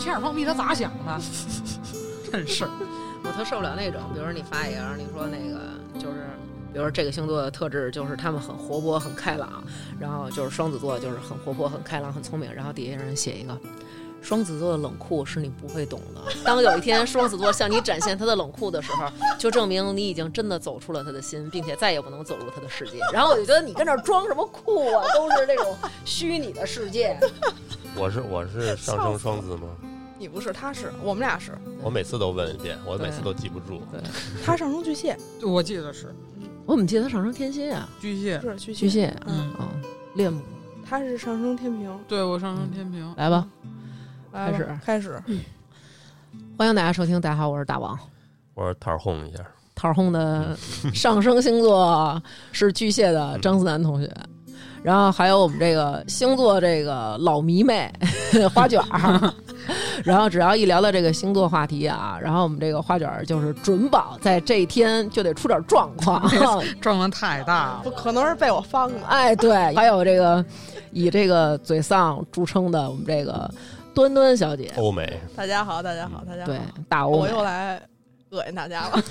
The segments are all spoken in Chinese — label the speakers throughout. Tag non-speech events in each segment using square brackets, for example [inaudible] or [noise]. Speaker 1: 这样放屁他咋想的？真是，
Speaker 2: 我特受不了那种，比如说你发一个，然后你说那个就是，比如说这个星座的特质就是他们很活泼、很开朗，然后就是双子座就是很活泼、很开朗、很聪明，然后底下人写一个。双子座的冷酷是你不会懂的。当有一天双子座向你展现他的冷酷的时候，就证明你已经真的走出了他的心，并且再也不能走入他的世界。 [laughs] 然后我就觉得你跟这儿装什么酷啊，都是那种虚拟的世界。
Speaker 3: 我是我 [laughs] 是上升双子吗？
Speaker 4: 你不是，他是，我们俩是，
Speaker 3: 我每次都问一遍，我每次都记不住。
Speaker 4: 他上升巨蟹，
Speaker 1: 我记得是
Speaker 2: 我怎么记得他上升天蝎啊？
Speaker 1: 巨蟹，
Speaker 4: 是巨蟹，
Speaker 2: 巨蟹，嗯
Speaker 4: 嗯
Speaker 2: 哦，恋母，
Speaker 4: 他是上升天平。
Speaker 1: 对我上升天平。
Speaker 2: 来吧，
Speaker 4: 来吧
Speaker 2: 开始嗯
Speaker 4: 开始，
Speaker 2: 欢迎大家收听，大家好，我是大王。
Speaker 3: 我说套哄一下，
Speaker 2: 桃红的上升星座是巨蟹的张思楠同学，然后还有我们这个星座这个老迷妹 [laughs] 花卷儿， [laughs] 然后只要一聊到这个星座话题啊，然后我们这个花卷儿就是准保在这一天就得出点状况，
Speaker 1: 撞的太大
Speaker 4: 不
Speaker 1: 了，
Speaker 4: 可能是被我放的。
Speaker 2: 哎，对，还有这个以这个嘴丧著称的我们这个端端小
Speaker 3: [laughs]
Speaker 2: 姐，
Speaker 3: 欧美
Speaker 4: 大家好，大家好，大家好
Speaker 2: 对，大欧
Speaker 4: 我
Speaker 2: 美
Speaker 4: 又来恶心大家了。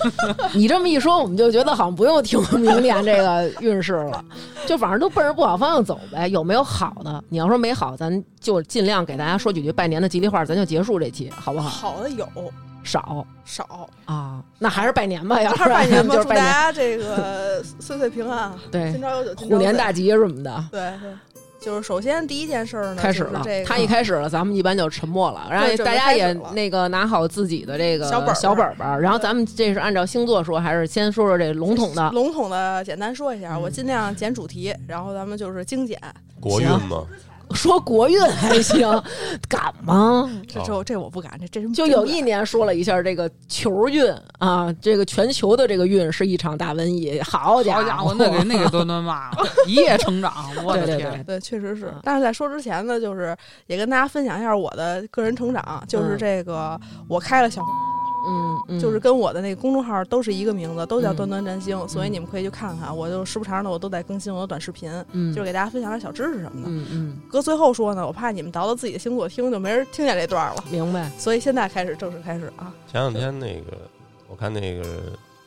Speaker 2: 你这么一说，我们就觉得好像不用听明年这个运势了，就反正都奔着不好方向走呗。有没有好的？你要说没好，咱就尽量给大家说几句拜年的吉利话，咱就结束这期，好不好？
Speaker 4: 好的有
Speaker 2: 少
Speaker 4: 少，
Speaker 2: 啊，那还是拜年吧，要
Speaker 4: 还
Speaker 2: 不
Speaker 4: 是
Speaker 2: 然
Speaker 4: 拜年吧，
Speaker 2: 就是
Speaker 4: 祝大
Speaker 2: 拜年，
Speaker 4: 家这个岁岁平安，今
Speaker 2: [laughs] 对，
Speaker 4: 朝有酒今朝
Speaker 2: 虎年
Speaker 4: 醉
Speaker 2: 大吉什么的。
Speaker 4: 对对，就是首先第一件事儿呢，
Speaker 2: 开始
Speaker 4: 嗯就是
Speaker 2: 了，
Speaker 4: 这个、
Speaker 2: 他一开始了，咱们一般就沉默了，然
Speaker 4: 对
Speaker 2: 后
Speaker 4: 准备
Speaker 2: 大家
Speaker 4: 开始
Speaker 2: 也
Speaker 4: 了
Speaker 2: 那个拿好自己的这个
Speaker 4: 小本儿
Speaker 2: 小本本儿，然后咱们这是按照星座说，还是先说说这笼统的？
Speaker 4: 笼统的简单说一下，
Speaker 2: 嗯
Speaker 4: 我尽量捡主题，然后咱们就是精简。
Speaker 3: 国运吗？
Speaker 2: 说国运还行， [laughs] 敢吗？
Speaker 4: 这这这我不敢，这这真
Speaker 2: 就有一年说了一下这个球运啊，这个全球的这个运是一场大瘟疫，好家
Speaker 1: 好
Speaker 2: 伙，
Speaker 1: 家伙，那给那给端端骂了，一夜成长，我
Speaker 2: 对
Speaker 1: 的
Speaker 2: 对
Speaker 1: 天！
Speaker 2: 对，
Speaker 4: 对，确实是
Speaker 2: 嗯。
Speaker 4: 但是在说之前呢，就是也跟大家分享一下我的个人成长，啊就是
Speaker 2: 嗯
Speaker 4: 这个我开了小，
Speaker 2: 嗯嗯，
Speaker 4: 就是跟我的那个公众号都是一个名字，都叫
Speaker 2: 嗯
Speaker 4: 端端占星，所以你们可以去看看。我就时不常的我都在更新我的短视频，
Speaker 2: 嗯
Speaker 4: 就是给大家分享点小知识什么的。
Speaker 2: 嗯嗯，
Speaker 4: 搁最后说呢，我怕你们倒到自己的星座听，就没人听见这段了。
Speaker 2: 明白，
Speaker 4: 所以现在开始正式开始啊
Speaker 3: 前两天那个，我看那个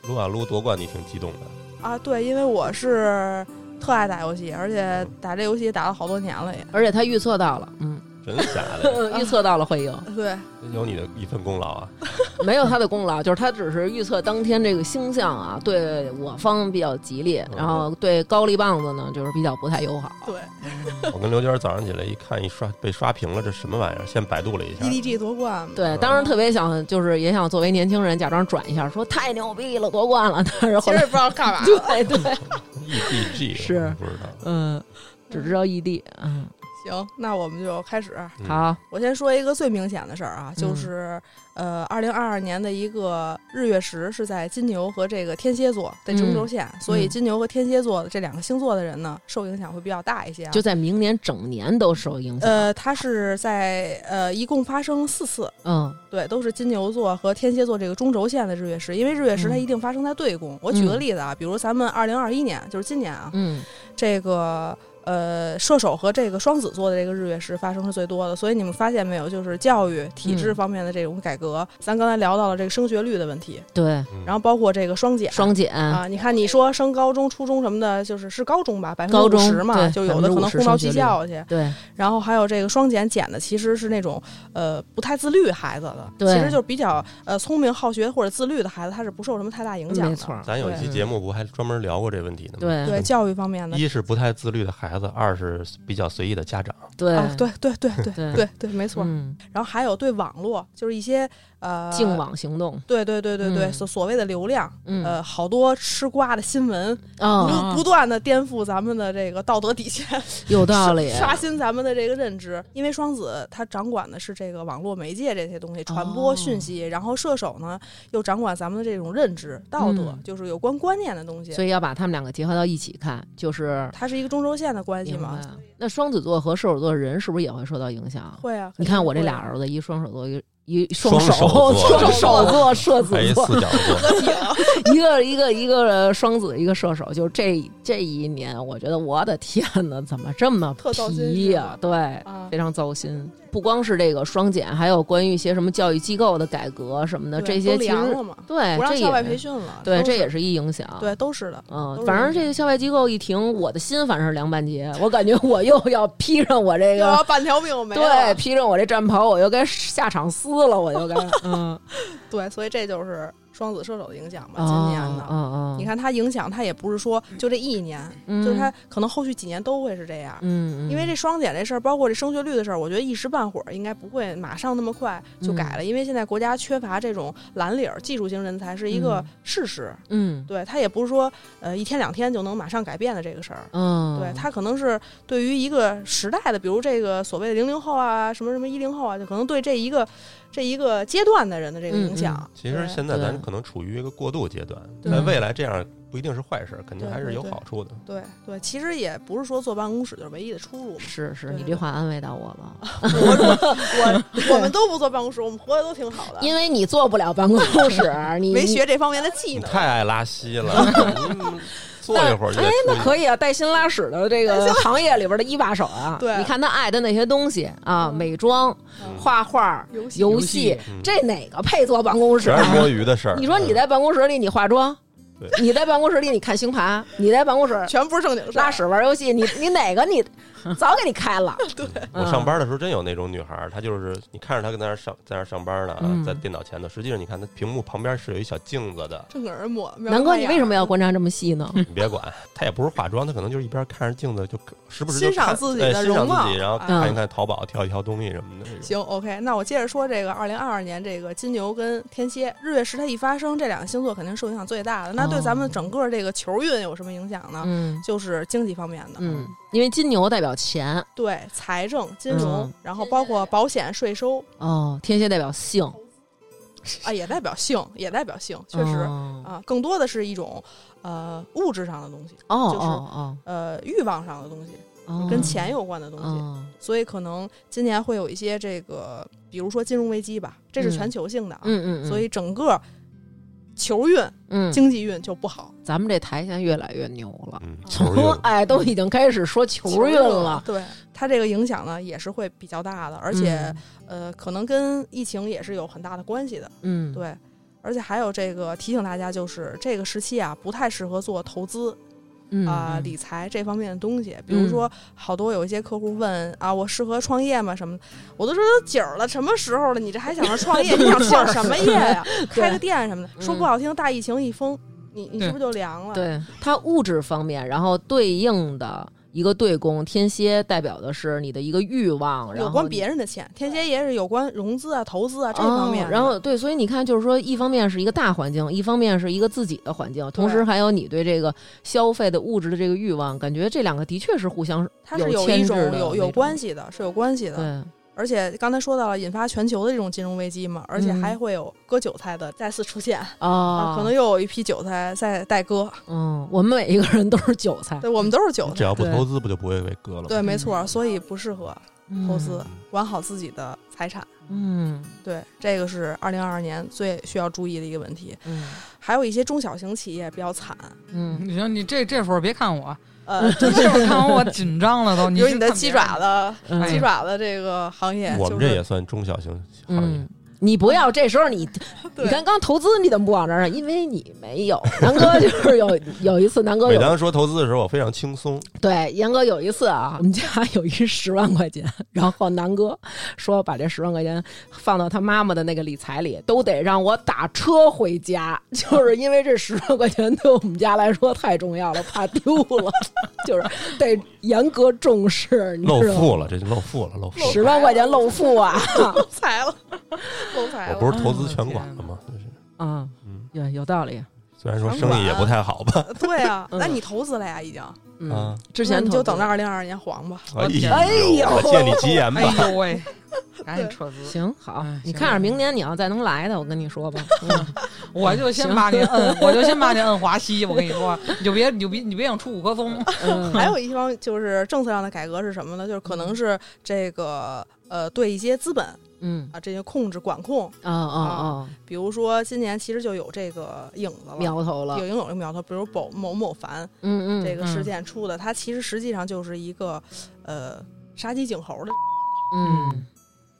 Speaker 3: 撸啊撸夺冠，你挺激动的。
Speaker 4: 啊！对，因为我是特爱打游戏，而且打这游戏打了好多年了也。
Speaker 2: 而且他预测到了，嗯，
Speaker 3: 真假的？ [laughs]
Speaker 4: 嗯
Speaker 2: 预测到了会赢，
Speaker 4: 对，
Speaker 3: 有你的一份功劳啊！
Speaker 2: 没有他的功劳，就是他只是预测当天这个星象啊，对我方比较吉利，然后对高丽棒子呢就是比较不太友好，
Speaker 4: 嗯对
Speaker 3: 我跟刘娟早上起来一看，一刷被刷屏了，这什么玩意儿？先百度了一下，
Speaker 4: ，EDG 夺冠嘛，
Speaker 2: 对，当时特别想就是也想作为年轻人假装转一下，说太牛逼了，夺冠了，但是
Speaker 4: 其
Speaker 2: 后
Speaker 4: 实
Speaker 2: 来
Speaker 4: 也不知道
Speaker 2: [laughs]
Speaker 4: 干嘛。
Speaker 2: 对对，
Speaker 3: E D G
Speaker 2: 是
Speaker 3: 不知道。
Speaker 2: 嗯，只知道异地，嗯，
Speaker 4: 行，那我们就开始。
Speaker 3: 嗯
Speaker 2: 好，
Speaker 4: 我先说一个最明显的事儿啊，
Speaker 2: 嗯
Speaker 4: 就是、呃，二零二二年的一个日月食是在金牛和这个天蝎座的中轴线，所以
Speaker 2: 嗯
Speaker 4: 金牛和天蝎座的这两个星座的人呢，受影响会比较大一些、啊。
Speaker 2: 就在明年整年都受影响。
Speaker 4: 呃，它是在呃，一共发生四次，
Speaker 2: 嗯
Speaker 4: 对，都是金牛座和天蝎座这个中轴线的日月食，因为日月食它
Speaker 2: 嗯
Speaker 4: 一定发生在对宫。我举个
Speaker 2: 嗯
Speaker 4: 例子啊，比如咱们二零二一年，就是今年啊，
Speaker 2: 嗯
Speaker 4: 这个呃射手和这个双子座的这个日月食发生是最多的。所以你们发现没有，就是教育体制
Speaker 2: 嗯
Speaker 4: 方面的这种改革，咱刚才聊到了这个升学率的问题，
Speaker 2: 对，
Speaker 3: 嗯
Speaker 4: 然后包括这个双减。
Speaker 2: 双减，
Speaker 4: 啊，你看，你说升高中、初中什么的，就是是高中吧，百分
Speaker 2: 高
Speaker 4: 之
Speaker 2: 中
Speaker 4: 五十嘛，
Speaker 2: 对
Speaker 4: 就有的可
Speaker 2: 50%
Speaker 4: 能轰到
Speaker 2: 升学
Speaker 4: 技
Speaker 2: 率
Speaker 4: 校去，
Speaker 3: 嗯
Speaker 2: 对，
Speaker 4: 然后还有这个双减减的其实是那种呃不太自律孩子的，
Speaker 2: 对
Speaker 4: 其实就是比较呃聪明好学或者自律的孩子，他是不受什么太大影响的。
Speaker 2: 没错儿，
Speaker 3: 咱有一期节目不还专门聊过这问题呢吗？
Speaker 2: 对
Speaker 4: 对教育方面的，
Speaker 3: 一是不太自律的孩子，二是比较随意的家长。
Speaker 2: 对
Speaker 4: 啊，对对对对
Speaker 2: 对
Speaker 4: 对对，没错。
Speaker 2: 嗯，
Speaker 4: 然后还有对网络，就是一些呃
Speaker 2: 净。网行动，
Speaker 4: 对对对对对，
Speaker 2: 嗯
Speaker 4: 所所谓的流量，
Speaker 2: 嗯
Speaker 4: 呃，好多吃瓜的新闻，
Speaker 2: 哦，
Speaker 4: 不不断的颠覆咱们的这个道德底线，
Speaker 2: 有道理，
Speaker 4: 刷新咱们的这个认知。因为双子他掌管的是这个网络媒介这些东西，传播
Speaker 2: 哦
Speaker 4: 讯息，然后射手呢又掌管咱们的这种认知、道德，
Speaker 2: 嗯
Speaker 4: 就是有关观念的东西。
Speaker 2: 所以要把他们两个结合到一起看，就是
Speaker 4: 它是一个中轴线的关系
Speaker 2: 明白
Speaker 4: 嘛？
Speaker 2: 了。那双子座和射手座的人是不是也会受到影响？
Speaker 4: 会啊，
Speaker 2: 你看
Speaker 4: 肯定
Speaker 2: 我这
Speaker 4: 会
Speaker 2: 俩
Speaker 4: 啊
Speaker 2: 儿子，一双手座，一一
Speaker 3: 双
Speaker 2: 手，
Speaker 3: 手座
Speaker 2: 双手座射
Speaker 3: 还一
Speaker 2: 子座，
Speaker 3: 四角座，
Speaker 2: 一个一个一个双子，一个射手，就这这一年，我觉得我的天呐，怎么这么
Speaker 4: 特糟心
Speaker 2: 皮
Speaker 4: 是
Speaker 2: 呀、
Speaker 4: 吧
Speaker 2: 对，
Speaker 4: 啊
Speaker 2: 非，常糟心。不光是这个双减，还有关于一些什么教育机构的改革什么的，呃
Speaker 4: 对
Speaker 2: 这些
Speaker 4: 都
Speaker 2: 其
Speaker 4: 凉
Speaker 2: 实
Speaker 4: 了嘛，
Speaker 2: 对
Speaker 4: 不
Speaker 2: 这
Speaker 4: 让校外
Speaker 2: 也
Speaker 4: 培训了，
Speaker 2: 对
Speaker 4: 都
Speaker 2: 这
Speaker 4: 是
Speaker 2: 也是一影响。
Speaker 4: 对，都是的，
Speaker 2: 嗯
Speaker 4: 都，是
Speaker 2: 反正
Speaker 4: 这
Speaker 2: 这个校外机构一停，我的心反正是凉半截。我感觉我又要披上我
Speaker 4: [laughs]
Speaker 2: 这
Speaker 4: 又
Speaker 2: 个 [laughs]
Speaker 4: 要半啊条命没
Speaker 2: 对，
Speaker 4: 了，
Speaker 2: 披着我这战袍，我又该下场撕了，我又该嗯，
Speaker 4: 对，所以这就是双子射手的影响嘛， [laughs] 今
Speaker 2: 哦
Speaker 4: 年的。
Speaker 2: 嗯嗯，
Speaker 4: 你看它影响，它也不是说就这一年，
Speaker 2: 嗯，
Speaker 4: 就是它可能后续几年都会是这样。
Speaker 2: 嗯，嗯，
Speaker 4: 因为这双减这事儿，包括这升学率的事儿，我觉得一时半会儿应该不会马上那么快就改
Speaker 2: 嗯
Speaker 4: 了，因为现在国家缺乏这种蓝领儿技术型人才是一个
Speaker 2: 嗯
Speaker 4: 事实，
Speaker 2: 嗯
Speaker 4: 对它也不是说呃一天两天就能马上改变的这个事儿。
Speaker 2: 嗯，
Speaker 4: 对，它可能是对于一个时代的，比如这个所谓的零零后啊，什么什么一零后啊，就可能对这一个这一个阶段的人的这
Speaker 2: 嗯
Speaker 4: 个影响。
Speaker 3: 其实
Speaker 4: 对
Speaker 3: 现在咱
Speaker 2: 对
Speaker 3: 可能处于一个过渡阶段，
Speaker 2: 对
Speaker 3: 在未来这样不一定是坏事，肯定
Speaker 4: 对
Speaker 3: 还是
Speaker 4: 对
Speaker 3: 有
Speaker 4: 对
Speaker 3: 好处的。
Speaker 2: 嗯
Speaker 4: 对对，其实也不是说坐办公室就是唯一的出路嘛。 [laughs]
Speaker 2: 是是，
Speaker 4: 对
Speaker 2: 你这话安慰到我
Speaker 4: [laughs]
Speaker 2: 了，
Speaker 4: 我
Speaker 2: [laughs]
Speaker 4: 我们都不坐办公室，我们活得都挺好的，
Speaker 2: 因为你做不了办公
Speaker 4: [laughs]
Speaker 2: 室，你
Speaker 4: 没。学这方面的技
Speaker 3: 你
Speaker 4: 能。
Speaker 3: 太爱拉稀了， [laughs] 你坐一会儿就得
Speaker 2: 哎，那
Speaker 3: 出去
Speaker 2: 可以啊，带薪拉屎的这个行业里边的一把手啊。
Speaker 4: 对
Speaker 2: 你看他爱的那些东西啊，
Speaker 4: 嗯
Speaker 2: 美妆、
Speaker 3: 嗯
Speaker 2: 画画、
Speaker 4: 游戏
Speaker 2: 游
Speaker 1: 游
Speaker 2: 戏
Speaker 1: 戏，
Speaker 3: 嗯
Speaker 2: 这哪个配坐办公室啊？
Speaker 3: 全是摸鱼的事儿。
Speaker 2: 你说你在办公室里你化妆
Speaker 3: 嗯对，
Speaker 2: 你在办公室里你看星盘，你在办公室
Speaker 4: 全不是正经事儿
Speaker 2: 拉屎玩游戏，你你哪个
Speaker 4: [laughs]
Speaker 2: 你早给你开了？
Speaker 3: 嗯
Speaker 2: 嗯
Speaker 3: 我上班的时候真有那种女孩儿，她就是你看着她跟那儿上在那儿上班呢
Speaker 2: 嗯
Speaker 3: 啊，在电脑前头，实际上你看她屏幕旁边是有一小镜子的，
Speaker 4: 正经人抹。
Speaker 2: 南哥，你为什么要观察这么细呢？
Speaker 3: 你别管，她也不是化妆，她可能就是一边看着镜子就时不时就
Speaker 4: 欣赏
Speaker 3: 看
Speaker 4: 自己
Speaker 3: 哎
Speaker 4: 的
Speaker 3: 欣赏
Speaker 4: 容貌
Speaker 3: 自己，然后
Speaker 4: 啊
Speaker 3: 看一看淘宝，挑一挑东西什么的。这种
Speaker 4: 行？OK，那我接着说这个二零二二年这个金牛跟天蝎日月食它一发生，这两个星座肯定受影响最大的。
Speaker 2: 哦
Speaker 4: 那对咱们整个这个球运有什么影响呢？
Speaker 2: 嗯
Speaker 4: 就是经济方面的，
Speaker 2: 嗯，因为金牛代表钱
Speaker 4: 对财政、金融，
Speaker 2: 嗯
Speaker 4: 然后包括保险、税收
Speaker 2: 哦，天蝎代表性，
Speaker 4: 啊，也代表性，也代表性，确实、
Speaker 2: 哦
Speaker 4: 啊，更多的是一种呃物质上的东西，
Speaker 2: 哦
Speaker 4: 就是
Speaker 2: 哦
Speaker 4: 呃欲望上的东西，
Speaker 2: 哦，
Speaker 4: 跟钱有关的东西。
Speaker 2: 哦
Speaker 4: 所以可能今年会有一些这个，比如说金融危机吧，这是全球性的啊。
Speaker 2: 嗯嗯嗯，
Speaker 4: 所以整个球运、
Speaker 2: 嗯，
Speaker 4: 经济运就不好，
Speaker 2: 咱们这台现在越来越牛了。
Speaker 3: 嗯， [laughs]
Speaker 4: 球
Speaker 3: 球运
Speaker 2: [laughs] 哎，都已经开始说球运了，。嗯
Speaker 4: 对它这个影响呢，也是会比较大的，而且、呃，可能跟疫情也是有很大的关系的。
Speaker 2: 嗯，嗯，
Speaker 4: 对，而且还有这个提醒大家，就是这个时期啊，不太适合做投资
Speaker 2: 嗯
Speaker 4: 啊、
Speaker 2: 嗯
Speaker 4: 理财这方面的东西。比如
Speaker 2: 嗯
Speaker 4: 说，好多有一些客户问啊，我适合创业吗？什么的，我都说都几儿了，什么时候了？你这还想着
Speaker 2: [laughs]
Speaker 4: 创业？你想创什么业呀、开个店什么的，说
Speaker 2: 嗯
Speaker 4: 不好听，大疫情一封，你你是不是就凉了？
Speaker 2: 对它物质方面，然后对应的一个对宫，天蝎代表的是你的一个欲望，然后
Speaker 4: 有关
Speaker 2: 你
Speaker 4: 别人的钱，天蝎也是有关融资啊、投资啊这
Speaker 2: 哦
Speaker 4: 方面的。
Speaker 2: 然后对，所以你看，就是说，一方面是一个大环境，一方面是一个自己的环境，同时还有你对这个消费的物质的这个欲望，感觉这两个的确是互相
Speaker 4: 它是
Speaker 2: 有
Speaker 4: 有
Speaker 2: 牵
Speaker 4: 一
Speaker 2: 制
Speaker 4: 种
Speaker 2: 的
Speaker 4: 有
Speaker 2: 那
Speaker 4: 有
Speaker 2: 种
Speaker 4: 关系的，是有关系的。
Speaker 2: 对，
Speaker 4: 而且刚才说到了引发全球的这种金融危机嘛，而且
Speaker 2: 嗯
Speaker 4: 还会有割韭菜的再次出现、
Speaker 2: 哦
Speaker 4: [laughs] 啊，可能又有一批韭菜在待割。
Speaker 2: 嗯，我们每一个人都是韭菜，
Speaker 4: [laughs] 对，我们都是韭
Speaker 3: 只
Speaker 4: 菜，
Speaker 3: 要不
Speaker 2: 对
Speaker 3: 投资，不就不会被割了吗？
Speaker 4: 对，没
Speaker 2: 嗯
Speaker 4: 错，所以不适合投资，
Speaker 3: 嗯
Speaker 4: 管好自己的财产。
Speaker 2: 嗯，
Speaker 4: 对，这个是二零二二年最需要注意的一个问题。
Speaker 2: 嗯
Speaker 4: 还有一些中小型企业比较惨，
Speaker 2: 嗯
Speaker 1: 你说你这这会儿别看我，
Speaker 2: [laughs]
Speaker 4: 呃，
Speaker 1: 这会儿看我我紧张了都。
Speaker 4: 比
Speaker 1: 你
Speaker 4: 如
Speaker 1: 是
Speaker 4: 你的
Speaker 1: 看
Speaker 4: 鸡
Speaker 1: 别人哎
Speaker 4: 爪子、
Speaker 2: 嗯，
Speaker 4: 鸡爪子这个行业，
Speaker 3: 我
Speaker 4: 就
Speaker 3: 们这
Speaker 4: 是
Speaker 3: 也算中小型行业
Speaker 2: 嗯。。你不要这时候你，
Speaker 4: 对
Speaker 2: 你看刚投资你怎么不往这儿上？因为你没有，南哥就是有有一次，南哥
Speaker 3: 每
Speaker 2: 有 [laughs]
Speaker 3: 当说投资的时候，我非常轻松，
Speaker 2: 对，严哥有一次啊，我们家有一十万块钱，然后南哥说把这十万块钱放到他妈妈的那个理财里，都得让我打车回家，就是因为这十万块钱对我们家来说太重要了，怕丢了，就是得严格重视，你
Speaker 3: 露
Speaker 2: 知道吗？
Speaker 3: 富了，这就露富了，露富
Speaker 2: 啊 [laughs] 十
Speaker 3: 了。
Speaker 2: 万块钱露富
Speaker 3: [laughs]
Speaker 2: 啊！
Speaker 4: 漏财了，漏财
Speaker 3: 我
Speaker 4: 了。
Speaker 3: 不是投资拳馆了吗？就是
Speaker 2: 啊，
Speaker 3: 嗯，
Speaker 2: 有有道理。
Speaker 3: 虽然说生意也不太好吧，
Speaker 4: [laughs] 对啊，
Speaker 2: 嗯
Speaker 4: 那你投资了呀，已经，
Speaker 2: 嗯
Speaker 3: 啊，，
Speaker 2: 之
Speaker 4: 那
Speaker 2: 前
Speaker 4: 你就
Speaker 2: 投资
Speaker 4: 等着二零二二年黄吧。
Speaker 1: 我
Speaker 3: 呦
Speaker 1: 哎
Speaker 2: 呦
Speaker 3: 我借你吉言吧。
Speaker 1: 哎呦喂，赶紧撤资！
Speaker 2: 行好
Speaker 1: 哎，
Speaker 2: 你
Speaker 1: 行
Speaker 2: 看着明年你要再能来的，我跟你说 [laughs] 吧。嗯
Speaker 1: 我就先把你摁，我就先把你摁华西。我跟你说，你就别，你就别，你别想出五棵松。
Speaker 2: 嗯 [laughs]
Speaker 4: 还有一方就是政策上的改革是什么呢？就是可能是这个呃，对一些资本
Speaker 2: 嗯，
Speaker 4: 啊，这些控制管控，
Speaker 2: 哦哦
Speaker 4: 比如说今年其实就有这个影子
Speaker 2: 哦，
Speaker 4: 了，
Speaker 2: 苗头了
Speaker 4: 有，影有这个苗头，比如某某某凡
Speaker 2: 嗯嗯，
Speaker 4: 这个事
Speaker 1: 嗯
Speaker 4: 件出的，它其实实际上就是一个呃杀鸡儆猴的，
Speaker 2: 嗯，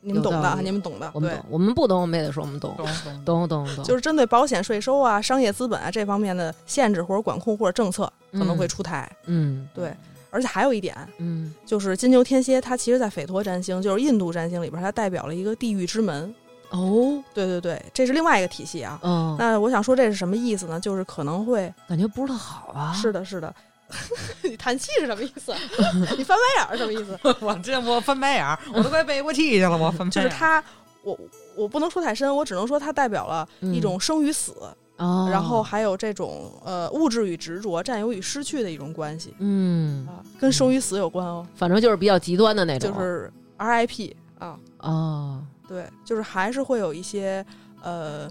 Speaker 4: 你们懂
Speaker 2: 有道
Speaker 4: 的，啊
Speaker 2: 理
Speaker 4: 你们懂的，
Speaker 2: 我们
Speaker 4: 对。
Speaker 2: 懂，我们不懂，我们也得说我们懂，
Speaker 1: 懂懂 [laughs]
Speaker 2: 懂懂懂，
Speaker 4: 就是针对保险、税收啊、商业资本啊这方面的限制或者管控或者政策可能会
Speaker 2: 嗯
Speaker 4: 出台，
Speaker 2: 嗯
Speaker 4: 对。而且还有一点，
Speaker 2: 嗯
Speaker 4: 就是金牛天蝎，它其实，在斐陀占星，就是印度占星里边，它代表了一个地狱之门。
Speaker 2: 哦
Speaker 4: 对对对，这是另外一个体系啊。
Speaker 2: 嗯，
Speaker 4: 那我想说这是什么意思呢？就是可能会，
Speaker 2: 感觉不是特好啊，
Speaker 4: 是的，是的。 [laughs] 你叹气是什么意思？啊 [laughs] 你翻白眼儿是什么意思？
Speaker 1: 我这我翻白眼儿，我都快背过气去了，我翻白
Speaker 4: 就
Speaker 1: 眼儿。
Speaker 4: 是
Speaker 2: 啊
Speaker 4: 它，我我不能说太深，我只能说它代表了一种生与死，
Speaker 2: 嗯哦，
Speaker 4: 然后还有这种呃物质与执着、占有与失去的一种关系
Speaker 2: 嗯，
Speaker 4: 啊，跟生与死有关哦，
Speaker 2: 反正就是比较极端的那种，
Speaker 4: 就是 RIP 啊，
Speaker 2: 哦，
Speaker 4: 对，就是还是会有一些呃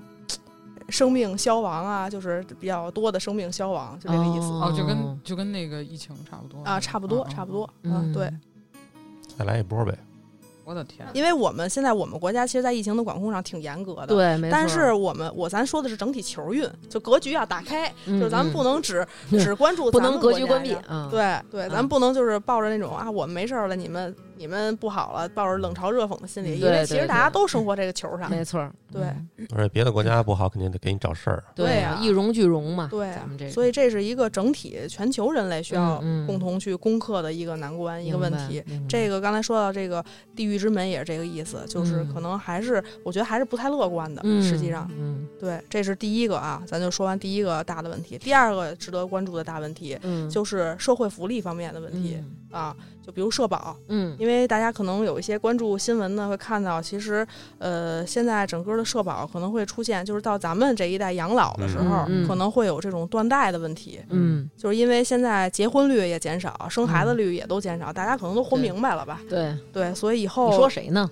Speaker 4: 生命消亡啊，就是比较多的生命消亡，就这个意思、
Speaker 1: 哦，就跟就跟那个疫情差不
Speaker 2: 哦
Speaker 1: 多
Speaker 4: 啊，差不多，
Speaker 1: 嗯
Speaker 4: 差不多啊、
Speaker 2: 嗯
Speaker 4: 对，
Speaker 3: 再来一波呗。
Speaker 1: 我的天，
Speaker 4: 因为我们现在我们国家其实，在疫情的管控上挺严格的，。
Speaker 2: 对，没错，
Speaker 4: 但是我们我咱说的是整体球运，就格局要打开，
Speaker 2: 嗯
Speaker 4: 就是咱们不
Speaker 2: 嗯 [laughs]
Speaker 4: 能只、
Speaker 2: 嗯
Speaker 4: 只关注
Speaker 2: 不
Speaker 4: 咱
Speaker 2: 能
Speaker 4: 们
Speaker 2: 格
Speaker 4: 国
Speaker 2: 局
Speaker 4: 家
Speaker 2: 关闭
Speaker 4: 呀
Speaker 2: 啊，
Speaker 4: 对对，
Speaker 2: 嗯
Speaker 4: 咱们不能就是抱着那种啊，我们没事儿了，你们你们不好了，抱着冷嘲热讽的心理，
Speaker 2: 嗯
Speaker 4: 因
Speaker 2: 对
Speaker 4: 为
Speaker 2: 对
Speaker 4: 其实
Speaker 2: 对
Speaker 4: 大家都生活这个球上。
Speaker 2: 没错儿，
Speaker 4: 对
Speaker 2: 嗯
Speaker 3: 而且别的国家不好，肯定得给你找事儿。
Speaker 4: 对
Speaker 2: 啊
Speaker 4: 啊，
Speaker 2: 一荣俱荣嘛，
Speaker 4: 对啊
Speaker 2: 咱们这个，
Speaker 4: 所以这是一个整体全球人类需要
Speaker 2: 嗯嗯
Speaker 4: 共同去攻克的一个难关，一个问题。
Speaker 2: 明白，
Speaker 4: 这个刚才说到这个地狱之门也是这个意思，就是
Speaker 2: 嗯
Speaker 4: 可能还是我觉得还是不太乐观的。
Speaker 2: 明白
Speaker 4: 实际上，，
Speaker 2: 嗯
Speaker 4: 对，这是第一个啊，咱就说完第一个大的问题。第二个值得关注的大问题
Speaker 2: 嗯，
Speaker 4: 就是社会福利方面的问题
Speaker 2: 嗯
Speaker 4: 啊，就比如社保，
Speaker 2: 嗯，
Speaker 4: 因为大家可能有一些关注新闻呢，会看到其实，呃，现在整个的社保可能会出现，就是到咱们这一代养老的时候，
Speaker 2: 嗯嗯嗯
Speaker 4: 可能会有这种断代的问题，
Speaker 2: 嗯，
Speaker 4: 就是因为现在结婚率也减少，生孩子率也都减少，大家可能都活
Speaker 2: 对
Speaker 4: 明白了吧？
Speaker 2: 嗯对，
Speaker 4: 对，所以以后
Speaker 2: 你说谁呢？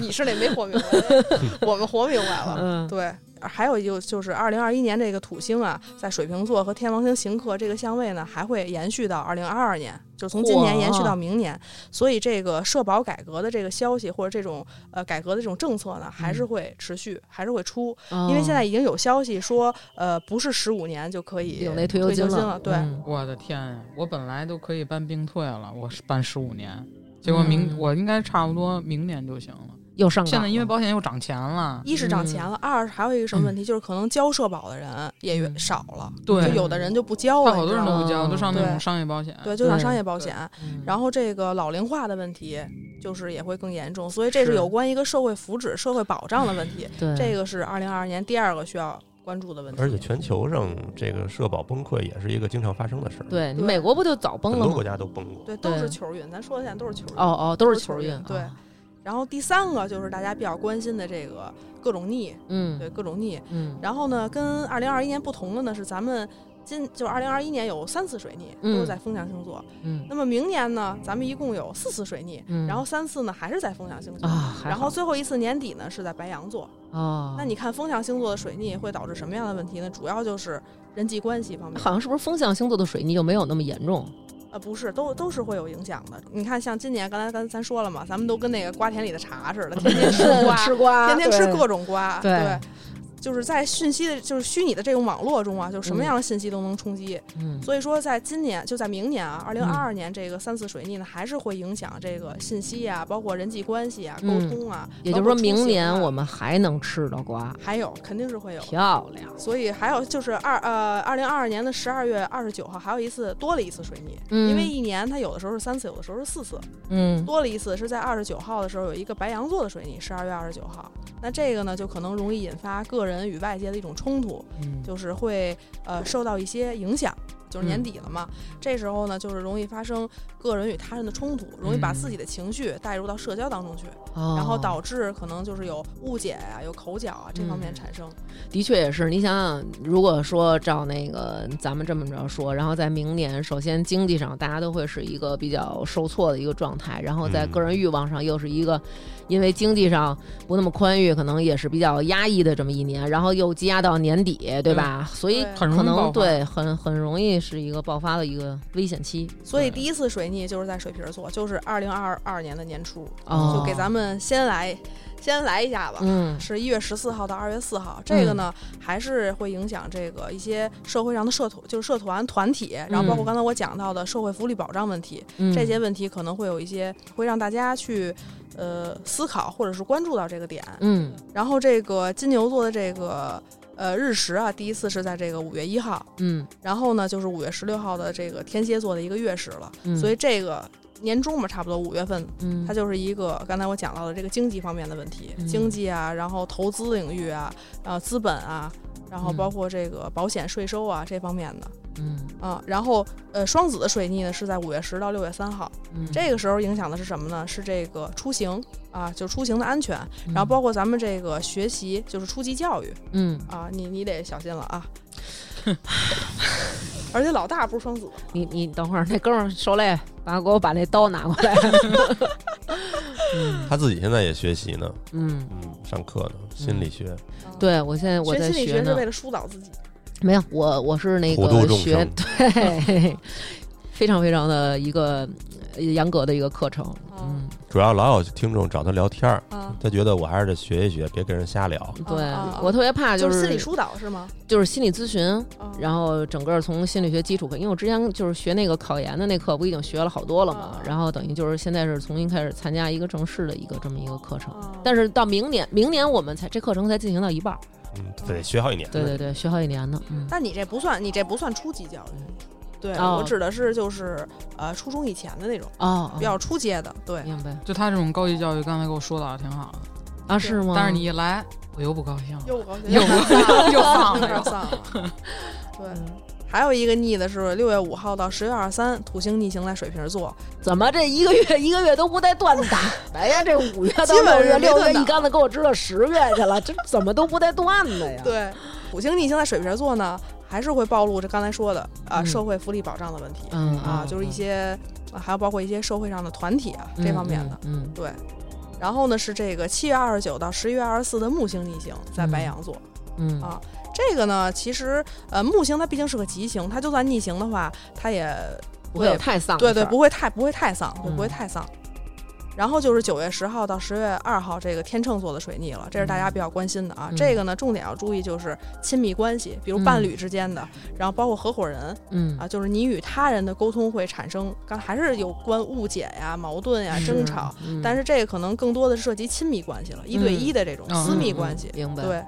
Speaker 4: 你是那没活明白的， [laughs] 我们活明白了。
Speaker 2: 嗯，
Speaker 4: 对，还有就就是二零二一年这个土星啊，在水瓶座和天王星行克这个相位呢，还会延续到二零二二年，就从今年
Speaker 2: 嚯
Speaker 4: 延续到明年。所以这个社保改革的这个消息或者这种呃改革的这种政策呢，还是
Speaker 2: 嗯
Speaker 4: 会持续，还是会出，
Speaker 2: 哦
Speaker 4: 因为现在已经有消息说，呃，不是十五年就可以
Speaker 2: 领那退休
Speaker 4: 休
Speaker 2: 金
Speaker 4: 金
Speaker 2: 了，
Speaker 4: 对。
Speaker 2: 嗯
Speaker 1: 我的天呀！我本来都可以办病退了，我是办十五年，结果明、
Speaker 2: 嗯
Speaker 1: 我应该差不多明年就行了。
Speaker 2: 又上岗
Speaker 1: 现在因为
Speaker 2: 了
Speaker 1: 保险又涨钱了，
Speaker 4: 一是涨钱了，
Speaker 2: 嗯
Speaker 4: 二是还有一个什么问题，就是可能交社保的人也越
Speaker 1: 嗯
Speaker 4: 少了，
Speaker 1: 对
Speaker 4: 就有的人就不交
Speaker 1: 但
Speaker 4: 了，
Speaker 1: 好
Speaker 4: 你
Speaker 1: 多
Speaker 4: 知
Speaker 1: 人
Speaker 4: 道吗
Speaker 1: 都不交，都上那
Speaker 4: 哦对
Speaker 1: 种商业保险。
Speaker 4: 对，就像
Speaker 2: 对
Speaker 4: 商业保险。
Speaker 2: 嗯
Speaker 4: 然后这个老龄化的问题，就是也会更严重，所以这是
Speaker 1: 是
Speaker 4: 有关一个社会福祉、社会保障的问题，
Speaker 2: 对
Speaker 4: 这个是二零二二年第二个需要关注的问题。
Speaker 3: 而且全球上这个社保崩溃也是一个经常发生的事儿。，
Speaker 2: 对你
Speaker 4: 对
Speaker 2: 美国不就早崩
Speaker 3: 很
Speaker 2: 了
Speaker 3: 多
Speaker 2: 吗
Speaker 3: 国？家都崩过。
Speaker 4: 对，都
Speaker 2: 对
Speaker 4: 是球运，咱说的现在都是球运。
Speaker 2: 哦哦，都是
Speaker 4: 都是
Speaker 2: 球
Speaker 4: 球
Speaker 2: 运
Speaker 4: 运，对
Speaker 2: 啊
Speaker 4: 然后第三个就是大家比较关心的这个各种逆，对
Speaker 2: 嗯
Speaker 4: 各种逆。
Speaker 2: 嗯
Speaker 4: 然后呢，跟二零二一年不同的呢是咱们。今就是二零二一年有三次水逆，都
Speaker 2: 嗯
Speaker 4: 是在风象星座。
Speaker 2: 嗯
Speaker 4: 那么明年呢，咱们一共有四次水逆，
Speaker 2: 嗯，
Speaker 4: 然后三次呢还是在风象星座，
Speaker 2: 啊，还
Speaker 4: 然
Speaker 2: 好
Speaker 4: 后最后一次年底呢是在白羊座。
Speaker 2: 哦，
Speaker 4: 那你看风象星座的水逆会导致什么样的问题呢？主要就是人际关系方面，
Speaker 2: 好像是不是风象星座的水逆就没有那么严重？
Speaker 4: 呃，不是，都都是会有影响的。你看，像今年，刚才咱咱说了嘛，咱们都跟那个瓜田里的茶似的，天天吃
Speaker 2: [laughs]
Speaker 4: 瓜，
Speaker 2: 瓜
Speaker 4: 天天吃各种瓜，
Speaker 2: 对
Speaker 4: 就是在讯息的，就是虚拟的这种网络中啊，就什
Speaker 2: 嗯
Speaker 4: 么样的信息都能冲击。
Speaker 2: 嗯
Speaker 4: 所以说，在今年，就在明年啊，二零二二年这个三次水逆呢，还是会影响这个信息啊，包括人际关系啊、沟
Speaker 2: 嗯
Speaker 4: 通啊。
Speaker 2: 也
Speaker 4: 包
Speaker 2: 就是说
Speaker 4: 括出
Speaker 2: 明
Speaker 4: 行
Speaker 2: 年
Speaker 4: 啊
Speaker 2: 我们还能吃到瓜，
Speaker 4: 还有肯定是会有的
Speaker 2: 漂亮。
Speaker 4: 所以还有就是二呃，二零二二年的十二月二十九号还有一次多了一次水逆，
Speaker 2: 嗯
Speaker 4: 因为一年它有的时候是三次，有的时候是四次，
Speaker 2: 嗯
Speaker 4: 多了一次是在二十九号的时候有一个白羊座的水逆，十二月二十九号。那这个呢，就可能容易引发个人与外界的一种冲突，
Speaker 1: 嗯，
Speaker 4: 就是会呃受到一些影响。就是
Speaker 2: 嗯
Speaker 4: 年底了嘛，这时候呢，就是容易发生个人与他人的冲突，容易把
Speaker 2: 嗯
Speaker 4: 自己的情绪带入到社交当中去，
Speaker 2: 哦
Speaker 4: 然后导致可能就是有误解呀、有口角啊这方面
Speaker 2: 嗯
Speaker 4: 产生。
Speaker 2: 的确也是，你想想，如果说照那个咱们这么着说，然后在明年，首先经济上大家都会是一个比较受挫的一个状态，然后在
Speaker 3: 嗯
Speaker 2: 个人欲望上又是一个，因为经济上不那么宽裕，可能也是比较压抑的这么一年，然后又积压到年底，对吧？所以
Speaker 4: 对
Speaker 2: 可
Speaker 1: 很容易爆
Speaker 2: 能
Speaker 1: 发
Speaker 2: 对很很容易那是一个爆发的一个危险期，
Speaker 4: 所以
Speaker 2: 对
Speaker 4: 第一次水逆就是在水瓶座，就是二零二二年的年初，
Speaker 2: 哦
Speaker 4: 就给咱们先来先来一下吧。
Speaker 2: 嗯
Speaker 4: 是一月十四号到二月四号，这个呢、还是会影响这个一些社会上的社团，就是社团团体，然后包括刚才我讲到的社会福利保障问题，
Speaker 2: 嗯
Speaker 4: 这些问题可能会有一些会让大家去呃思考或者是关注到这个点。
Speaker 2: 嗯
Speaker 4: 然后这个金牛座的这个呃日食啊，第一次是在这个五月一号，
Speaker 2: 嗯
Speaker 4: 然后呢就是五月十六号的这个天蝎座的一个月食了，
Speaker 2: 嗯，
Speaker 4: 所以这个年终嘛，差不多五月份
Speaker 2: 嗯
Speaker 4: 它就是一个刚才我讲到的这个经济方面的问题，
Speaker 2: 嗯
Speaker 4: 经济啊，然后投资领域啊，呃，资本啊，然后包括这个保险、税收啊这方面的
Speaker 2: 嗯
Speaker 4: 啊、然后呃，双子的水逆呢是在五月十到六月三号，
Speaker 2: 嗯
Speaker 4: 这个时候影响的是什么呢？是这个出行啊，就出行的安全，
Speaker 2: 嗯
Speaker 4: 然后包括咱们这个学习，就是初级教育
Speaker 2: 嗯，
Speaker 4: 啊，你你得小心了
Speaker 2: [laughs]
Speaker 4: 啊。而且老大不是双子，
Speaker 2: 你你等会儿那哥们儿受累，把给我把那刀拿过来，嗯
Speaker 3: 他自己现在也学习呢，
Speaker 2: 嗯。
Speaker 3: 嗯，上课呢，心理学，
Speaker 4: 啊，
Speaker 2: 对，我现在我
Speaker 4: 学
Speaker 2: 在
Speaker 4: 心理
Speaker 2: 学
Speaker 4: 学是
Speaker 2: 呢
Speaker 4: 为，了疏导自己，
Speaker 2: 没有我我是那
Speaker 3: 普度
Speaker 2: 个
Speaker 3: 众
Speaker 2: 学
Speaker 3: 生
Speaker 2: 对，非常非常的一个呃严格的一个课程，嗯
Speaker 4: 嗯，
Speaker 3: 主要老有听众找他聊天儿，
Speaker 4: 啊，
Speaker 3: 他觉得我还是得学一学，别跟人瞎聊。
Speaker 2: 对
Speaker 4: 啊啊
Speaker 2: 我特别怕
Speaker 4: 就是心理疏导是吗？
Speaker 2: 就是心理咨询，
Speaker 4: 啊
Speaker 2: 然后整个从心理学基础课，因为我之前就是学那个考研的那课，不已经学了好多了嘛
Speaker 4: 啊，
Speaker 2: 然后等于就是现在是重新开始参加一个正式的一个这么一个课程，
Speaker 4: 啊
Speaker 2: 但是到明年，明年我们才这课程才进行到一半儿，
Speaker 3: 嗯，得学好一年。
Speaker 2: 对对对，学好几年呢，嗯，
Speaker 4: 但你这不算，你这不算初级教育。对，
Speaker 2: 哦
Speaker 4: 我指的是就是呃初中以前的那种
Speaker 2: 哦，
Speaker 4: 比较初阶的。对
Speaker 2: 哦，明白
Speaker 1: 就他这种高级教育，刚才给我说的挺好的，
Speaker 2: 啊，是吗？
Speaker 1: 但是你一来，我又不高兴了。
Speaker 4: 又高兴
Speaker 1: 又
Speaker 4: 又丧
Speaker 1: 又丧了
Speaker 4: 又丧了。对，还有一个逆的是六月五号到十月二十三，土星逆行在水瓶座，
Speaker 2: 怎么这一个月一个月都不带断
Speaker 4: [laughs]
Speaker 2: 的？哎呀，这五月到
Speaker 4: 基本
Speaker 2: 六月，
Speaker 4: 是没
Speaker 2: 六
Speaker 4: 断档
Speaker 2: 月一竿子给我支到十月去了，这怎么都不带断的呀？，
Speaker 4: [laughs] 对，土星逆行在水瓶座呢，还是会暴露这刚才说的啊、
Speaker 2: 嗯
Speaker 4: 社会福利保障的问题、
Speaker 2: 嗯
Speaker 4: 啊，就是一些、啊还有包括一些社会上的团体啊、这方面的。，
Speaker 2: 嗯嗯
Speaker 4: 对，然后呢是这个七月二十九到十一月二十四的木星逆行在白羊座，
Speaker 2: 嗯
Speaker 4: 啊这个呢其实呃木星它毕竟是个吉星，它就算逆行的话，它也
Speaker 2: 不会有太丧
Speaker 4: 对
Speaker 2: 的事
Speaker 4: 对
Speaker 2: 儿，
Speaker 4: 不会太不会太丧，对
Speaker 2: 嗯
Speaker 4: 不会太丧。然后就是九月十号到十月二号这个天秤座的水逆了，这是大家比较关心的啊。
Speaker 2: 嗯
Speaker 4: 这个呢重点要注意就是亲密关系，比如伴侣之间的，然后包括合伙人
Speaker 2: 嗯
Speaker 4: 啊，就是你与他人的沟通会产生刚还是有关误解呀、矛盾呀、争吵。，
Speaker 2: 嗯
Speaker 4: 但是这个可能更多的是涉及亲密关系了，一对一的这种
Speaker 1: 嗯
Speaker 4: 私密关系
Speaker 2: 嗯。明白？，
Speaker 4: 对，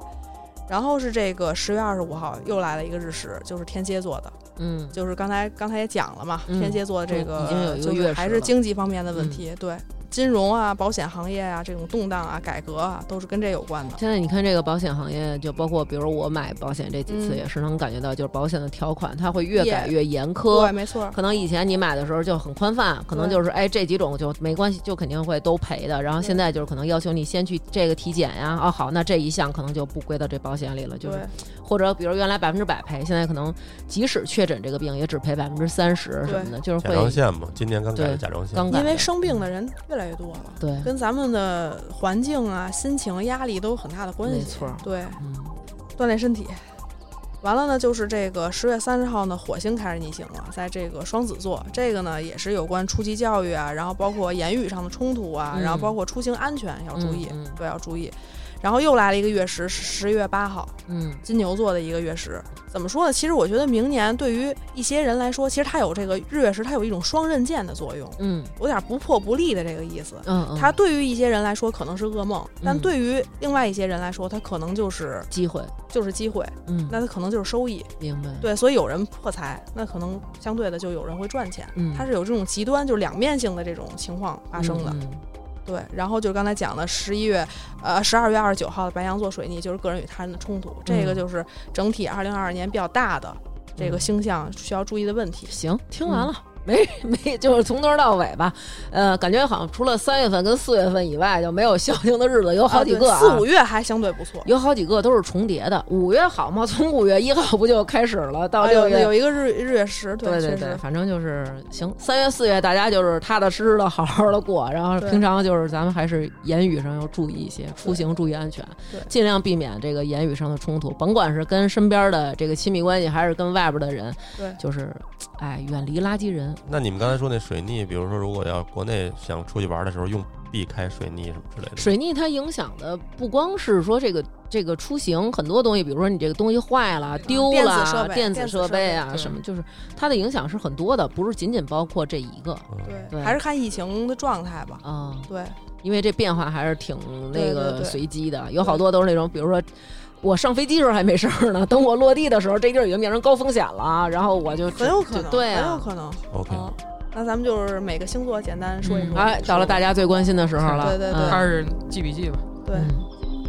Speaker 4: 然后是这个十月二十五号又来了一个日食，就是天蝎座的，
Speaker 2: 嗯
Speaker 4: 就是刚才刚才也讲了嘛，
Speaker 2: 嗯
Speaker 4: 天蝎座的这
Speaker 2: 对已经有
Speaker 4: 个
Speaker 2: 一个
Speaker 4: 就是
Speaker 2: 月
Speaker 4: 还
Speaker 2: 食
Speaker 4: 是
Speaker 2: 了嗯
Speaker 4: 经济方面的问题，对。金融啊、保险行业啊，这种动荡啊、改革啊，都是跟这有关的。
Speaker 2: 现在你看这个保险行业，就包括比如我买保险这几次，
Speaker 4: 嗯
Speaker 2: 也是能感觉到，就是保险的条款它会越
Speaker 4: 也
Speaker 2: 改越严苛，
Speaker 4: 对，没错儿。
Speaker 2: 可能以前你买的时候就很宽泛，可能
Speaker 4: 对
Speaker 2: 就是哎这几种就没关系，就肯定会都赔的。然后
Speaker 4: 对
Speaker 2: 现在就是可能要求你先去这个体检呀，哦好，那这一项可能就不归到这保险里了，就是
Speaker 4: 对
Speaker 2: 或者比如原来百分之百赔，现在可能即使确诊这个病也只赔百分之三十什么的，就是
Speaker 3: 甲状
Speaker 2: 会
Speaker 3: 腺嘛，今年刚改的
Speaker 2: 对
Speaker 3: 甲状腺。
Speaker 2: 刚改
Speaker 4: 因为
Speaker 2: 的嗯
Speaker 4: 生病的人越来越多了，
Speaker 2: 对，
Speaker 4: 跟咱们的环境啊、心情、压力都有很大的关系。
Speaker 2: 没错儿
Speaker 4: 对，
Speaker 2: 嗯
Speaker 4: 锻炼身体。完了呢，就是这个十月三十号呢，火星开始逆行了，在这个双子座，这个呢也是有关初级教育啊，然后包括言语上的冲突啊，
Speaker 2: 嗯
Speaker 4: 然后包括出行安全要注意，
Speaker 2: 嗯嗯
Speaker 4: 对，要注意。然后又来了一个月食，十月八号，
Speaker 2: 嗯
Speaker 4: 金牛座的一个月食。怎么说呢？其实我觉得明年对于一些人来说，其实它有这个日月食，它有一种双刃剑的作用，
Speaker 2: 嗯
Speaker 4: 有点不破不立的这个意思。
Speaker 2: 嗯嗯，
Speaker 4: 它对于一些人来说可能是噩梦，但
Speaker 2: 嗯
Speaker 4: 对于另外一些人来说，它可能就是
Speaker 2: 机会，
Speaker 4: 就是机会。
Speaker 2: 嗯，
Speaker 4: 那它可能就是收益。
Speaker 2: 明白，
Speaker 4: 对，所以有人破财，那可能相对的就有人会赚钱。
Speaker 2: 嗯
Speaker 4: 它是有这种极端，就是两面性的这种情况发生的。
Speaker 2: 嗯嗯
Speaker 4: 对，然后就是刚才讲的十一月，呃，十二月二十九号的白羊座水逆，就是个人与他人的冲突，这个
Speaker 2: 嗯
Speaker 4: 就是整体二零二二年比较大的这个
Speaker 2: 嗯
Speaker 4: 星象需要注意的问题。嗯
Speaker 2: 行，听完了，没 [laughs] 没，就是从头到尾吧，呃，感觉好像除了三月份跟四月份以外，就没有消停的日子，有好几个、啊
Speaker 4: 啊对四五月还相对不错。
Speaker 2: 有好几个都是重叠的。五月好嘛，从五月一号不就开始了，到
Speaker 4: 啊
Speaker 2: 六
Speaker 4: 有
Speaker 2: 月、
Speaker 4: 有一个日日月食，
Speaker 2: 对
Speaker 4: 确
Speaker 2: 对对，
Speaker 4: 实
Speaker 2: 反正就是行。三月、四月大家就是踏踏实实的、好好的过，然后
Speaker 4: 对
Speaker 2: 平常就是咱们还是言语上要注意一些，出行注意安全
Speaker 4: 对，
Speaker 2: 尽量避免这个言语上的冲突，甭管是跟身边的这个亲密关系，还是跟外边的人，
Speaker 4: 对
Speaker 2: 就是哎，远离垃圾人。
Speaker 3: 那你们刚才说那水逆，比如说如果要国内想出去玩的时候用避开水逆什么之类的，
Speaker 2: 水逆它影响的不光是说这个这个出行很多东西，比如说你这个东西坏了、丢
Speaker 4: 嗯电子设
Speaker 2: 了、
Speaker 4: 备
Speaker 2: 电
Speaker 4: 电子
Speaker 2: 设
Speaker 4: 设备
Speaker 2: 啊
Speaker 1: 对
Speaker 2: 什么，就是它的影响是很多的，不是仅仅包括这一个。
Speaker 3: 嗯
Speaker 2: 对
Speaker 4: 对，还是看疫情的状态吧。
Speaker 2: 啊、
Speaker 4: 对，
Speaker 2: 因为这变化还是挺那
Speaker 4: 对对
Speaker 2: 个
Speaker 4: 对
Speaker 2: 随机的，有好多都是那种，比如说我上飞机时候还没事儿呢，等我落地的时候，这地儿已经变成高风险了，然后我就
Speaker 4: 很有可
Speaker 2: 就
Speaker 4: 能，
Speaker 2: 对啊
Speaker 4: 很有可能。
Speaker 3: ，OK，
Speaker 2: 哦
Speaker 4: 嗯，那咱们就是每个星座简单说一
Speaker 2: 嗯
Speaker 4: 说。
Speaker 2: 哎，到了大家最关心的时候了，
Speaker 4: 对对对
Speaker 1: 开
Speaker 2: 嗯
Speaker 1: 始记笔记吧。
Speaker 4: 对，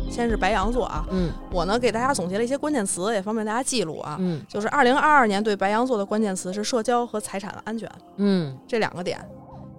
Speaker 4: 先是白羊座啊，
Speaker 2: 嗯
Speaker 4: 我呢给大家总结了一些关键词，也方便大家记录啊。
Speaker 2: 嗯
Speaker 4: 就是二零二二年对白羊座的关键词是社交和财产的安全
Speaker 2: 嗯
Speaker 4: 这两个点。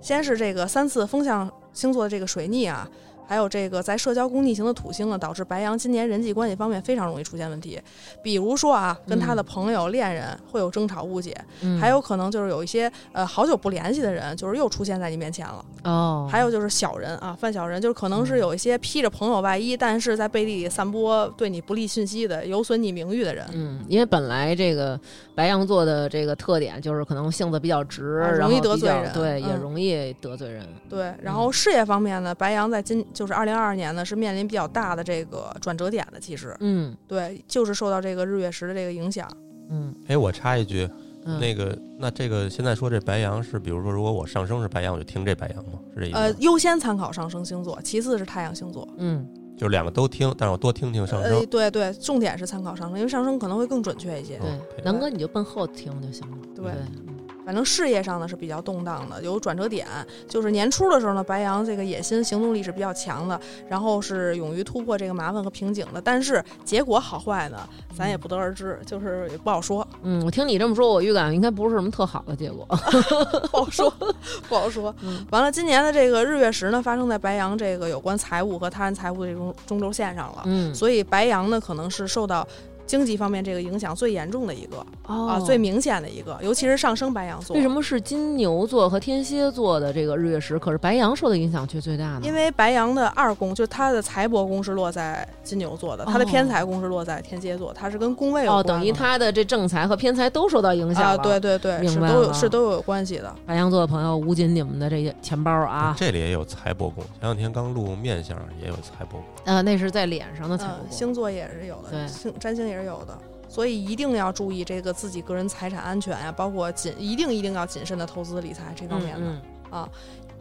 Speaker 4: 先是这个三次风象星座的这个水逆啊，还有这个在社交宫逆行的土星呢，导致白羊今年人际关系方面非常容易出现问题，比如说啊，跟他的朋友、恋人 [laughs] 会有争吵、误解，
Speaker 2: 嗯，
Speaker 4: 还有可能就是有一些呃好久不联系的人，就是又出现在你面前了。
Speaker 2: 哦，
Speaker 4: 还有就是小人啊，犯小人，就是可能是有一些披着朋友外衣，但是在背地里散播对你不利信息的，有损你名誉的人。
Speaker 2: 嗯，因为本来这个白羊座的这个特点就是可能性子比较直，
Speaker 4: 啊
Speaker 2: 然
Speaker 4: 容易
Speaker 2: 后
Speaker 4: 得
Speaker 2: 比
Speaker 4: 罪
Speaker 2: 较
Speaker 4: 人
Speaker 2: 对，也
Speaker 4: 嗯
Speaker 2: 容易得罪人。
Speaker 4: 对，然后事业方面呢，白羊在今就是二零二二年呢是面临比较大的这个转折点的，其实
Speaker 2: 嗯
Speaker 4: 对，就是受到这个日月食的这个影响。
Speaker 2: 嗯
Speaker 3: 哎，我插一句，
Speaker 2: 嗯，
Speaker 3: 那个，那这个现在说这白羊是，比如说，如果我上升是白羊，我就听这白羊吗？是这意思吗？
Speaker 4: 呃，优先参考上升星座，其次是太阳星座。
Speaker 2: 嗯
Speaker 3: 就是两个都听，但是我多听听上
Speaker 4: 呃
Speaker 3: 升，。
Speaker 4: 对对，重点是参考上升，因为上升可能会更准确一些。
Speaker 2: 对，
Speaker 3: 嗯，OK
Speaker 2: 南哥你就奔后听就行了。
Speaker 4: 对
Speaker 3: 嗯
Speaker 2: 对，
Speaker 4: 反正事业上呢是比较动荡的，有转折点。就是年初的时候呢，白羊这个野心、行动力是比较强的，然后是勇于突破这个麻烦和瓶颈的。但是结果好坏呢，咱也不得而知，就是也不好说， [laughs]
Speaker 2: 嗯，我听你这么说，我预感应该不是什么特好的结果。
Speaker 4: 不好说， [laughs] 不好说。
Speaker 2: 嗯
Speaker 4: 完了，今年的这个日月食呢，发生在白羊这个有关财务和他人财务的这种中轴线上了，
Speaker 2: 嗯，
Speaker 4: 所以白羊呢可能是受到。经济方面这个影响最严重的一个、啊，
Speaker 2: 哦，
Speaker 4: 最明显的一个，尤其是上升白羊座。
Speaker 2: 为什么是金牛座和天蝎座的这个日月食，可是白羊受的影响却最大呢？
Speaker 4: 因为白羊的二宫，就是它的财帛宫是落在金牛座的，它的
Speaker 2: 哦
Speaker 4: 偏财宫是落在天蝎座，它是跟宫位有
Speaker 2: 哦，
Speaker 4: 关的。
Speaker 2: 等于他的这正财和偏财都受到影响
Speaker 4: 啊，
Speaker 2: 了
Speaker 4: 对，对对，
Speaker 2: 明
Speaker 4: 是
Speaker 2: 白
Speaker 4: 都
Speaker 2: 了
Speaker 4: 有是都有关系的。
Speaker 2: 白羊座的朋友，捂紧你们的这些钱包啊！
Speaker 3: 这里也有财帛宫，前两天刚录面相也有财帛宫，
Speaker 2: 呃，那是在脸上的财帛
Speaker 4: 嗯，
Speaker 2: 宫
Speaker 4: 星座也是有
Speaker 2: 对
Speaker 4: 的，星占星也是有的，所以一定要注意这个自己个人财产安全呀、包括谨一定一定要谨慎的投资理财这方面的。
Speaker 2: 嗯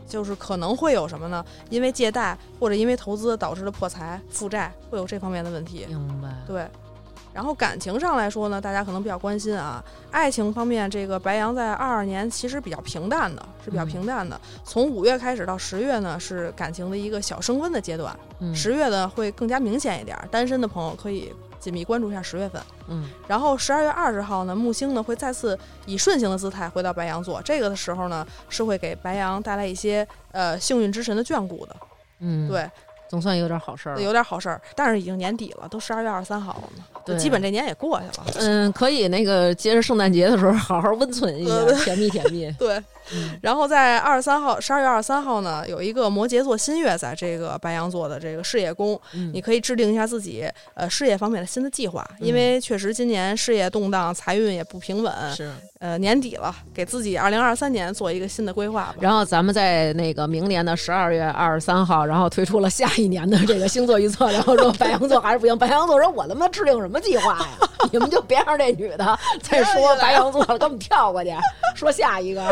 Speaker 4: 就是可能会有什么呢？因为借贷或者因为投资导致的破财、负债，会有这方面的问题
Speaker 2: 嗯，。明白。
Speaker 4: 对，然后感情上来说呢，大家可能比较关心啊，爱情方面，这个白羊在二二年其实比较平淡的，是比较
Speaker 2: 嗯
Speaker 4: 平淡的。从五月开始到十月呢，是感情的一个小升温的阶段，
Speaker 2: 嗯
Speaker 4: 十、月呢会更加明显一点儿。单身的朋友可以紧密关注一下十月份。
Speaker 2: 嗯
Speaker 4: 然后十二月二十号呢，木星呢会再次以顺行的姿态回到白羊座，这个的时候呢是会给白羊带来一些呃幸运之神的眷顾的，
Speaker 2: 嗯，，
Speaker 4: 对，
Speaker 2: 总算有点好事儿了。
Speaker 4: 有点好事儿。但是已经年底了，都十二月二十三号了嘛，就
Speaker 2: 对
Speaker 4: 基本这年也过去了。
Speaker 2: [laughs] 嗯，可以那个接着圣诞节的时候好好温存一下，
Speaker 4: 呃
Speaker 2: 甜蜜甜
Speaker 4: [laughs]
Speaker 2: 蜜。
Speaker 4: 对，
Speaker 2: 嗯
Speaker 4: 然后在二十三号，十二月二十三号呢，有一个摩羯座新月在这个白羊座的这个事业宫，
Speaker 2: 嗯
Speaker 4: 你可以制定一下自己呃事业方面的新的计划，因为确实今年事业动荡，财运也不平稳，
Speaker 2: 嗯是。
Speaker 4: 呃年底了，给自己二零二三年做一个新的规划吧。
Speaker 2: 然后咱们在那个明年的十二月二十三号，然后推出了下一年的这个星座预测，然后说白羊座还是不行。白羊座说：“我他妈制定什么计划呀？你们就别让这女的
Speaker 4: [laughs]
Speaker 2: 再说
Speaker 4: 啊
Speaker 2: 白羊座了，给我们跳过去，说下
Speaker 4: [laughs]
Speaker 2: 一个。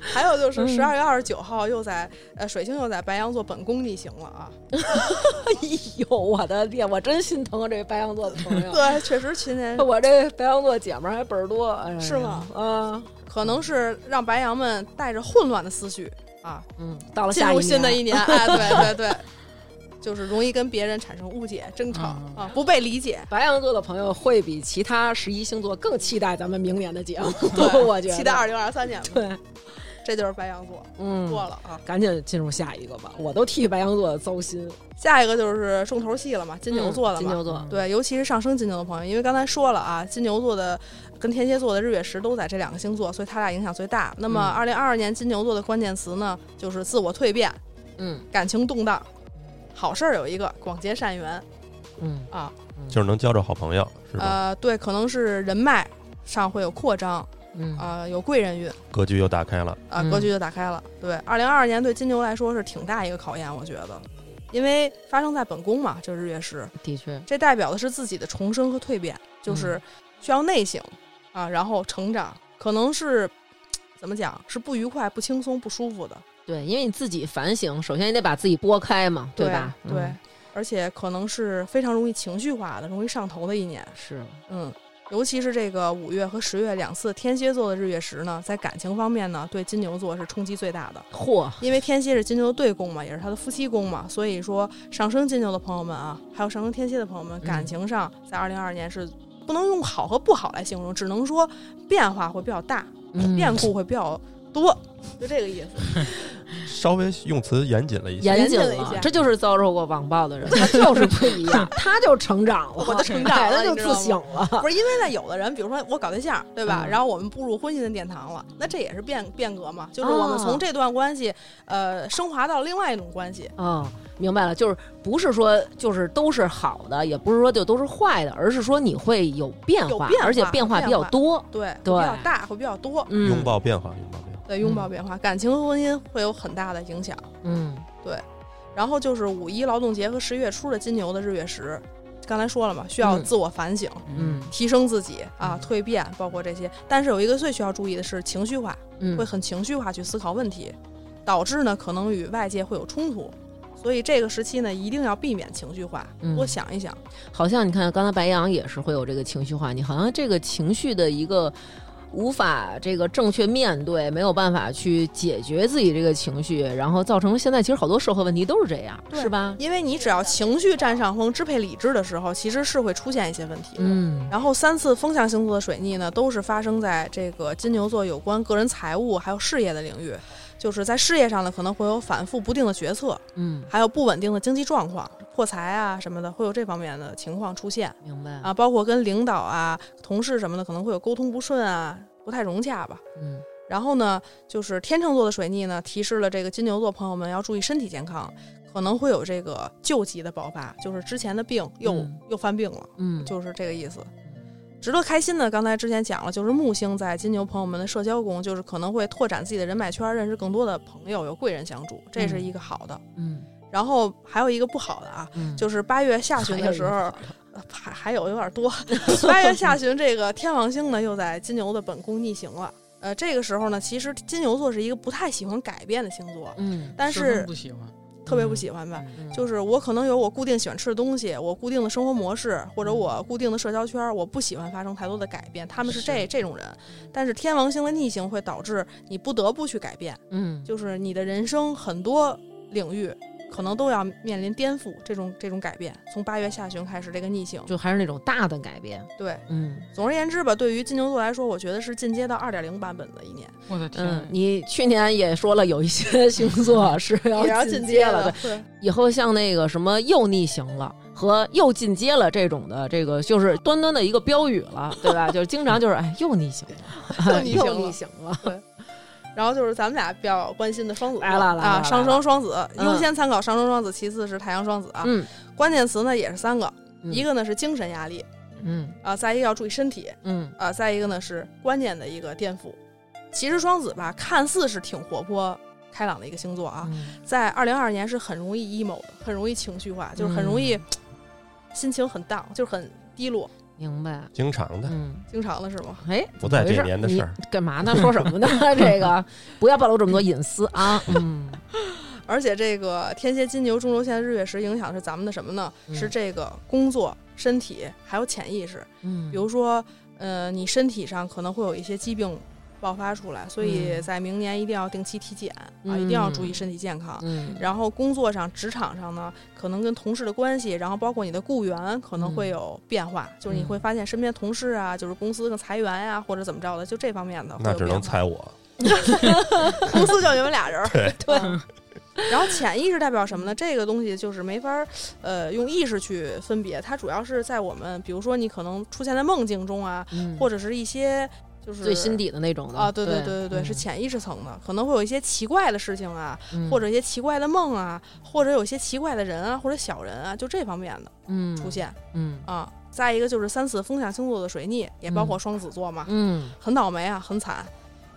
Speaker 4: 还有就是
Speaker 2: 嗯
Speaker 4: 十二月二十九号又在呃水星又在白羊座本宫逆行了啊，”
Speaker 2: 哎呦，我的天，我真心疼这白羊座的朋友。
Speaker 4: 对，确实
Speaker 2: [laughs]
Speaker 4: 今年
Speaker 2: 我这白羊座姐们儿还倍儿多，哎呀
Speaker 4: 是吗？
Speaker 2: 啊，
Speaker 4: 可能是让白羊们带着混乱的思绪啊，
Speaker 2: 嗯，到了
Speaker 4: 进
Speaker 2: 下一
Speaker 4: 入
Speaker 2: 年 [laughs]
Speaker 4: 新的一年，哎，对对对，就是容易跟别人产生误解、争吵
Speaker 1: 嗯
Speaker 4: 啊，不被理解。
Speaker 2: 白羊座的朋友会比其他十一星座更期待咱们明年的节目， [laughs] 我觉得
Speaker 4: 期待二零二三年吧，
Speaker 2: 对，
Speaker 4: 这就是白羊座
Speaker 2: 嗯，
Speaker 4: 过了啊。
Speaker 2: 赶紧进入下一个吧，我都替白羊座糟心。
Speaker 4: 下一个就是重头戏了嘛，金牛座了
Speaker 2: 嗯金
Speaker 4: 嘛。
Speaker 2: 牛座，
Speaker 4: 对，尤其是上升金牛的朋友，因为刚才说了啊，金牛座的跟天蝎座的日月食都在这两个星座，所以它俩影响最大。那么，二零二二年金牛座的关键词呢，就是自我蜕变、
Speaker 2: 嗯
Speaker 4: 感情动荡。好事儿有一个，广结善缘
Speaker 2: 嗯，
Speaker 4: 啊。
Speaker 3: 就是能交着好朋友，是吧？
Speaker 4: 呃，对，可能是人脉上会有扩张，
Speaker 2: 嗯
Speaker 4: 啊，有贵人运。
Speaker 3: 格局又打开了，
Speaker 4: 啊，
Speaker 2: 嗯
Speaker 4: 格局就打开了。对，二零二二年对金牛来说是挺大一个考验，我觉得，因为发生在本宫嘛，这日月食，
Speaker 2: 的确，
Speaker 4: 这代表的是自己的重生和蜕变，
Speaker 2: 嗯
Speaker 4: 就是需要内省啊，然后成长，可能是怎么讲，是不愉快、不轻松、不舒服的，
Speaker 2: 对，因为你自己反省，首先你得把自己拨开嘛，
Speaker 4: 对
Speaker 2: 吧？
Speaker 4: 对。
Speaker 2: 嗯
Speaker 4: 而且可能是非常容易情绪化的、容易上头的一年，
Speaker 2: 是，
Speaker 4: 嗯，尤其是这个五月和十月两次天蝎座的日月食呢，在感情方面呢，对金牛座是冲击最大的。
Speaker 2: 嚯，
Speaker 4: 因为天蝎是金牛的对宫嘛，也是他的夫妻宫嘛，所以说上升金牛的朋友们啊，还有上升天蝎的朋友们，
Speaker 2: 嗯
Speaker 4: 感情上在二零二二年是不能用好和不好来形容，只能说变化会比较大，
Speaker 2: 嗯
Speaker 4: 变故会比较多， [laughs] 就这个意思。
Speaker 3: 稍微用词严谨了一些。
Speaker 2: 严谨
Speaker 4: 严谨了一
Speaker 2: 了
Speaker 4: 下，
Speaker 2: 这就是遭受过网暴的人，他就是不一样，
Speaker 4: [laughs]
Speaker 2: 他就成长了，
Speaker 4: 我就啊成长了
Speaker 2: 哎他就
Speaker 4: 你知
Speaker 2: 自
Speaker 4: 道吗
Speaker 2: 省了。
Speaker 4: 不是因为呢，有的人，比如说我搞对象，对吧？
Speaker 2: 嗯
Speaker 4: 然后我们步入婚姻的殿堂了，那这也是变变革嘛，就是我们
Speaker 2: 啊
Speaker 4: 从这段关系，呃，升华到另外一种关系。
Speaker 2: 哦，明白了，就是不是说就是都是好的，也不是说就都是坏的，而是说你会有变
Speaker 4: 有
Speaker 2: 化，
Speaker 4: 变
Speaker 2: 而且
Speaker 4: 化
Speaker 2: 变化比
Speaker 4: 变
Speaker 2: 较
Speaker 4: 化
Speaker 2: 多。
Speaker 4: 对，
Speaker 2: 对
Speaker 4: 会比较大，会比较多。
Speaker 2: 嗯，
Speaker 3: 拥，抱变化，拥抱变化。
Speaker 4: 对，拥抱变化，感情和婚姻会有很大的影响。
Speaker 2: 嗯
Speaker 4: 然后就是五一劳动节和十一月初的金牛的日月食，刚才说了嘛，需要
Speaker 2: 嗯
Speaker 4: 自我反省、
Speaker 2: 嗯
Speaker 4: 提升自己啊
Speaker 2: 嗯，
Speaker 4: 蜕变，包括这些。但是有一个最需要注意的是情绪化，
Speaker 2: 嗯，
Speaker 4: 会很情绪化去思考问题，导致呢可能与外界会有冲突。所以这个时期呢，一定要避免情绪化，
Speaker 2: 嗯
Speaker 4: 多想一想。
Speaker 2: 好像你看刚才白羊也是会有这个情绪化，你好像这个情绪的一个。无法这个正确面对，没有办法去解决自己这个情绪，然后造成现在其实好多社会问题都是这样，
Speaker 4: 对
Speaker 2: 是吧？
Speaker 4: 因为你只要情绪占上风，支配理智的时候，其实是会出现一些问题的。
Speaker 2: 嗯
Speaker 4: 然后三次风象星座的水逆呢，都是发生在这个金牛座有关个人财务还有事业的领域，就是在事业上呢，可能会有反复不定的决策，
Speaker 2: 嗯，
Speaker 4: 还有不稳定的经济状况、破财啊什么的，会有这方面的情况出现
Speaker 2: 明白
Speaker 4: 啊，包括跟领导啊、同事什么的，可能会有沟通不顺啊，不太融洽吧。
Speaker 2: 嗯
Speaker 4: 然后呢，就是天秤座的水逆呢，提示了这个金牛座朋友们要注意身体健康，可能会有这个旧疾的爆发，就是之前的病又、
Speaker 2: 嗯
Speaker 4: 又犯病了。
Speaker 2: 嗯，
Speaker 4: 就是这个意思。值得开心的，刚才之前讲了，就是木星在金牛朋友们的社交宫，就是可能会拓展自己的人脉圈，认识更多的朋友，有贵人相助，这是一个好的。
Speaker 2: 嗯
Speaker 4: 然后还有一个不好的啊，
Speaker 2: 嗯，哎
Speaker 4: 就是八月下旬的时候，
Speaker 2: 还有
Speaker 1: 哎
Speaker 2: 一
Speaker 4: 呃还还有有点多。八月下旬，这个天王星呢又在金牛的本宫逆行了。呃，这个时候呢，其实金牛座是一个不太喜欢改变的星座，
Speaker 2: 嗯
Speaker 4: 但
Speaker 1: 十分
Speaker 4: 是
Speaker 1: 不喜欢，
Speaker 4: 特别不喜欢吧。
Speaker 1: 嗯
Speaker 4: 就是我可能有我固定喜欢吃的东西，我固定的生活模式，或者我固定的社交圈儿，我不喜欢发生太多的改变。他们是这
Speaker 2: 是
Speaker 4: 这种人，但是天王星的逆行会导致你不得不去改变，
Speaker 2: 嗯，
Speaker 4: 就是你的人生很多领域可能都要面临颠覆这种这种改变。从八月下旬开始，这个逆行，
Speaker 2: 就还是那种大的改变，
Speaker 4: 对，
Speaker 2: 嗯
Speaker 4: 总而言之吧，对于金牛座来说，我觉得是进阶到二点零版本的一年，
Speaker 1: 我的天
Speaker 2: 嗯
Speaker 1: 呀，，
Speaker 2: 你去年也说了，有一些星座 [laughs] 是
Speaker 4: 哦也
Speaker 2: 要
Speaker 4: 要进
Speaker 2: 阶
Speaker 4: 了
Speaker 2: 了，，
Speaker 4: 对，
Speaker 2: 以后像那个什么又逆行了和又进阶了这种的，这个就是端端的一个标语
Speaker 4: [laughs]
Speaker 2: 了，对吧？就是经常就是哎又逆行了，
Speaker 4: [laughs] 又逆行了
Speaker 2: 又逆行了，
Speaker 4: 然后就是咱们俩比较关心的双子座
Speaker 2: 来了来了来
Speaker 4: 啊，
Speaker 2: 了
Speaker 4: 上升双子，
Speaker 2: 嗯
Speaker 4: 优先参考上升双子，其次是太阳双子啊。
Speaker 2: 嗯
Speaker 4: 关键词呢也是三个，
Speaker 2: 嗯
Speaker 4: 一个呢是精神压力
Speaker 2: 嗯
Speaker 4: 啊，再一个要注意身体
Speaker 2: 嗯
Speaker 4: 啊，再一个呢是观念的一个颠覆。其实双子吧，看似是挺活泼开朗的一个星座啊，
Speaker 2: 嗯
Speaker 4: 在二零二二年是很容易 emo 的，很容易情绪化，就是很容
Speaker 2: 嗯
Speaker 4: 易、心情很 down，就是很低落，
Speaker 2: 明白，
Speaker 3: 经常的，
Speaker 2: 嗯。
Speaker 4: 经常的是吗？
Speaker 2: 哎，
Speaker 3: 不在
Speaker 2: 怎么回事
Speaker 3: 这年的事儿，
Speaker 2: 你干嘛呢？说什
Speaker 4: [laughs]
Speaker 2: 么呢？这个不要暴露这么多隐私啊！嗯，
Speaker 4: 而且这个天蝎、金牛、中轴线、日月食影响是咱们的什么呢？
Speaker 2: 嗯
Speaker 4: 是这个工作、身体还有潜意识。
Speaker 2: 嗯
Speaker 4: 比如说，呃，你身体上可能会有一些疾病爆发出来，所以
Speaker 2: 嗯
Speaker 4: 在明年一定要定期体检、啊，一定要注意身体健康。
Speaker 2: 嗯，
Speaker 4: 然后工作上、职场上呢，可能跟同事的关系，然后包括你的雇员可能会有变化，就是你
Speaker 2: 嗯
Speaker 4: 会发现身边同事啊，就是公司跟裁员呀、或者怎么着的，就这方面的会
Speaker 3: 那
Speaker 4: 有
Speaker 3: 只
Speaker 4: 变
Speaker 3: 能
Speaker 4: 化。
Speaker 3: 猜我。
Speaker 4: [laughs] 公司就你们俩人儿。
Speaker 3: 对，
Speaker 4: [laughs] 对。
Speaker 2: 嗯
Speaker 4: 然后潜意识代表什么呢？这个东西就是没法儿，呃，用意识去分别。它主要是在我们，比如说你可能出现在梦境中啊，
Speaker 2: 嗯
Speaker 4: 或者是一些就是
Speaker 2: 最心底的那种的
Speaker 4: 啊，对对对
Speaker 2: 对
Speaker 4: 对对，是潜意识层的，可能会有一些奇怪的事情啊，
Speaker 2: 嗯
Speaker 4: 或者一些奇怪的梦啊，或者有一些奇怪的人啊，或者小人啊，就这方面的
Speaker 2: 嗯
Speaker 4: 出，现
Speaker 2: 嗯
Speaker 4: 啊。再一个就是三次风象星座的水逆，也包括双子座嘛，
Speaker 2: 嗯
Speaker 4: 很倒霉啊，很惨。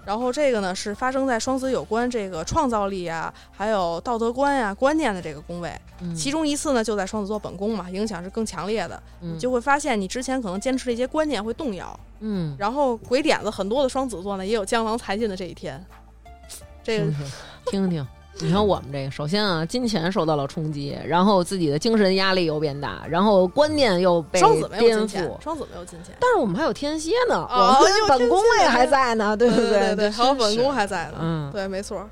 Speaker 4: 然后这个呢是发生在双子有关这个创造力啊，还有道德观呀、观念的这个宫位。
Speaker 2: 嗯，
Speaker 4: 其中一次呢就在双子座本宫嘛，影响是更强烈的，
Speaker 2: 嗯
Speaker 4: 就会发现你之前可能坚持的一些观念会动摇。
Speaker 2: 嗯，
Speaker 4: 然后鬼点子很多的双子座呢，也有江郎才尽的这一天。这个
Speaker 2: 听听 [laughs] 听听。你看我们这个，首先啊，金钱受到了冲击，然后自己的精神压力又变大，然后观念又被
Speaker 4: 双子没有
Speaker 2: 颠
Speaker 4: 金
Speaker 2: 覆
Speaker 4: 钱，。双子没有金钱。
Speaker 2: 但是我们还有天蝎呢，
Speaker 4: 哦
Speaker 2: 我们
Speaker 4: 又
Speaker 2: 本宫位
Speaker 4: 天蝎
Speaker 2: 还在呢，对
Speaker 4: 对
Speaker 2: 对
Speaker 4: 对对，还有本宫
Speaker 2: 还
Speaker 4: 还在呢。
Speaker 2: 嗯
Speaker 4: 对，没错。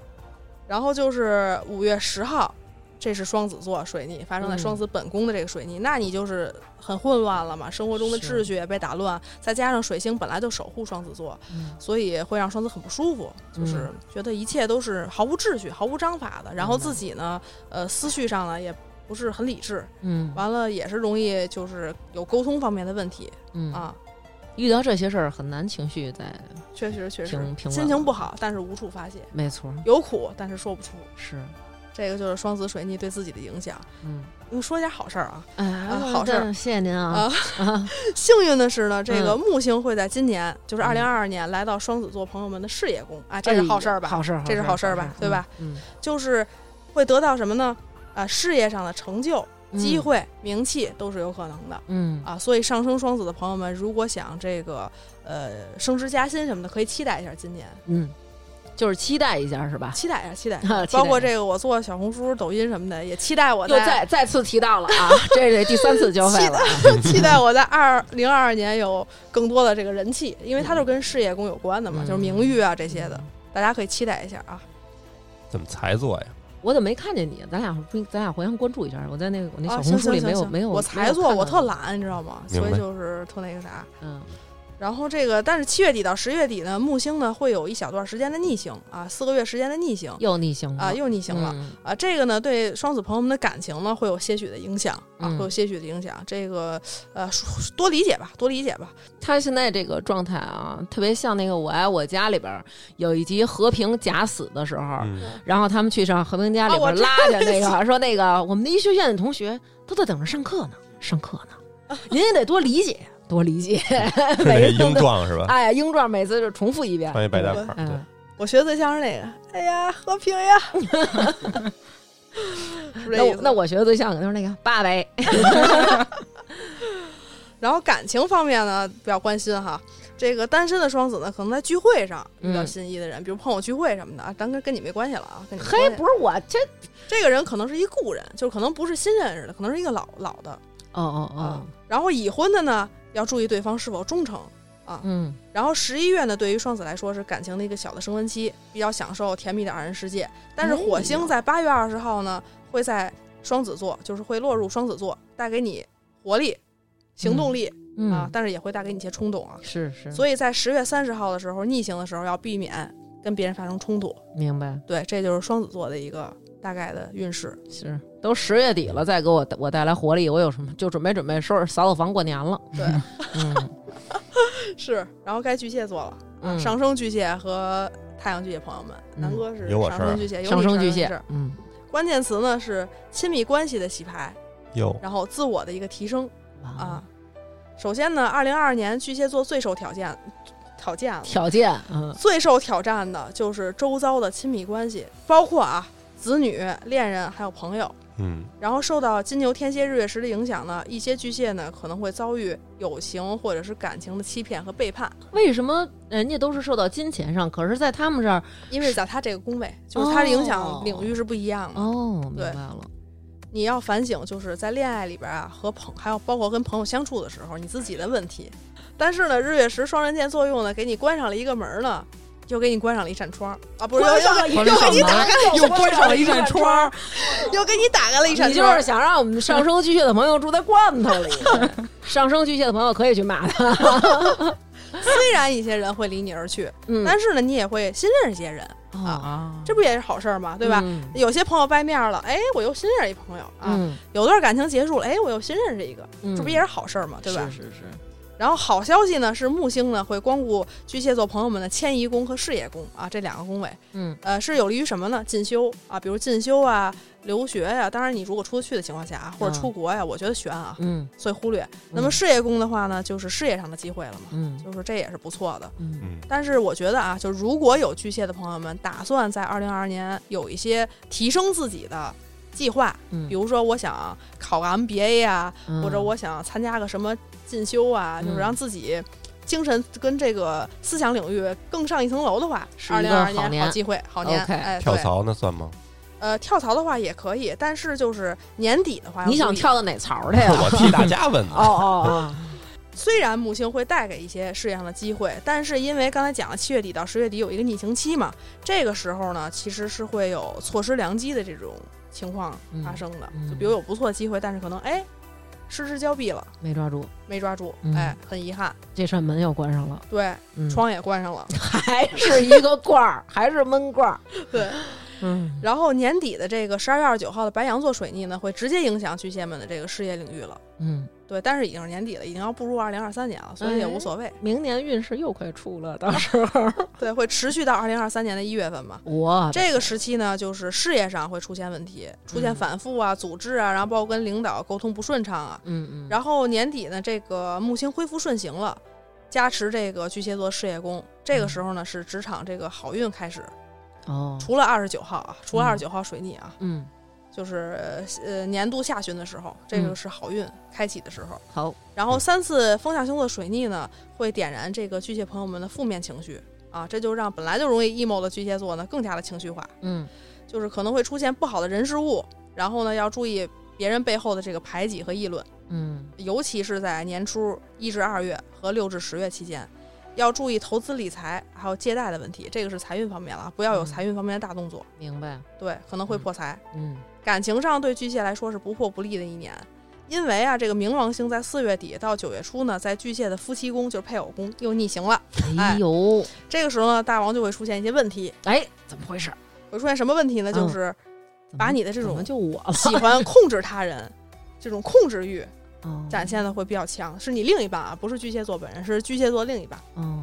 Speaker 4: 然后就是五月十号，这是双子座水逆发生在
Speaker 2: 嗯
Speaker 4: 双子本宫的这个水逆，那你就是很混乱了嘛，生活中的
Speaker 2: 是
Speaker 4: 秩序也被打乱，再加上水星本来就守护双子座，
Speaker 2: 嗯
Speaker 4: 所以会让双子很不舒服，就是
Speaker 2: 嗯
Speaker 4: 觉得一切都是毫无秩序、毫无章法的，然后自己呢，呃，思绪上呢也不是很理智，
Speaker 2: 嗯
Speaker 4: 完了也是容易就是有沟通方面的问题
Speaker 2: 嗯，
Speaker 4: 啊，
Speaker 2: 遇到这些事儿很难情绪在，
Speaker 4: 确实确实
Speaker 2: 平平稳
Speaker 4: 心情不好，但是无处发泄，
Speaker 2: 没错，
Speaker 4: 有苦但是说不出，
Speaker 2: 是，
Speaker 4: 这个就是双子水逆对自己的影响。
Speaker 2: 嗯，
Speaker 4: 嗯，说点好事儿啊，
Speaker 2: 哎，
Speaker 4: 好事儿
Speaker 2: 但是谢谢您啊，啊，
Speaker 4: 幸运的是呢，这个
Speaker 2: 嗯
Speaker 4: 木星会在今年，就是
Speaker 2: 嗯
Speaker 4: 二零二二年来到双子座朋友们的事业宫啊，这是好事儿吧？
Speaker 2: 哎好事儿，
Speaker 4: 这是好事儿吧对吧？
Speaker 2: 嗯，
Speaker 4: 就是会得到什么呢？啊，事业上的成就、
Speaker 2: 嗯
Speaker 4: 机，会、名气都是有可能的
Speaker 2: 嗯
Speaker 4: 啊。所以上升双子的朋友们，如果想这个呃升职加薪什么的，可以期待一下今年，
Speaker 2: 嗯，就是期待一下是吧？ [laughs]
Speaker 4: 期待一下，期待一
Speaker 2: 啊期待
Speaker 4: 下。
Speaker 2: 一下
Speaker 4: 包括这个我做小红书、抖音什么的，也期待我
Speaker 2: 又
Speaker 4: 在
Speaker 2: 再再次提到了
Speaker 4: [laughs]
Speaker 2: 啊，这是第三次交费了啊，[laughs]
Speaker 4: 期待我在二零二二年有更多的这个人气，因为它就跟事业宫有关的嘛，
Speaker 2: 嗯
Speaker 4: 就是名誉啊这些的，大家可以期待一下啊。
Speaker 3: 怎么才做呀？
Speaker 2: [laughs] 我怎么没看见你？啊咱俩注意咱俩互相关注一下。我在那个我那
Speaker 4: 啊
Speaker 2: 小
Speaker 4: 行
Speaker 2: 红书里
Speaker 4: 行
Speaker 2: 没有、
Speaker 4: 行行
Speaker 2: 没有，
Speaker 4: 我
Speaker 2: 没
Speaker 4: 才
Speaker 2: 有
Speaker 4: 做，
Speaker 2: 看
Speaker 4: 我
Speaker 2: 到
Speaker 4: 特。懒，你知道吗？
Speaker 3: 明白
Speaker 4: 所以就是特那个啥。
Speaker 2: 嗯
Speaker 4: 然后这个，但是七月底到十月底呢，木星呢会有一小段时间的逆行啊，四个月时间的逆行
Speaker 2: 又逆行了
Speaker 4: 啊，又逆行了、
Speaker 2: 嗯
Speaker 4: 啊。这个呢，对双子朋友们的感情呢会有些许的影响啊，
Speaker 2: 嗯
Speaker 4: 会有些许的影响。这个呃，说多理解吧，多理解吧。
Speaker 2: 他现在这个状态啊，特别像那个《我爱我家》里边儿有一集和平假死的时候，
Speaker 3: 嗯，
Speaker 2: 然后他们去上和平家里
Speaker 4: 啊我
Speaker 2: 边
Speaker 4: 知道
Speaker 2: 拉着那个、说那个我们的医学院的同学都在等着上课呢，上课
Speaker 4: [laughs]
Speaker 2: 呢，您也得多理解，多理
Speaker 3: [laughs]
Speaker 2: 解。
Speaker 3: 是那
Speaker 2: 每
Speaker 3: 个
Speaker 2: 人都
Speaker 3: 英壮
Speaker 2: [laughs]
Speaker 3: 是 [laughs] 吧？
Speaker 2: 哎，英壮每次就重复一遍
Speaker 3: 穿一白大褂儿，啊哎对
Speaker 2: 嗯，
Speaker 4: 我学的最像是那个，哎呀，和平
Speaker 2: [laughs]
Speaker 4: 呀，是不是
Speaker 2: 那
Speaker 4: 这意
Speaker 2: 我
Speaker 4: 思
Speaker 2: 那我学的对象可能是那个哎八
Speaker 4: [laughs]
Speaker 2: 百，
Speaker 4: 然后感情方面呢，比较关心哈。这个单身的双子呢，可能在聚会上遇到
Speaker 2: 嗯
Speaker 4: 心仪的人，比如朋友聚会什么的啊，咱跟跟你没关系了啊。跟你没
Speaker 2: 嘿
Speaker 4: 关，系
Speaker 2: 不是我这，
Speaker 4: 这个人可能是一故人，就是可能不是新认识的，可能是一个老老的
Speaker 2: 哦哦
Speaker 4: 啊
Speaker 2: 哦，。
Speaker 4: 然后已婚的呢，要注意对方是否忠诚。
Speaker 2: 嗯。
Speaker 4: 然后十一月呢，对于双子来说是感情的一个小的升温期，比较享受甜蜜的二人世界。但是火
Speaker 2: 哎呦
Speaker 4: 星在八月二十号呢，会在双子座，就是会落入双子座，带给你活力、行动力、
Speaker 2: 嗯
Speaker 4: 啊，但是也会带给你一些冲动啊。
Speaker 2: 是是，
Speaker 4: 所以在十月三十号的时候，逆行的时候要避免跟别人发生冲突。
Speaker 2: 明白
Speaker 4: 对，这就是双子座的一个大概的运势。
Speaker 2: 是都十月底了，再给我我带来活力，我有什么就准备准备收拾扫扫房过年
Speaker 4: [laughs]
Speaker 2: 了。
Speaker 4: 对，
Speaker 2: 嗯，
Speaker 4: 是。然后该巨蟹座了，啊
Speaker 2: 嗯
Speaker 4: [laughs] 上升巨蟹和太阳巨蟹朋友们，
Speaker 2: 嗯
Speaker 4: 南哥是
Speaker 3: 有我
Speaker 4: 上
Speaker 3: 事儿
Speaker 4: 升巨蟹，有你
Speaker 2: 上升巨
Speaker 4: 事
Speaker 2: 蟹
Speaker 4: 儿，
Speaker 2: 嗯
Speaker 4: 关键词呢是亲密关系的洗牌，
Speaker 3: 哟，
Speaker 4: 然后自我的一个提升
Speaker 2: 哇
Speaker 4: 啊。首先呢，二零二二年巨蟹座最受挑战，挑战了。
Speaker 2: 条件嗯
Speaker 4: 最受挑战的就是周遭的亲密关系，包括啊子女、恋人还有朋友。
Speaker 3: 嗯，
Speaker 4: 然后受到金牛、天蝎、日月食的影响呢，一些巨蟹呢可能会遭遇友情或者是感情的欺骗和背叛，
Speaker 2: 为什么人家都是受到金钱上，可是在他们这儿
Speaker 4: 因为在他这个宫位，就是他的影
Speaker 2: 哦
Speaker 4: 响领域是不一样的。
Speaker 2: 哦，明
Speaker 4: 对
Speaker 2: 白了，
Speaker 4: 你要反省，就是在恋爱里边啊，和朋还有包括跟朋友相处的时候，你自己的问题。但是呢，日月食双刃剑作用呢，给你关上了一个门呢，又给你关上了一扇窗儿啊，不是又
Speaker 2: 关上了
Speaker 4: 又又
Speaker 1: 一
Speaker 4: 给你
Speaker 1: 扇
Speaker 4: 打开了
Speaker 1: 又关上了一扇窗
Speaker 2: [laughs]
Speaker 1: 儿，
Speaker 4: 又给你打开了一扇
Speaker 2: 你就
Speaker 4: 窗
Speaker 2: 是
Speaker 4: 儿。
Speaker 2: 想让我们上升巨蟹的朋友住在罐头
Speaker 4: [laughs]
Speaker 2: 里。上升巨蟹的朋友可以去骂他。
Speaker 4: 虽然一些人会离你而去，
Speaker 2: [laughs] 嗯，
Speaker 4: 但是呢，你也会新认识一些人，
Speaker 1: [laughs]
Speaker 2: 啊，
Speaker 1: 啊，
Speaker 4: 这不也是好事儿吗？对吧？
Speaker 2: 嗯
Speaker 4: 有些朋友掰面了，哎，我又新认识一朋友啊；有段感情结束了，哎，我又新认识一个，
Speaker 2: 嗯，
Speaker 4: 这不也是好事儿吗？对吧？
Speaker 1: 是是是，
Speaker 4: 然后好消息呢是木星呢会光顾巨蟹座朋友们的迁移宫和事业宫啊这两个宫位，
Speaker 2: 嗯，
Speaker 4: 呃是有利于什么呢？进修啊，比如进修啊、留学呀、当然你如果出得去的情况下啊，或者
Speaker 2: 嗯
Speaker 4: 出国呀、我觉得悬啊，
Speaker 2: 嗯
Speaker 4: 所以忽略。那么事业宫的话呢，就是事业上的机会了嘛，
Speaker 2: 嗯
Speaker 4: 就是这也是不错的。
Speaker 2: 嗯
Speaker 3: 嗯，
Speaker 4: 但是我觉得啊，就如果有巨蟹的朋友们打算在二零二二年有一些提升自己的计划，
Speaker 2: 嗯，
Speaker 4: 比如说我想考个 MBA 呀、
Speaker 2: 嗯
Speaker 4: 或者我想参加个什么进修啊，就是
Speaker 2: 嗯
Speaker 4: 让自己精神跟这个思想领域更上一层楼的话，
Speaker 2: 是
Speaker 4: 二
Speaker 2: 一
Speaker 4: 零
Speaker 2: 个
Speaker 4: 二二
Speaker 2: 好
Speaker 4: 年
Speaker 2: 年
Speaker 4: 好机会，好年。
Speaker 2: OK
Speaker 4: 哎，
Speaker 3: 跳
Speaker 4: 对，
Speaker 3: 槽那算吗？
Speaker 4: 呃，跳槽的话也可以，但是就是年底的话，
Speaker 2: 你想？跳到哪槽去啊呀？
Speaker 3: [laughs] 我
Speaker 2: [laughs]
Speaker 3: 替大家问
Speaker 2: 哦
Speaker 3: 的，
Speaker 2: 哦
Speaker 4: 虽然木星会带给一些事业上的机会，但是因为刚才讲了，七月底到十月底有一个逆行期嘛，这个时候呢，其实是会有错失良机的这种情况发生的。
Speaker 2: 嗯嗯
Speaker 4: 就比如有不错的机会，但是可能哎，失之交臂了，
Speaker 2: 哦，没抓住，
Speaker 4: 没抓住，
Speaker 2: 嗯
Speaker 4: 哎，很遗憾。
Speaker 2: 这扇门要关上了，
Speaker 4: 对，
Speaker 2: 嗯
Speaker 4: 窗也关上了。
Speaker 2: [laughs]
Speaker 4: [laughs]
Speaker 2: 还是一个罐儿，还是闷罐儿。
Speaker 4: 对，
Speaker 2: 嗯
Speaker 4: 然后年底的这个十二月二十九号的白羊座水逆呢，会直接影响巨蟹们的这个事业领域了。
Speaker 2: 嗯，
Speaker 4: 对，但是已经是年底了，已经要步入二零二三年了，所以也无所谓。
Speaker 2: 明年运势又快出了，到时候
Speaker 4: 对，会持续到二零二三年的一月份嘛。 [laughs]
Speaker 2: 我
Speaker 4: 这个时期呢，就是事业上会出现问题，出现反复啊、组织啊，然后包括跟领导沟通不顺畅啊。
Speaker 2: 嗯嗯，
Speaker 4: 然后年底呢，这个木星恢复顺行了，加持这个巨蟹座事业宫。这个时候呢，是职场这个好运开始。
Speaker 2: 后哦，
Speaker 4: 除了二十九号啊，除了
Speaker 2: 嗯
Speaker 4: 二十九号水逆啊，
Speaker 2: 嗯
Speaker 4: 就是呃年度下旬的时候，这个
Speaker 2: 嗯
Speaker 4: 是好运开启的时候。
Speaker 2: 好，
Speaker 4: 然后
Speaker 3: 嗯
Speaker 4: 三次风象星座水逆呢，会点燃这个巨蟹朋友们的负面情绪啊，这就让本来就容易 emo 的巨蟹座呢更加的情绪化，
Speaker 2: 嗯
Speaker 4: 就是可能会出现不好的人事物，然后呢要注意别人背后的这个排挤和议论，
Speaker 2: 嗯
Speaker 4: 尤其是在年初一至二月和六至十月期间。要注意投资理财，还有借贷的问题，这个是财运方面了啊，不要
Speaker 2: 嗯
Speaker 4: 有财运方面的大动作，
Speaker 2: 明白，
Speaker 4: 对，可能会破财。
Speaker 2: 嗯
Speaker 4: 感情上对巨蟹来说是不破不立的一年，因为啊，这个冥王星在四月底到九月初呢，在巨蟹的夫妻宫就是配偶宫又逆行了。
Speaker 2: 哎呦，
Speaker 4: 这个时候呢，大王就会出现一些问题，
Speaker 2: 哎，怎么回事儿？
Speaker 4: 会出现什么问题呢？
Speaker 2: 嗯
Speaker 4: 就是
Speaker 2: 怎么
Speaker 4: 把你的这
Speaker 2: 怎么
Speaker 4: 种
Speaker 2: 就我了？
Speaker 4: [laughs] 喜欢控制他人。这种控制欲
Speaker 2: 哦
Speaker 4: 展现的会比较强，是你另一半啊，不是巨蟹座本人，是巨蟹座另一半。
Speaker 2: 哦，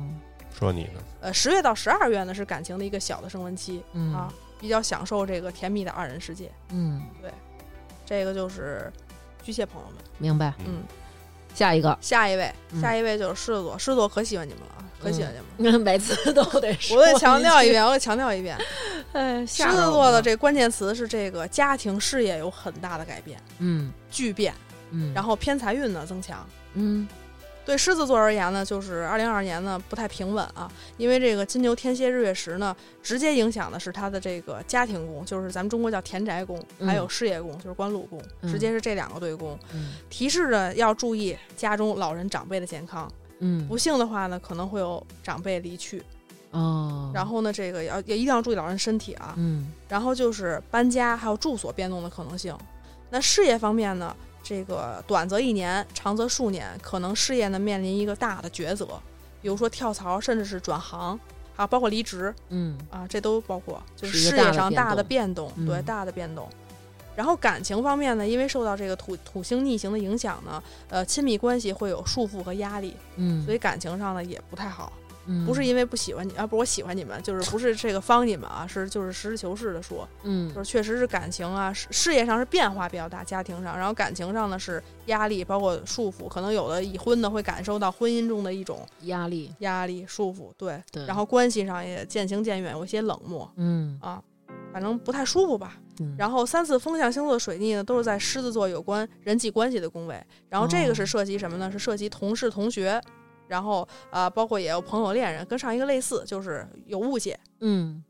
Speaker 3: 说你呢？
Speaker 4: 呃，十月到十二月呢是感情的一个小的升温期
Speaker 2: 嗯
Speaker 4: 啊，比较享受这个甜蜜的二人世界。
Speaker 2: 嗯，
Speaker 4: 这个就是巨蟹朋友们。
Speaker 2: 明白。
Speaker 4: 嗯，
Speaker 2: 下一个，
Speaker 4: 下一位，
Speaker 2: 嗯
Speaker 4: 下一位就是狮子座，狮子座可喜欢你们了啊，可喜欢你们
Speaker 2: [laughs]
Speaker 4: 了。
Speaker 2: 每次都得说，
Speaker 4: [laughs] 我得强调一，遍，我得强调一遍，
Speaker 2: [laughs] 哎，
Speaker 4: 狮
Speaker 2: 吓
Speaker 4: 子
Speaker 2: 着我
Speaker 4: 座的
Speaker 2: 了，
Speaker 4: 这关键词是这个家庭事业有很大的改变、
Speaker 2: 嗯
Speaker 4: 巨变，
Speaker 2: 嗯，
Speaker 4: 然
Speaker 2: 后
Speaker 4: 后偏财运呢增强。
Speaker 2: 嗯
Speaker 4: 对狮子座而言呢，就是二零二二年呢不太平稳啊，因为这个金牛、天蝎、日月食呢，直接影响的是他的这个家庭宫，就是咱们中国叫田宅宫，
Speaker 2: 嗯
Speaker 4: 还有事业宫，就是官禄宫，
Speaker 2: 嗯
Speaker 4: 直接是这两个对宫，
Speaker 2: 嗯
Speaker 4: 提示着要注意家中老人长辈的健康。
Speaker 2: 嗯，
Speaker 4: 不幸的话呢，可能会有长辈离去，
Speaker 2: 哦，
Speaker 4: 然后呢，这个要也一定要注意老人身体啊。
Speaker 2: 嗯
Speaker 4: 然后就是搬家，还有住所变动的可能性。那事业方面呢，这个短则一年，长则数年，可能事业呢面临一个大的抉择，比如说跳槽，甚至是转行，啊，包括离职
Speaker 2: 嗯
Speaker 4: 啊，这都包括，就是
Speaker 2: 是一个
Speaker 4: 事
Speaker 2: 大
Speaker 4: 业
Speaker 2: 的
Speaker 4: 上
Speaker 2: 变
Speaker 4: 大的
Speaker 2: 动
Speaker 4: 变动，对
Speaker 2: 嗯
Speaker 4: 大的变动。然后感情方面呢，因为受到这个土土星逆行的影响呢，呃，亲密关系会有束缚和压力，
Speaker 2: 嗯，
Speaker 4: 所以感情上呢也不太好。
Speaker 2: 嗯
Speaker 4: 不是因为不喜欢你啊，不是我喜欢你们，就是不是这个帮你们啊，是就是实事求是的说，
Speaker 2: 嗯
Speaker 4: 就是确实是感情啊，事事业上是变化比较大，家庭上，然后感情上呢是压力，包括束缚，可能有的已婚的会感受到婚姻中的一种
Speaker 2: 压力，
Speaker 4: 压力束缚，对，
Speaker 2: 对，
Speaker 4: 然后关系上也渐行渐远，有一些冷漠
Speaker 2: 嗯，
Speaker 4: 啊，反正不太舒服吧。
Speaker 2: 嗯
Speaker 4: 然后三次风象星座的水逆呢，都是在狮子座有关人际关系的宫位。然后这个
Speaker 2: 哦
Speaker 4: 是涉及什么呢？是涉及同事、同学，然后呃，包括也有朋友、恋人，跟上一个类似，就是有误解。
Speaker 2: 嗯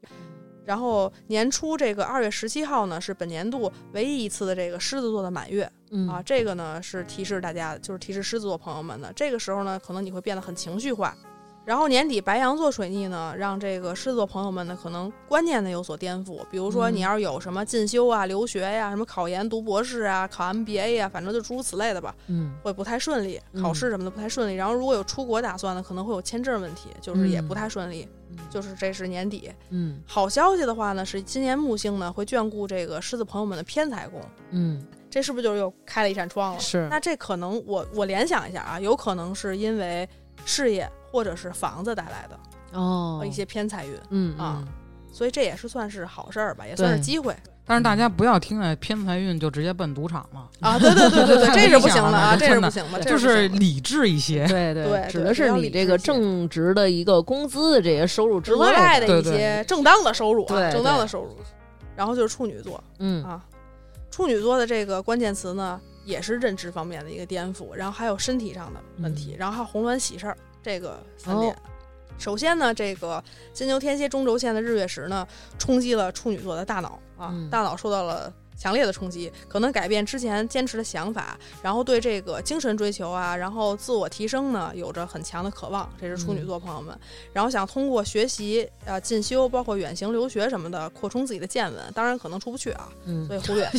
Speaker 4: 然后年初这个二月十七号呢，是本年度唯一一次的这个狮子座的满月
Speaker 2: 嗯
Speaker 4: 啊。这个呢是提示大家，就是提示狮子座朋友们的，这个时候呢，可能你会变得很情绪化，然后年底白羊座水逆呢，让这个狮子座朋友们呢，可能观念呢有所颠覆。比如说，
Speaker 2: 嗯
Speaker 4: 你要是有什么进修啊、留学呀、什么考研读博士啊、考 MBA 呀、反正就诸如此类的吧，
Speaker 2: 嗯
Speaker 4: 会不太顺利，
Speaker 2: 嗯
Speaker 4: 考试什么的不太顺利。然后如果有出国打算呢，可能会有签证问题，就是也
Speaker 2: 嗯
Speaker 4: 不太顺利。就是这是年底。
Speaker 2: 嗯
Speaker 4: 好消息的话呢，是今年木星呢会眷顾这个狮子朋友们的偏财宫，
Speaker 2: 嗯
Speaker 4: 这是不是就是又开了一扇窗了？
Speaker 1: 嗯
Speaker 2: 是
Speaker 4: 那这可能我我联想一下啊，有可能是因为事业或者是房子带来的
Speaker 2: 哦
Speaker 4: 一些偏财运，
Speaker 2: 嗯
Speaker 4: 啊
Speaker 2: 嗯
Speaker 4: 所以这也是算是好事儿吧，也算是
Speaker 2: 对
Speaker 4: 机会
Speaker 1: 但是大家不要听了偏财运就直接奔赌场了，
Speaker 4: 啊！对对对对
Speaker 1: [laughs]
Speaker 4: 对，这是不行了啊，
Speaker 1: 真
Speaker 4: 这是不
Speaker 1: 的
Speaker 4: 行了，
Speaker 1: 就
Speaker 4: 这
Speaker 1: 是
Speaker 4: 不
Speaker 1: 是
Speaker 4: 行了
Speaker 1: 理智一
Speaker 4: [laughs]
Speaker 1: 些。
Speaker 2: 嗯对
Speaker 4: 对
Speaker 2: 指
Speaker 4: 对
Speaker 2: 的
Speaker 4: 比
Speaker 2: 是
Speaker 4: 较
Speaker 2: 你
Speaker 4: 理
Speaker 2: 这
Speaker 4: 智
Speaker 2: 个
Speaker 4: 些
Speaker 2: 正职的一个工资的这些收入之
Speaker 4: 额外
Speaker 2: 外的，
Speaker 4: 的一
Speaker 1: 对对
Speaker 4: 些正当的收入
Speaker 2: 对
Speaker 4: 啊，
Speaker 2: 对
Speaker 4: 正当的收入。然后就是处女座
Speaker 2: 嗯
Speaker 4: 啊，处女座的这个关键词呢，也是认知方面的一个颠覆，然后还有身体上的问题，
Speaker 2: 嗯
Speaker 4: 然后还有红鸾喜事儿这个三
Speaker 2: 哦
Speaker 4: 点。首先呢，这个金牛、天蝎、中轴线的日月食呢，冲击了处女座的大脑啊，
Speaker 2: 嗯
Speaker 4: 大脑受到了强烈的冲击，可能改变之前坚持的想法，然后对这个精神追求啊，然后自我提升呢，有着很强的渴望，这是处女
Speaker 2: 嗯
Speaker 4: 座朋友们。然后想通过学习、呃进修，包括远行留学什么的，扩充自己的见闻。当然可能出不去啊，
Speaker 2: 嗯
Speaker 4: 所，以忽略。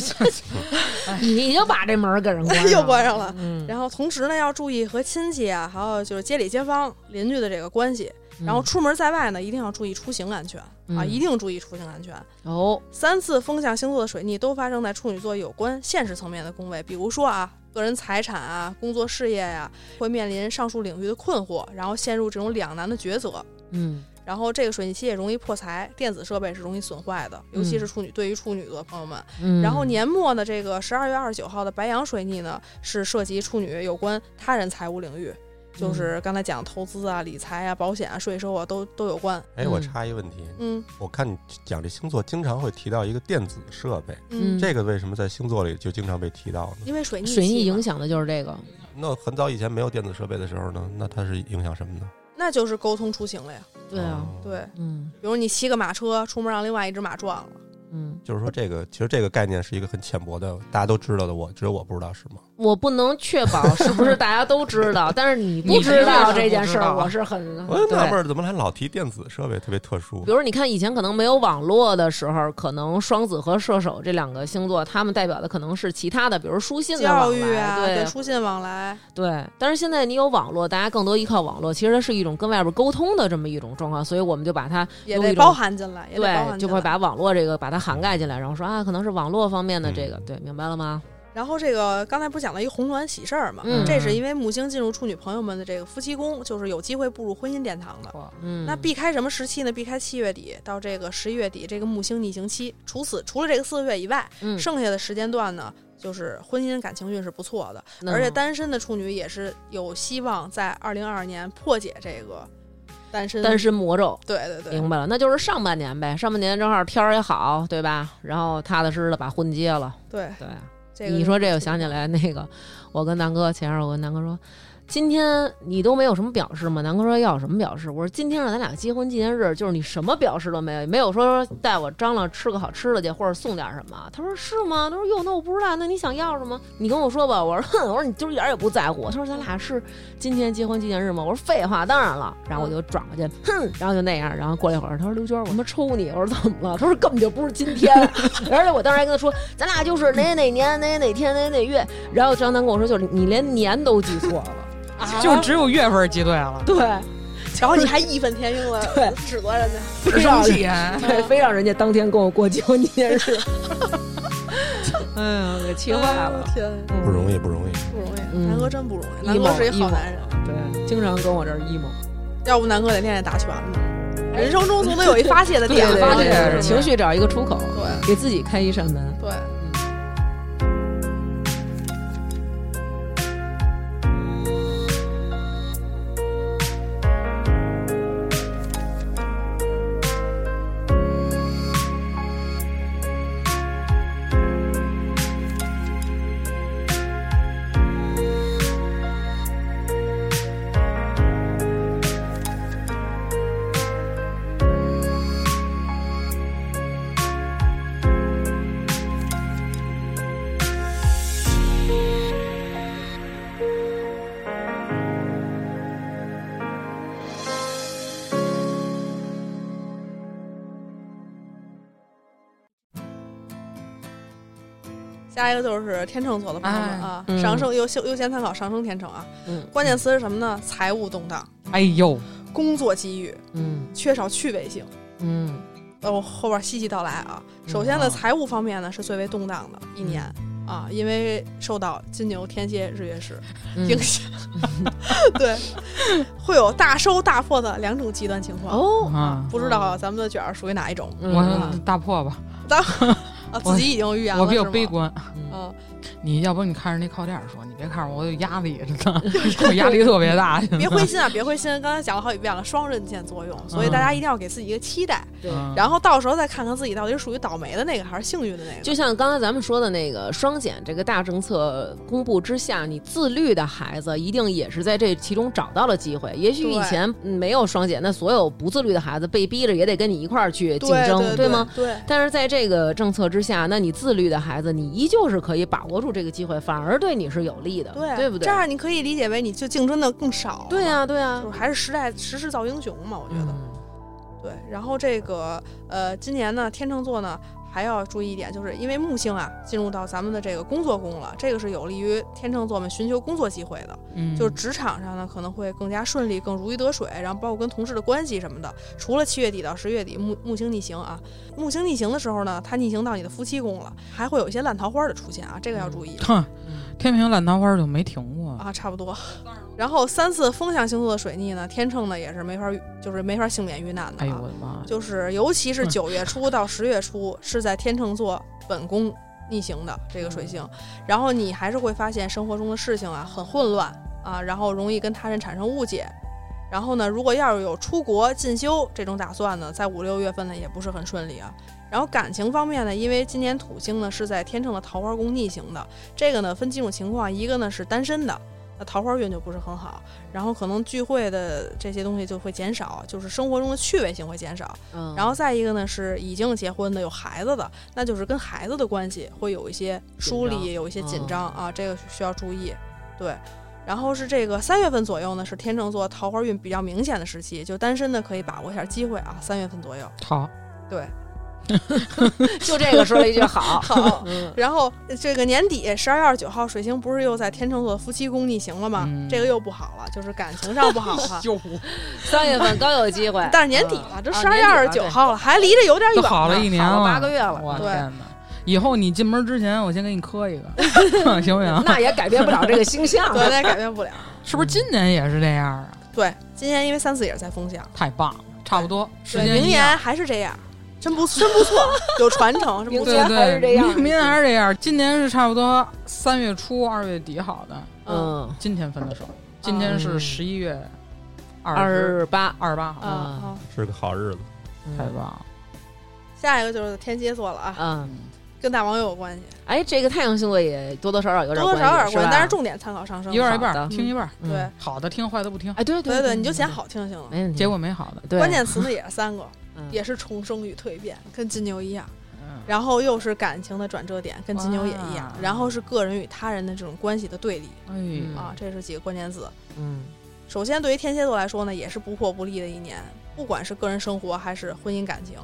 Speaker 2: 你就把这门儿给人关
Speaker 4: [laughs] 又关上了
Speaker 2: 嗯，
Speaker 4: 然后同时呢，要注意和亲戚啊，还有就是街里街坊、邻居的这个关系。然后出门在外呢，一定要注意出行安全、啊，
Speaker 2: 嗯
Speaker 4: 一定注意出行安全。
Speaker 2: 哦，
Speaker 4: 三次风象星座的水逆都发生在处女座有关现实层面的宫位，比如说啊，个人财产啊、工作事业呀、会面临上述领域的困惑，然后陷入这种两难的抉择。
Speaker 2: 嗯
Speaker 4: 然后这个水逆期也容易破财，电子设备是容易损坏的，尤其是处女，对于处女座的朋友们。
Speaker 2: 嗯，
Speaker 4: 然后年末呢，这个十二月二十九号的白羊水逆呢，是涉及处女有关他人财务领域，
Speaker 2: 嗯
Speaker 4: 就是刚才讲投资啊、理财啊、保险啊、税收啊，都都有关。
Speaker 3: 哎，
Speaker 2: 嗯
Speaker 3: 我插一问题，
Speaker 4: 嗯
Speaker 3: 我看你讲这星座经常会提到一个电子设备，
Speaker 2: 嗯
Speaker 3: 这个为什么在星座里就经常被提到呢？
Speaker 4: 因为水逆
Speaker 2: 水逆
Speaker 4: 期嘛
Speaker 2: 影响的就是这个，
Speaker 3: 那很早以前没有电子设备的时候呢，那它是影响什么呢？
Speaker 4: 那就是沟通出行了呀。
Speaker 2: 对啊，
Speaker 3: 哦，
Speaker 4: 对，
Speaker 2: 嗯
Speaker 4: 比如你骑个马车出门让另外一只马撞了，
Speaker 2: 嗯，
Speaker 3: 就是说这个其实这个概念是一个很浅薄的，大家都知道的我，只有我不知道是吗？
Speaker 2: 我不能确
Speaker 4: [laughs]
Speaker 2: 保是不是大家都知道，但是你不
Speaker 1: 你
Speaker 2: 知道
Speaker 1: 绝对是
Speaker 2: 这
Speaker 1: 不
Speaker 2: 件
Speaker 1: 知
Speaker 2: 事儿，
Speaker 1: 道
Speaker 2: 我是很
Speaker 3: 我就
Speaker 2: 嗯
Speaker 3: 纳
Speaker 2: 对
Speaker 3: 闷儿怎么还老提电子设备，特别特殊
Speaker 2: 比。如你看，以前可能没有网络的时候，可能双子和射手这两个星座，他们代表的可能是其他的，比如书信的
Speaker 4: 教
Speaker 2: 往
Speaker 4: 育
Speaker 2: 来
Speaker 4: 啊，
Speaker 2: 对
Speaker 4: 书信往来，
Speaker 2: 对。但是现在你有网络，大家更多依靠网络，其实它是一种跟外边沟通的这么一种状况，所以我们就把它
Speaker 4: 也
Speaker 2: 用
Speaker 4: 得
Speaker 2: 一种
Speaker 4: 包含进来，也得包含
Speaker 2: 对，就
Speaker 4: 进来
Speaker 2: 会把网络这个把它涵盖进来，然后说啊，可能是网络方面的
Speaker 3: 嗯
Speaker 2: 这个，对，明白了吗？
Speaker 4: 然后这个刚才不是讲了一个红鸾喜事儿嘛，
Speaker 2: 嗯
Speaker 4: 这是因为木星进入处女朋友们的这个夫妻宫，就是有机会步入婚姻殿堂的。
Speaker 1: 哇
Speaker 2: 嗯，
Speaker 4: 那避开什么时期呢？避开七月底到这个十一月底这个木星逆行期。除此除了这个四个月以外，
Speaker 2: 嗯，
Speaker 4: 剩下的时间段呢，就是婚姻感情运是不错的，
Speaker 2: 那
Speaker 4: 而且
Speaker 2: 么
Speaker 4: 单身的处女也是有希望在二零二二年破解这个单身。
Speaker 2: 单身魔咒，
Speaker 4: 对对对，
Speaker 2: 明白了，那就是上半年呗，上半年正好天儿也好，对吧？然后踏踏实实的把婚结了，
Speaker 4: 对
Speaker 2: 对。啊
Speaker 4: 这个
Speaker 2: 你说这，
Speaker 4: 个
Speaker 2: 我
Speaker 4: [laughs]
Speaker 2: 想起来那个，我跟南哥前一阵儿我跟南哥说，今天你都没有什么表示吗？南哥说要有什么表示？我说今天是咱俩结婚纪念日，就是你什么表示都没有，也没有说带我张罗吃个好吃的去，或者送点儿什么。他说是吗？他说哟，那我不知道，那你想要什么？你跟我说吧。我说哼，我说你就是一点儿也不在乎。他说咱俩是今天结婚纪念日吗？我说废话，当然了。然后
Speaker 4: 嗯
Speaker 2: 我就转过去，哼，然后就那样。然后过了一会儿，他说刘娟，我他妈抽你。我说怎么了？他说根本就不是今天。 [laughs] 而且我当时还跟他说，咱俩就是哪哪年哪哪天哪哪月。然后张楠跟我说，就是你连年都记错了。
Speaker 1: 就只有月份记对了，
Speaker 2: 对，
Speaker 4: 然后你还义愤填膺了，
Speaker 2: [laughs] 对
Speaker 4: 指责人家。
Speaker 1: 不生气。
Speaker 4: [laughs]
Speaker 1: 哎
Speaker 2: 对，非让人家当天跟我过结婚纪念日。哎呀，给气坏了。
Speaker 4: 天，
Speaker 3: 不容易，不容易。
Speaker 4: 不容易，
Speaker 2: 嗯
Speaker 4: 南哥真不容易，南
Speaker 2: emo，
Speaker 4: 哥是一好男人，
Speaker 2: 对，经常跟我这儿 emo。
Speaker 4: 要不南哥得练练打拳呢。
Speaker 2: 哎
Speaker 4: 人生中总得有一发泄的点，
Speaker 1: 对
Speaker 4: 发
Speaker 1: 对
Speaker 4: 泄
Speaker 1: 对
Speaker 4: 是不是
Speaker 2: 情绪找一个出口，
Speaker 4: 对
Speaker 2: 给自己开一扇门。
Speaker 4: 对。下一个就是天秤座的朋友们
Speaker 1: 哎
Speaker 4: 啊，
Speaker 2: 嗯
Speaker 4: 上升优先优先参考上升天秤啊。
Speaker 2: 嗯
Speaker 4: 关键词是什么呢？财务动荡、
Speaker 1: 哎呦，
Speaker 4: 工作机遇、
Speaker 2: 嗯
Speaker 4: 缺少趣味性。
Speaker 2: 嗯
Speaker 4: 呃，我后边细细道来啊。首先
Speaker 2: 哦
Speaker 4: 呢，财务方面呢是最为动荡的一年啊，因为受到金牛、天蝎、日月食
Speaker 2: 嗯
Speaker 4: 影
Speaker 2: [laughs]
Speaker 4: 响，对，会有大收大破的两种极端情况。
Speaker 2: 哦，
Speaker 1: 啊，
Speaker 4: 不知道咱们的卷儿属于哪一种
Speaker 2: 嗯
Speaker 1: 我大破吧，
Speaker 4: 啊？自己已经预言了，
Speaker 1: 我比较
Speaker 4: 是吗
Speaker 1: 悲。观。
Speaker 4: 嗯，
Speaker 1: 你要不你看着那靠垫儿说，你别看着我，我有压力，真
Speaker 4: [laughs]
Speaker 1: 的，我压力特别大。
Speaker 4: 别灰心啊，别灰心！刚才讲了好几遍了，双刃剑作用，所以大家一定要给自己一个期待，
Speaker 2: 对。
Speaker 1: 嗯
Speaker 4: 然后到时候再看看自己到底是属于倒霉的那个还是幸运的那个。
Speaker 2: 就像刚才咱们说的那个双减这个大政策公布之下，你自律的孩子一定也是在这其中找到了机会。也许以
Speaker 4: 对
Speaker 2: 前没有双减，那所有不自律的孩子被逼着也得跟你一块儿去竞
Speaker 4: 对
Speaker 2: 争，
Speaker 4: 对
Speaker 2: 吗？？
Speaker 4: 对，
Speaker 2: 但是在这个政策之下，那你自律的孩子，你依旧是可以把握住这个机会，反而对你是有利的，对
Speaker 4: 对，
Speaker 2: 不对？
Speaker 4: 这样你可以理解为你就竞争的更少。
Speaker 2: 对
Speaker 4: 呀，
Speaker 2: 啊，对啊
Speaker 4: 就，是还是时代时势造英雄嘛，我觉得。
Speaker 2: 嗯
Speaker 4: 对，然后这个呃，今年呢，天秤座呢还要注意一点，就是因为木星啊进入到咱们的这个工作宫了，这个是有利于天秤座们寻求工作机会的。
Speaker 1: 嗯
Speaker 4: 就是职场上呢可能会更加顺利，更如鱼得水，然后包括跟同事的关系什么的。除了七月底到十月底木木星逆行啊，木星逆行的时候呢，它逆行到你的夫妻宫了，还会有一些烂桃花的出现啊，这个要注意。
Speaker 1: 嗯哼，
Speaker 2: 嗯
Speaker 1: 天平烂桃花就没停过。
Speaker 4: 啊，差不多。然后三次风象星座的水逆呢，天秤呢也是没法，就是没法幸免遇难的
Speaker 1: 哎呦
Speaker 4: 啊。
Speaker 1: 我的妈呀！
Speaker 4: 就是尤其是九月初到十月初是在天秤座本宫逆行的这个水星，然后你还是会发现生活中的事情啊很混乱啊，然后容易跟他人产生误解。然后呢，如果要是有出国进修这种打算呢，在五六月份呢也不是很顺利啊。然后感情方面呢，因为今年土星呢是在天秤的桃花宫逆行的，这个呢分几种情况，一个呢是单身的，那桃花运就不是很好，然后可能聚会的这些东西就会减少，就是生活中的趣味性会减少。
Speaker 2: 嗯
Speaker 4: 然后再一个呢是已经结婚的有孩子的，那就是跟孩子的关系会有一些疏
Speaker 2: 紧
Speaker 4: 离，
Speaker 2: 张
Speaker 4: 有一些紧张啊，这个需要注意。对，然后是这个三月份左右呢是天秤座桃花运比较明显的时期，就单身的可以把握一下机会啊，三月份左右。
Speaker 1: 好，
Speaker 2: 就这个说了一句
Speaker 4: [laughs]
Speaker 2: 好，
Speaker 4: 好，
Speaker 2: 嗯
Speaker 4: 然后这个年底十二月二十九号，水星不是又在天秤座的夫妻宫逆行了吗？
Speaker 1: 嗯。
Speaker 4: 这个又不好了，就是感情上不好了
Speaker 1: [laughs] 就
Speaker 4: 哎
Speaker 2: 三月份刚有
Speaker 4: [laughs]，
Speaker 2: 机会
Speaker 4: 但是年底了，这十二月二十九号了，还离着有点
Speaker 1: 都
Speaker 4: 远呢。
Speaker 1: 好了一年
Speaker 2: 好
Speaker 1: 了，
Speaker 2: 了八个月了
Speaker 1: 我
Speaker 4: 对
Speaker 1: 天哪！以后你进门之前，我先给你磕一
Speaker 4: [laughs]
Speaker 1: 个，行不行？
Speaker 2: 那也改变不了这个星象。
Speaker 4: 对，那也改变不了。
Speaker 1: 是不是今年也是这样啊？
Speaker 4: 对，今年因为三四也是在风向，
Speaker 1: 太棒了，差不多。时
Speaker 4: 对，
Speaker 1: 间
Speaker 4: 明
Speaker 1: 一样
Speaker 4: 年还是这样，真不真不错，有传承，是不
Speaker 2: 明
Speaker 1: 对
Speaker 4: 错。
Speaker 2: 年还是这
Speaker 1: 对，
Speaker 2: 样
Speaker 1: 明明年还是这样。今年是差不多三月初二月底好的，
Speaker 2: 嗯，
Speaker 1: 今天分的手。今天是十一月
Speaker 2: 二
Speaker 1: 二十
Speaker 2: 十八，
Speaker 1: 二十八号，
Speaker 4: 啊啊！
Speaker 3: 是个好日子。
Speaker 4: 嗯
Speaker 1: 太棒了。
Speaker 4: 下一个就是天蝎座了啊，
Speaker 2: 嗯，
Speaker 4: 跟大王有关系，
Speaker 2: 哎，这个太阳星座也多多少少有
Speaker 4: 多
Speaker 2: 点
Speaker 4: 多少有点
Speaker 2: 系
Speaker 4: 关
Speaker 2: 是
Speaker 4: 系
Speaker 2: 吧，
Speaker 4: 但是重点参考上升。
Speaker 1: 一半一
Speaker 2: 好的
Speaker 1: 半，听一半，
Speaker 2: 嗯
Speaker 4: 对，
Speaker 1: 好的听，坏的不听。
Speaker 2: 哎，对
Speaker 4: 对
Speaker 2: 对
Speaker 4: 对，你就嫌，好听就行了。
Speaker 2: 没问题。
Speaker 1: 结果没好的，
Speaker 2: 对
Speaker 4: 关键词呢也是三个，
Speaker 2: 嗯
Speaker 4: 也是重生与蜕变，跟金牛一样。
Speaker 1: 嗯，
Speaker 4: 然后又是感情的转折点，跟金牛也一样
Speaker 1: 哇。
Speaker 4: 然后是个人与他人的这种关系的对立
Speaker 1: 哎呀，
Speaker 4: 啊，这是几个关键字。
Speaker 2: 嗯，
Speaker 4: 首先，对于天蝎座来说呢，也是不破不立的一年，不管是个人生活，还是婚姻感情，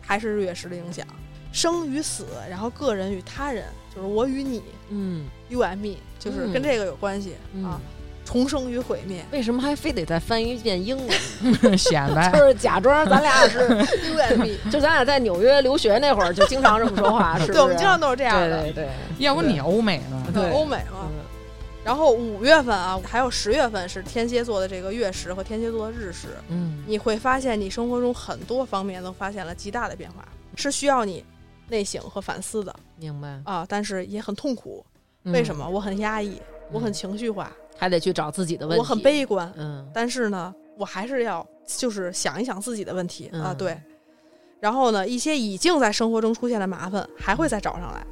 Speaker 4: 还是日月食的影响，生与死，然后个人与他人，就是我与你
Speaker 2: 嗯
Speaker 4: ，you and me，就是跟这个有关系、
Speaker 2: 嗯
Speaker 4: 啊。重生与毁灭
Speaker 2: 为什么还非得再翻一遍英文？ [laughs]
Speaker 1: 显
Speaker 2: 就
Speaker 1: 摆。
Speaker 2: 是假装咱俩 [laughs] 是，啊
Speaker 4: ，you and me，
Speaker 2: 就咱俩在纽约留学那会儿就经常这么说
Speaker 4: [laughs]
Speaker 2: 话，是不是？
Speaker 4: 对，我们经常都是这样的。啊
Speaker 2: 对对对，
Speaker 1: 要不你欧美呢？
Speaker 2: 对
Speaker 4: 欧美嘛，
Speaker 2: 嗯
Speaker 4: 然后五月份啊，还有十月份是天蝎座的这个月食和天蝎座的日食，
Speaker 2: 嗯
Speaker 4: 你会发现你生活中很多方面都发现了极大的变化，是需要你内省和反思的
Speaker 2: 明白。
Speaker 4: 啊，但是也很痛苦。为什
Speaker 2: 么
Speaker 4: 么？我很压抑，我很情绪化，
Speaker 2: 还得去找自己的嗯问题？
Speaker 4: 我很，悲观，
Speaker 2: 嗯
Speaker 4: 但是呢，我还是要就是想一想自己的问题、啊，
Speaker 2: 嗯
Speaker 4: 对。然后呢，一些已经在生活中出现的麻烦还会再找上来，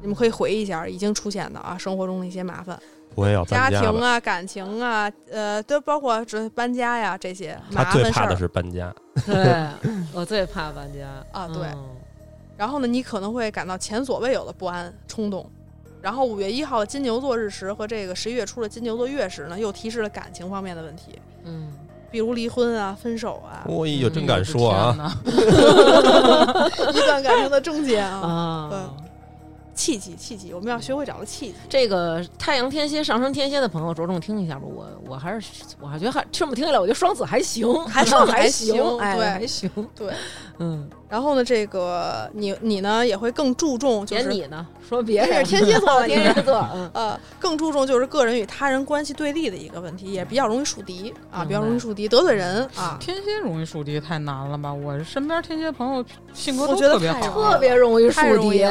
Speaker 4: 你们可以回忆一下已经出现的啊，生活中的一些麻烦，
Speaker 3: 我也要
Speaker 4: 家
Speaker 3: 搬
Speaker 4: 庭
Speaker 3: 家了。
Speaker 4: 啊、感情啊，呃，都包括这搬家呀这些啊麻
Speaker 3: 他最
Speaker 4: 烦事
Speaker 3: 怕
Speaker 4: 儿
Speaker 3: 的。是搬家，
Speaker 2: 对，我最怕搬家
Speaker 4: 啊对
Speaker 2: 嗯
Speaker 4: 然后呢，你可能会感到前所未有的不安、冲动。然后五月一号的金牛座日食和这个十一月初的金牛座月食呢，又提示了感情方面的问题，
Speaker 2: 嗯，
Speaker 4: 比如离婚啊、分手
Speaker 2: [laughs]
Speaker 4: 啊，
Speaker 3: 我哎呦，真敢说啊！
Speaker 1: 啊！
Speaker 2: 嗯 [laughs]
Speaker 4: 一段感情的终结啊。
Speaker 2: 啊，
Speaker 4: 对契机，契机，我们要学会找到契机。
Speaker 2: 这个太阳天蝎、上升天蝎的朋友着重听一下吧。我我还是我还觉得还这么听起来，我觉得双子 [laughs] 还行，
Speaker 4: 还
Speaker 2: 双
Speaker 4: 算
Speaker 2: 子
Speaker 4: 还行
Speaker 2: 哎，
Speaker 4: 对
Speaker 2: 还行，
Speaker 4: 对，
Speaker 2: 嗯。
Speaker 4: 然后呢，这个你你呢也会更注重，就
Speaker 2: 别
Speaker 4: 是
Speaker 2: 哎你呢，说别
Speaker 4: 这
Speaker 2: 人
Speaker 4: 是天蝎座吧你
Speaker 2: 天蝎座，嗯，
Speaker 4: [laughs] 呃，更注重就是个人与他人关系对立的一个问题，也比较容易树敌啊，
Speaker 2: 明
Speaker 4: 比较
Speaker 2: 白
Speaker 4: 容易树敌，得罪人啊。
Speaker 1: 天蝎容易树敌太难了吧？我身边天蝎朋友性格
Speaker 4: 我
Speaker 1: 都
Speaker 4: 觉得
Speaker 1: 特别
Speaker 4: 太
Speaker 1: 好，
Speaker 2: 特别容易树
Speaker 4: 太容易
Speaker 2: 敌。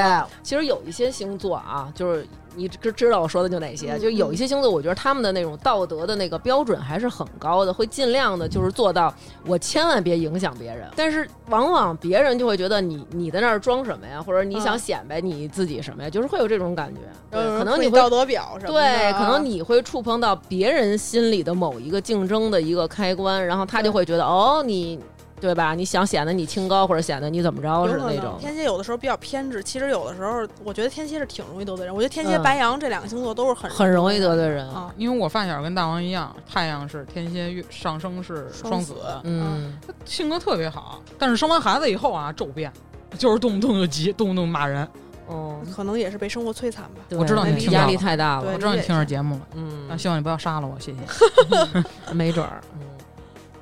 Speaker 2: 其实有一些星座啊，就是你知知道我说的就哪些，
Speaker 4: 嗯
Speaker 2: 就有一些星座，我觉得他们的那种道德的那个标准还是很高的，会尽量的就是做到我千万别影响别人。但是往往别人就会觉得你你在那儿装什么呀，或者你想
Speaker 4: 嗯
Speaker 2: 显摆你自己什么呀，就是会有这种感觉。对
Speaker 4: 然后有人
Speaker 2: 可能
Speaker 4: 说
Speaker 2: 你嗯
Speaker 4: 你
Speaker 2: 会
Speaker 4: 道德表什么的
Speaker 2: 对，
Speaker 4: 啊，
Speaker 2: 可能你会触碰到别人心里的某一个竞争的一个开关，然后他就会觉得哦，你对吧？你想显得你清高，或者显得你怎么着
Speaker 4: 有
Speaker 2: 似
Speaker 4: 可
Speaker 2: 的那
Speaker 4: 能
Speaker 2: 种。
Speaker 4: 天蝎有的时候比较偏执，其实有的时候我觉得天蝎是挺容易得罪人。我觉得天蝎、
Speaker 2: 嗯
Speaker 4: 白羊这两个星座都是很
Speaker 2: 很容易得罪人，
Speaker 4: 啊，
Speaker 1: 因为我发小跟大王一样，太阳是天蝎，月上升是双子，
Speaker 4: 双
Speaker 2: 嗯，
Speaker 1: 他性格特别好。但是生完孩子以后啊，骤变，就是动不动就急，动不动骂人。
Speaker 2: 哦，
Speaker 4: 可能也是被生活摧残吧。
Speaker 2: 对
Speaker 1: 我知道
Speaker 4: 你
Speaker 2: 那
Speaker 4: 听
Speaker 2: 压
Speaker 1: 到
Speaker 2: 力
Speaker 1: 了
Speaker 2: 太大了
Speaker 1: 我
Speaker 4: 对，
Speaker 1: 知道你
Speaker 4: 理解
Speaker 1: 听着节目了，啊，
Speaker 2: 嗯，
Speaker 1: 希望你不要杀了我，谢谢。
Speaker 2: 没准儿，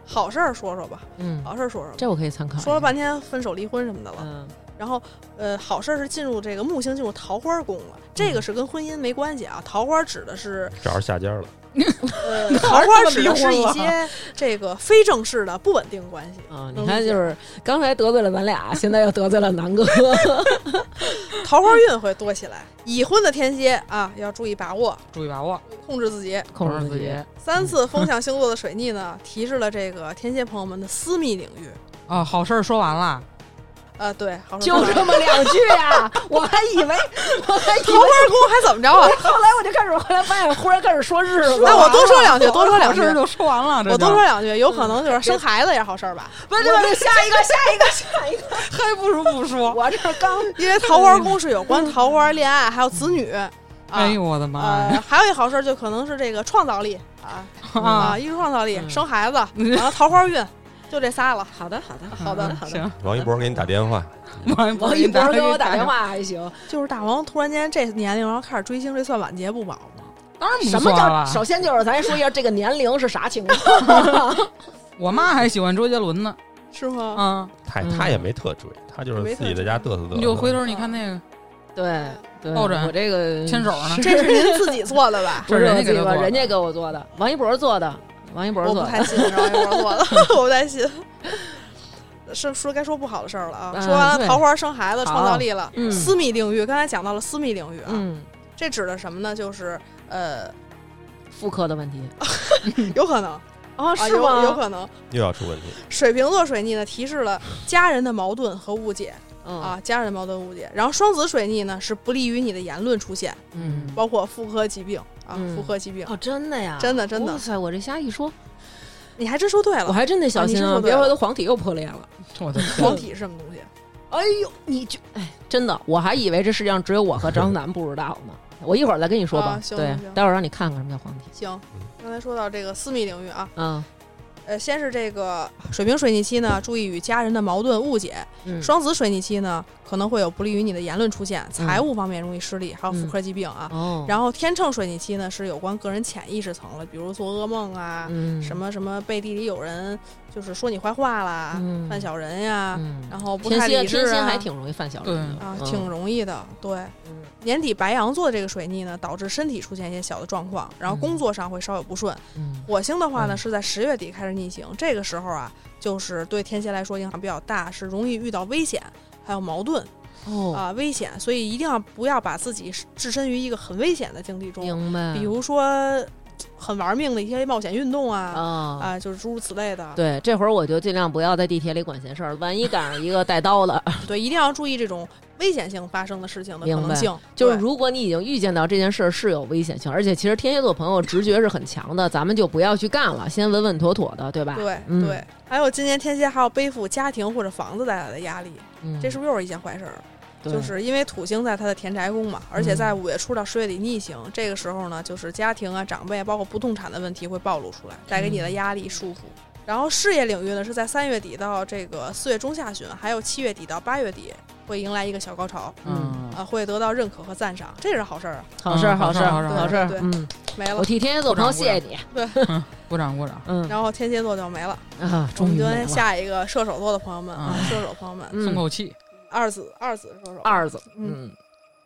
Speaker 4: 好事儿说说吧，
Speaker 2: 嗯嗯，
Speaker 4: 好事儿说说吧。
Speaker 2: 这我可以参考一下。
Speaker 4: 说了半天分手、离婚什么的了，
Speaker 2: 嗯，
Speaker 4: 然后，呃，好事儿是进入这个木星进入桃花宫了，这
Speaker 2: 嗯
Speaker 4: 个是跟婚姻没关系啊。桃花指的
Speaker 2: [laughs]
Speaker 4: 是，
Speaker 3: 找着下家了，
Speaker 4: 呃，桃花指的是一些这个非正式的不稳定关系。
Speaker 2: 啊，
Speaker 4: 能
Speaker 2: 你看
Speaker 4: 理解
Speaker 2: 就是刚才得罪了咱俩，现在又得罪了南 [laughs] 哥，
Speaker 4: 桃花运会多起来。已婚的天蝎啊，要注意把握，
Speaker 1: 注意把握，
Speaker 4: 控制自己。
Speaker 2: 控
Speaker 1: 制
Speaker 2: 制自
Speaker 1: 己
Speaker 2: 己。
Speaker 4: 三次风象星座的水逆呢，提示了这个天蝎朋友们的私密领域。
Speaker 1: 啊！好事儿说完了，
Speaker 4: 呃，对，好事儿
Speaker 2: 就这么两句呀，我还以为，我还以
Speaker 4: 桃花
Speaker 2: 为，
Speaker 4: 宫还怎么着啊？
Speaker 2: 后来我就开始，后来发现忽然开始说日子了，
Speaker 4: 那我多说两句，多说两
Speaker 1: 好
Speaker 4: 句
Speaker 1: 事，儿就说完了，这
Speaker 4: 我
Speaker 1: 就嗯
Speaker 4: 多说两句，有可能就是生孩子也是好事
Speaker 1: [laughs]
Speaker 4: 儿吧。
Speaker 2: 不是不是，下一个下一个下一个，
Speaker 1: 还不如不说。
Speaker 2: 我这儿 [laughs] 刚
Speaker 4: 因为桃花宫是有关桃花、恋爱还有子女。啊
Speaker 1: 哎呦我的妈呀！
Speaker 4: 呃，还有一好事儿就可能是这个创造力啊
Speaker 1: [laughs]
Speaker 2: 哎
Speaker 1: 啊
Speaker 4: 啊，艺术创造力，
Speaker 2: 嗯
Speaker 4: 生
Speaker 1: [laughs]
Speaker 4: 孩子，然后桃花运，就这仨了。
Speaker 2: 好的好的
Speaker 4: 好的好
Speaker 1: 嗯
Speaker 4: 的
Speaker 1: 行，
Speaker 3: 王一博给你打电话，
Speaker 1: 王
Speaker 2: 王一博给我打电，话还行，
Speaker 4: 就是大王突然间这年龄，然后开始追星，这算晚节不保吗？
Speaker 1: 当然不
Speaker 2: 什
Speaker 1: 错
Speaker 2: 么叫？
Speaker 1: 了。
Speaker 2: 首先就是咱说一下这个年龄是啥情况，
Speaker 1: 我妈还喜欢周杰伦呢，
Speaker 4: 是吗？
Speaker 1: 啊，
Speaker 3: 他
Speaker 2: 嗯
Speaker 3: 他也没特追，他就是自己在家嘚瑟嘚瑟。
Speaker 1: 你就回头你看那个，
Speaker 2: [laughs] 对对，
Speaker 1: 抱枕
Speaker 2: 我这个
Speaker 1: 牵手
Speaker 2: [laughs]
Speaker 1: 呢？
Speaker 4: 这是您自己做的吧
Speaker 2: 不是
Speaker 1: 这是人
Speaker 2: 我
Speaker 1: 家
Speaker 2: 自己
Speaker 1: 给他
Speaker 2: 吧？
Speaker 1: 做的
Speaker 2: 人家给我做的，王一博做的，王一博
Speaker 4: 我
Speaker 2: 做
Speaker 4: 不
Speaker 2: 的。
Speaker 4: 太信，然后我
Speaker 2: [laughs]
Speaker 4: 做的，我不太信。是说该说不好的事儿了啊！
Speaker 2: 嗯
Speaker 4: 说完
Speaker 2: 对
Speaker 4: 了桃花、生孩子、
Speaker 2: 好
Speaker 4: 创造力了，
Speaker 2: 嗯
Speaker 4: 私密领域，刚才讲到了私密领域啊，
Speaker 2: 嗯，
Speaker 4: 这指的什么呢？就是呃，
Speaker 2: 妇科的问题
Speaker 4: 有可能
Speaker 2: 哦，
Speaker 4: 啊，
Speaker 2: 是
Speaker 4: 有
Speaker 2: 吗？
Speaker 4: 有可能。
Speaker 3: 又要出问题，
Speaker 4: 水瓶座水逆呢，提示了家人的矛盾和误解。
Speaker 2: 啊，
Speaker 4: 啊，家人的矛盾误解。然后双子水逆呢，是不利于你的言论出现，
Speaker 2: 嗯，
Speaker 4: 包括妇科疾病啊，
Speaker 2: 嗯
Speaker 4: 妇科疾病。
Speaker 2: 哦，真的呀，
Speaker 4: 真的真的
Speaker 2: 哇塞，我这瞎一说，
Speaker 4: 你还真说对
Speaker 2: 我
Speaker 4: 了，
Speaker 2: 还真得小心
Speaker 4: 啊你
Speaker 2: 啊，
Speaker 4: 说对
Speaker 2: 别
Speaker 4: 了
Speaker 2: 回头黄体又破裂了。
Speaker 1: 我的天
Speaker 4: 黄体是什么东西？
Speaker 2: 哎呦，你就哎，真的，我还以为这世界上只有我和张楠不知道
Speaker 4: [laughs]
Speaker 2: 呢。我一会儿再跟你说吧，
Speaker 4: 啊行
Speaker 2: 对
Speaker 4: 行，
Speaker 2: 待会儿让你看看什么叫黄体。
Speaker 4: 行，刚才说到这个私密领域啊，
Speaker 2: 嗯
Speaker 4: 呃，先是这个水瓶水逆期呢，注意与家人的矛盾误解；
Speaker 2: 嗯，
Speaker 4: 双子水逆期呢，可能会有不利于你的言论出现，财务方面容易失利，还有妇
Speaker 2: 嗯
Speaker 4: 科疾病啊。
Speaker 2: 哦，
Speaker 4: 然后天秤水逆期呢，是有关个人潜意识层了，比如做噩梦啊，
Speaker 2: 嗯
Speaker 4: 什么什啊么背地里有人就是说你坏话啦，
Speaker 2: 嗯
Speaker 4: 犯小人呀、
Speaker 2: 嗯，
Speaker 4: 啊然后不
Speaker 2: 天
Speaker 4: 太
Speaker 2: 蝎
Speaker 4: 理智
Speaker 2: 天
Speaker 4: 啊，
Speaker 2: 蝎还挺容易犯小人的
Speaker 4: 啊，
Speaker 2: 嗯
Speaker 4: 挺容易的。对，
Speaker 2: 嗯
Speaker 4: 年底白羊座这个水逆呢，导致身体出现一些小的状况，然后
Speaker 2: 嗯
Speaker 4: 工作上会稍有不顺。
Speaker 2: 嗯
Speaker 4: 火星的话呢，
Speaker 2: 嗯
Speaker 4: 是在十月底开始逆行，这个时候啊，就是对天蝎来说影响比较大，是容易遇到危险。还有矛盾
Speaker 2: 哦，
Speaker 4: 啊、危险，所以一定要不要把自己置身于一个很危险的境地中，
Speaker 2: 明白，
Speaker 4: 比如说很玩命的一些冒险运动啊
Speaker 2: 啊。
Speaker 4: 啊，就是诸如此类的。
Speaker 2: 对，这会儿我就尽量不要在地铁里管闲事儿，万一赶上一个带刀的，
Speaker 4: 对，一定要注意这种危险性发生的事情的可
Speaker 2: 明白
Speaker 4: 能性。
Speaker 2: 就是
Speaker 4: 对
Speaker 2: 如果你已经预见到这件事儿是有危险性，而且其实天蝎座朋友直觉是很强的，咱们就不要去干了，先稳稳妥妥的，对吧？
Speaker 4: 对
Speaker 2: 嗯
Speaker 4: 对，还有今年天蝎还要背负家庭或者房子带来的压力，
Speaker 2: 嗯，
Speaker 4: 这是不是又是一件坏事儿？
Speaker 2: 对嗯
Speaker 4: 就是因为土星在他的田宅宫嘛，而且在五月初到十月底逆行，这个
Speaker 2: 嗯
Speaker 4: 时候呢，就是家庭啊、长辈啊包括不动产的问题会暴露出来，带给你的压力、束缚。然后事业领域呢是在三月底到这个四月中下旬，还有七月底到八月底会迎来一个小高潮，
Speaker 1: 嗯，
Speaker 4: 啊，会得到认可和赞赏，这是好事儿啊，
Speaker 2: 好事儿，
Speaker 1: 嗯
Speaker 2: 好
Speaker 1: 好
Speaker 2: 事
Speaker 1: 事
Speaker 2: 儿，
Speaker 1: 儿
Speaker 2: 好
Speaker 4: 好
Speaker 2: 事
Speaker 4: 事
Speaker 2: 儿
Speaker 4: 儿。对哎
Speaker 2: 嗯，
Speaker 4: 没了
Speaker 2: 我。替天蝎座朋友谢谢你。
Speaker 1: 鼓掌鼓掌。
Speaker 2: 嗯
Speaker 4: 然后天蝎座就没了，
Speaker 2: 啊，
Speaker 4: 我
Speaker 2: 终
Speaker 4: 们
Speaker 2: 于
Speaker 4: 就
Speaker 2: 没了
Speaker 4: 下一个射手座的朋友们啊
Speaker 1: 哎，
Speaker 4: 射手朋友们，
Speaker 1: 松
Speaker 2: 嗯，
Speaker 1: 口气，
Speaker 4: 二子二子射手，
Speaker 2: 二子，嗯
Speaker 4: 嗯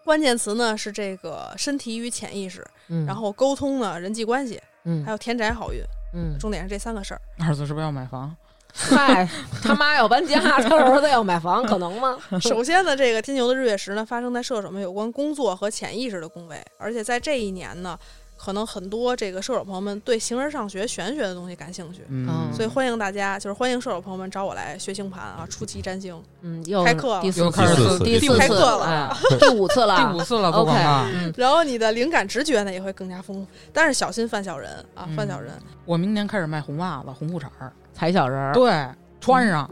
Speaker 4: 关键词呢是这个身体与潜意识，
Speaker 2: 嗯，
Speaker 4: 然后沟通呢人际关系，
Speaker 2: 嗯
Speaker 4: 还有田宅好运，
Speaker 2: 嗯，
Speaker 4: 重点是这三个事儿。
Speaker 1: 二子是不是要买房？
Speaker 2: [laughs] 嗨，他妈要搬家，他儿子要买房，可能
Speaker 4: [laughs]
Speaker 2: 吗？
Speaker 4: 首先呢，这个金牛的日月食呢发生在射手们有关工作和潜意识的宫位，而且在这一年呢，可能很多这个射手朋友们对形而上学、玄学的东西感兴趣。
Speaker 2: 嗯
Speaker 4: 所以欢迎大家，就是欢迎射手朋友们找我来学星盘啊，初级占星。
Speaker 2: 嗯，又
Speaker 4: 开课了
Speaker 2: 第四
Speaker 1: 又
Speaker 2: 次
Speaker 1: 开始
Speaker 2: 了，
Speaker 3: 四
Speaker 2: 第
Speaker 3: 第
Speaker 2: 四
Speaker 4: 开
Speaker 2: 次
Speaker 4: 课了
Speaker 2: 哎
Speaker 4: [laughs]
Speaker 2: 第五次了，
Speaker 1: 第五次了，做啊
Speaker 2: OK
Speaker 1: 广告。
Speaker 2: 嗯
Speaker 4: 然后你的灵感直觉呢也会更加丰富，但是小心犯小人啊，
Speaker 1: 嗯
Speaker 4: 犯小人。
Speaker 1: 我明年开始卖红袜子、红裤衩儿，
Speaker 2: 踩小人儿。
Speaker 1: 对，穿上。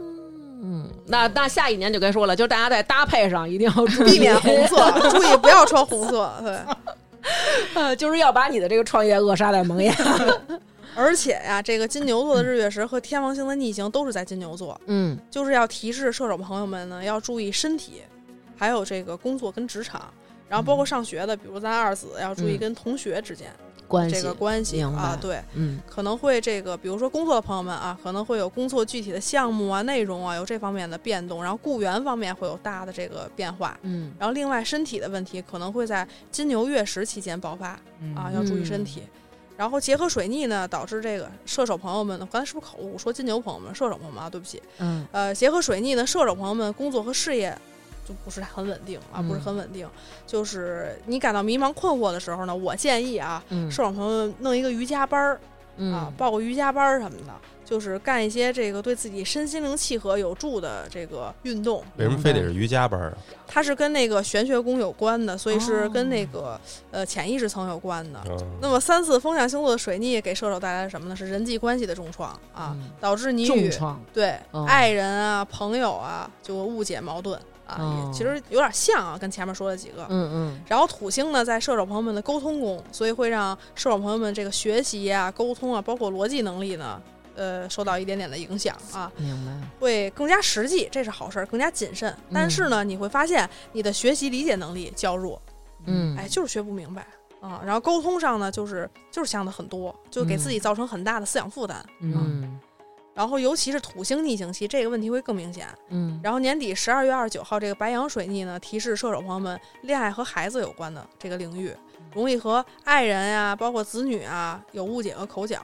Speaker 2: 嗯，那那下一年就该说了，就是大家在搭配上一定要注意
Speaker 4: 避免
Speaker 2: [laughs]
Speaker 4: 红色，注意不要穿红色。对， [laughs]
Speaker 2: 呃就是要把你的这个创业扼杀在萌芽。
Speaker 4: 而且呀、这个金牛座的日月食和天王星的逆行都是在金牛座，
Speaker 2: [laughs] 嗯
Speaker 4: 就是要提示射手朋友们呢要注意身体，还有这个工作跟职场，然后包括上学的，比如咱二子要注意
Speaker 2: 嗯
Speaker 4: 跟同学之间、，
Speaker 2: 关系
Speaker 4: 这个关系
Speaker 2: 明白
Speaker 4: 啊，对，
Speaker 2: 嗯
Speaker 4: 可能会这个，比如说工作的朋友们啊，可能会有工作具体的项目啊、内容啊有这方面的变动，然后雇员方面会有大的这个变化。
Speaker 2: 嗯
Speaker 4: 然后，另外身体的问题可能会在金牛月食期间爆发，
Speaker 1: 嗯
Speaker 4: 啊，要注意
Speaker 2: 嗯
Speaker 4: 身体。然后结合水逆呢，导致这个射手朋友们，刚才是不是口误说金牛朋友们、射手朋友们啊？对不起，
Speaker 2: 嗯
Speaker 4: 呃，结合水逆呢，射手朋友们工作和事业就不是很稳定啊，不是
Speaker 2: 嗯
Speaker 4: 很稳定。就是你感到迷茫困惑的时候呢，我建议啊，
Speaker 2: 嗯
Speaker 4: 射手朋友们弄一个瑜伽班儿啊
Speaker 2: 嗯，
Speaker 4: 报个瑜伽班儿什么的，就是干一些这个对自己身心灵契合有助的这个运动。
Speaker 3: 为什么非得是瑜伽班儿啊？
Speaker 4: 它是跟那个玄学宫有关的，所以是
Speaker 2: 哦
Speaker 4: 跟那个、呃潜意识层有关的。
Speaker 3: 嗯
Speaker 4: 那么三次风象星座的水逆给射手带来了什么呢？是人际关系的重创啊，
Speaker 2: 嗯
Speaker 4: 导致你
Speaker 2: 重
Speaker 4: 与
Speaker 2: 创，
Speaker 4: 对、
Speaker 2: 哦
Speaker 4: 爱人啊、朋友啊就误解矛盾啊，
Speaker 2: 哦
Speaker 4: 也其实有点像啊，跟前面说的几个。
Speaker 2: 嗯
Speaker 4: 然后土星呢，在射手朋友们的沟通宫，所以会让射手朋友们这个学习啊、沟通啊，包括逻辑能力呢，呃，受到一点点的影响啊，
Speaker 2: 嗯，明白。
Speaker 4: 会更加实际，这是好事儿，更加谨慎。但是呢，你会发现你的学习理解能力较弱，
Speaker 2: 嗯，
Speaker 4: 哎，就是学不明白啊。然后沟通上呢，就是就是想的很多，就给自己造成很大的思想负担。
Speaker 1: 嗯，
Speaker 2: 嗯
Speaker 4: 然后尤其是土星逆行期，这个问题会更明显。
Speaker 2: 嗯，
Speaker 4: 然后年底十二月二十九号这个白羊水逆呢，提示射手朋友们恋爱和孩子有关的这个领域，
Speaker 2: 嗯
Speaker 4: 容易和爱人呀、包括子女啊有误解和口角。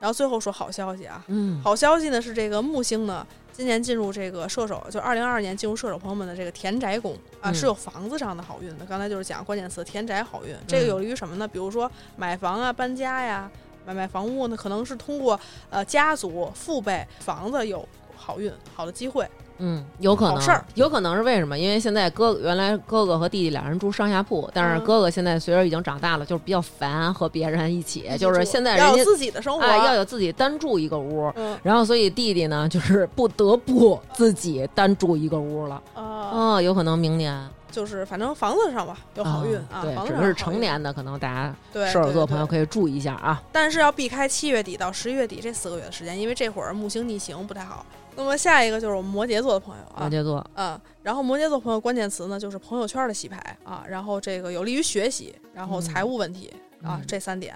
Speaker 4: 然后最后说好消息啊，
Speaker 2: 嗯
Speaker 4: 好消息呢是这个木星呢，今年进入这个射手，就二零二二年进入射手朋友们的这个田宅宫啊，
Speaker 2: 嗯
Speaker 4: 是有房子上的好运的。刚才就是讲关键词田宅好运，这个
Speaker 2: 嗯
Speaker 4: 有利于什么呢？比如说买房啊、搬家呀、买卖房屋呢，可能是通过呃家族、父辈、房子有好运、好的机会。
Speaker 2: 嗯，有可
Speaker 4: 好事
Speaker 2: 能
Speaker 4: 儿，
Speaker 2: 有可能是为什么？因为现在哥原来哥哥和弟弟俩人住上下铺，但是
Speaker 4: 嗯
Speaker 2: 哥哥现在随着已经长大了，就是比较烦和别人一起，就是现在
Speaker 4: 要
Speaker 2: 人
Speaker 4: 有
Speaker 2: 家
Speaker 4: 自己的生活，
Speaker 2: 哎要有自己单住一个屋。
Speaker 4: 嗯
Speaker 2: 然后，所以弟弟呢，就是不得不自己单住一个屋了。
Speaker 4: 呃，
Speaker 2: 嗯、有可能明年哦
Speaker 4: 就是反正房子上吧有好运啊，
Speaker 2: 对
Speaker 4: 房，子
Speaker 2: 只
Speaker 4: 上
Speaker 2: 是
Speaker 4: 有好
Speaker 2: 成
Speaker 4: 运
Speaker 2: 年的，可能大家
Speaker 4: 对
Speaker 2: 射手座朋友
Speaker 4: 以，
Speaker 2: 可以注意一下啊。
Speaker 4: 但是要避开七月底到十一月底这四个月的时间，因为这会儿木星逆行不太好。那么下一个就是我们摩羯座的朋友
Speaker 2: 摩
Speaker 4: 啊，
Speaker 2: 羯座，
Speaker 4: 嗯，然后摩羯座朋友关键词呢就是朋友圈的洗牌啊，然后这个有利于学习，然后财务问题、啊
Speaker 2: 嗯
Speaker 4: 这三点。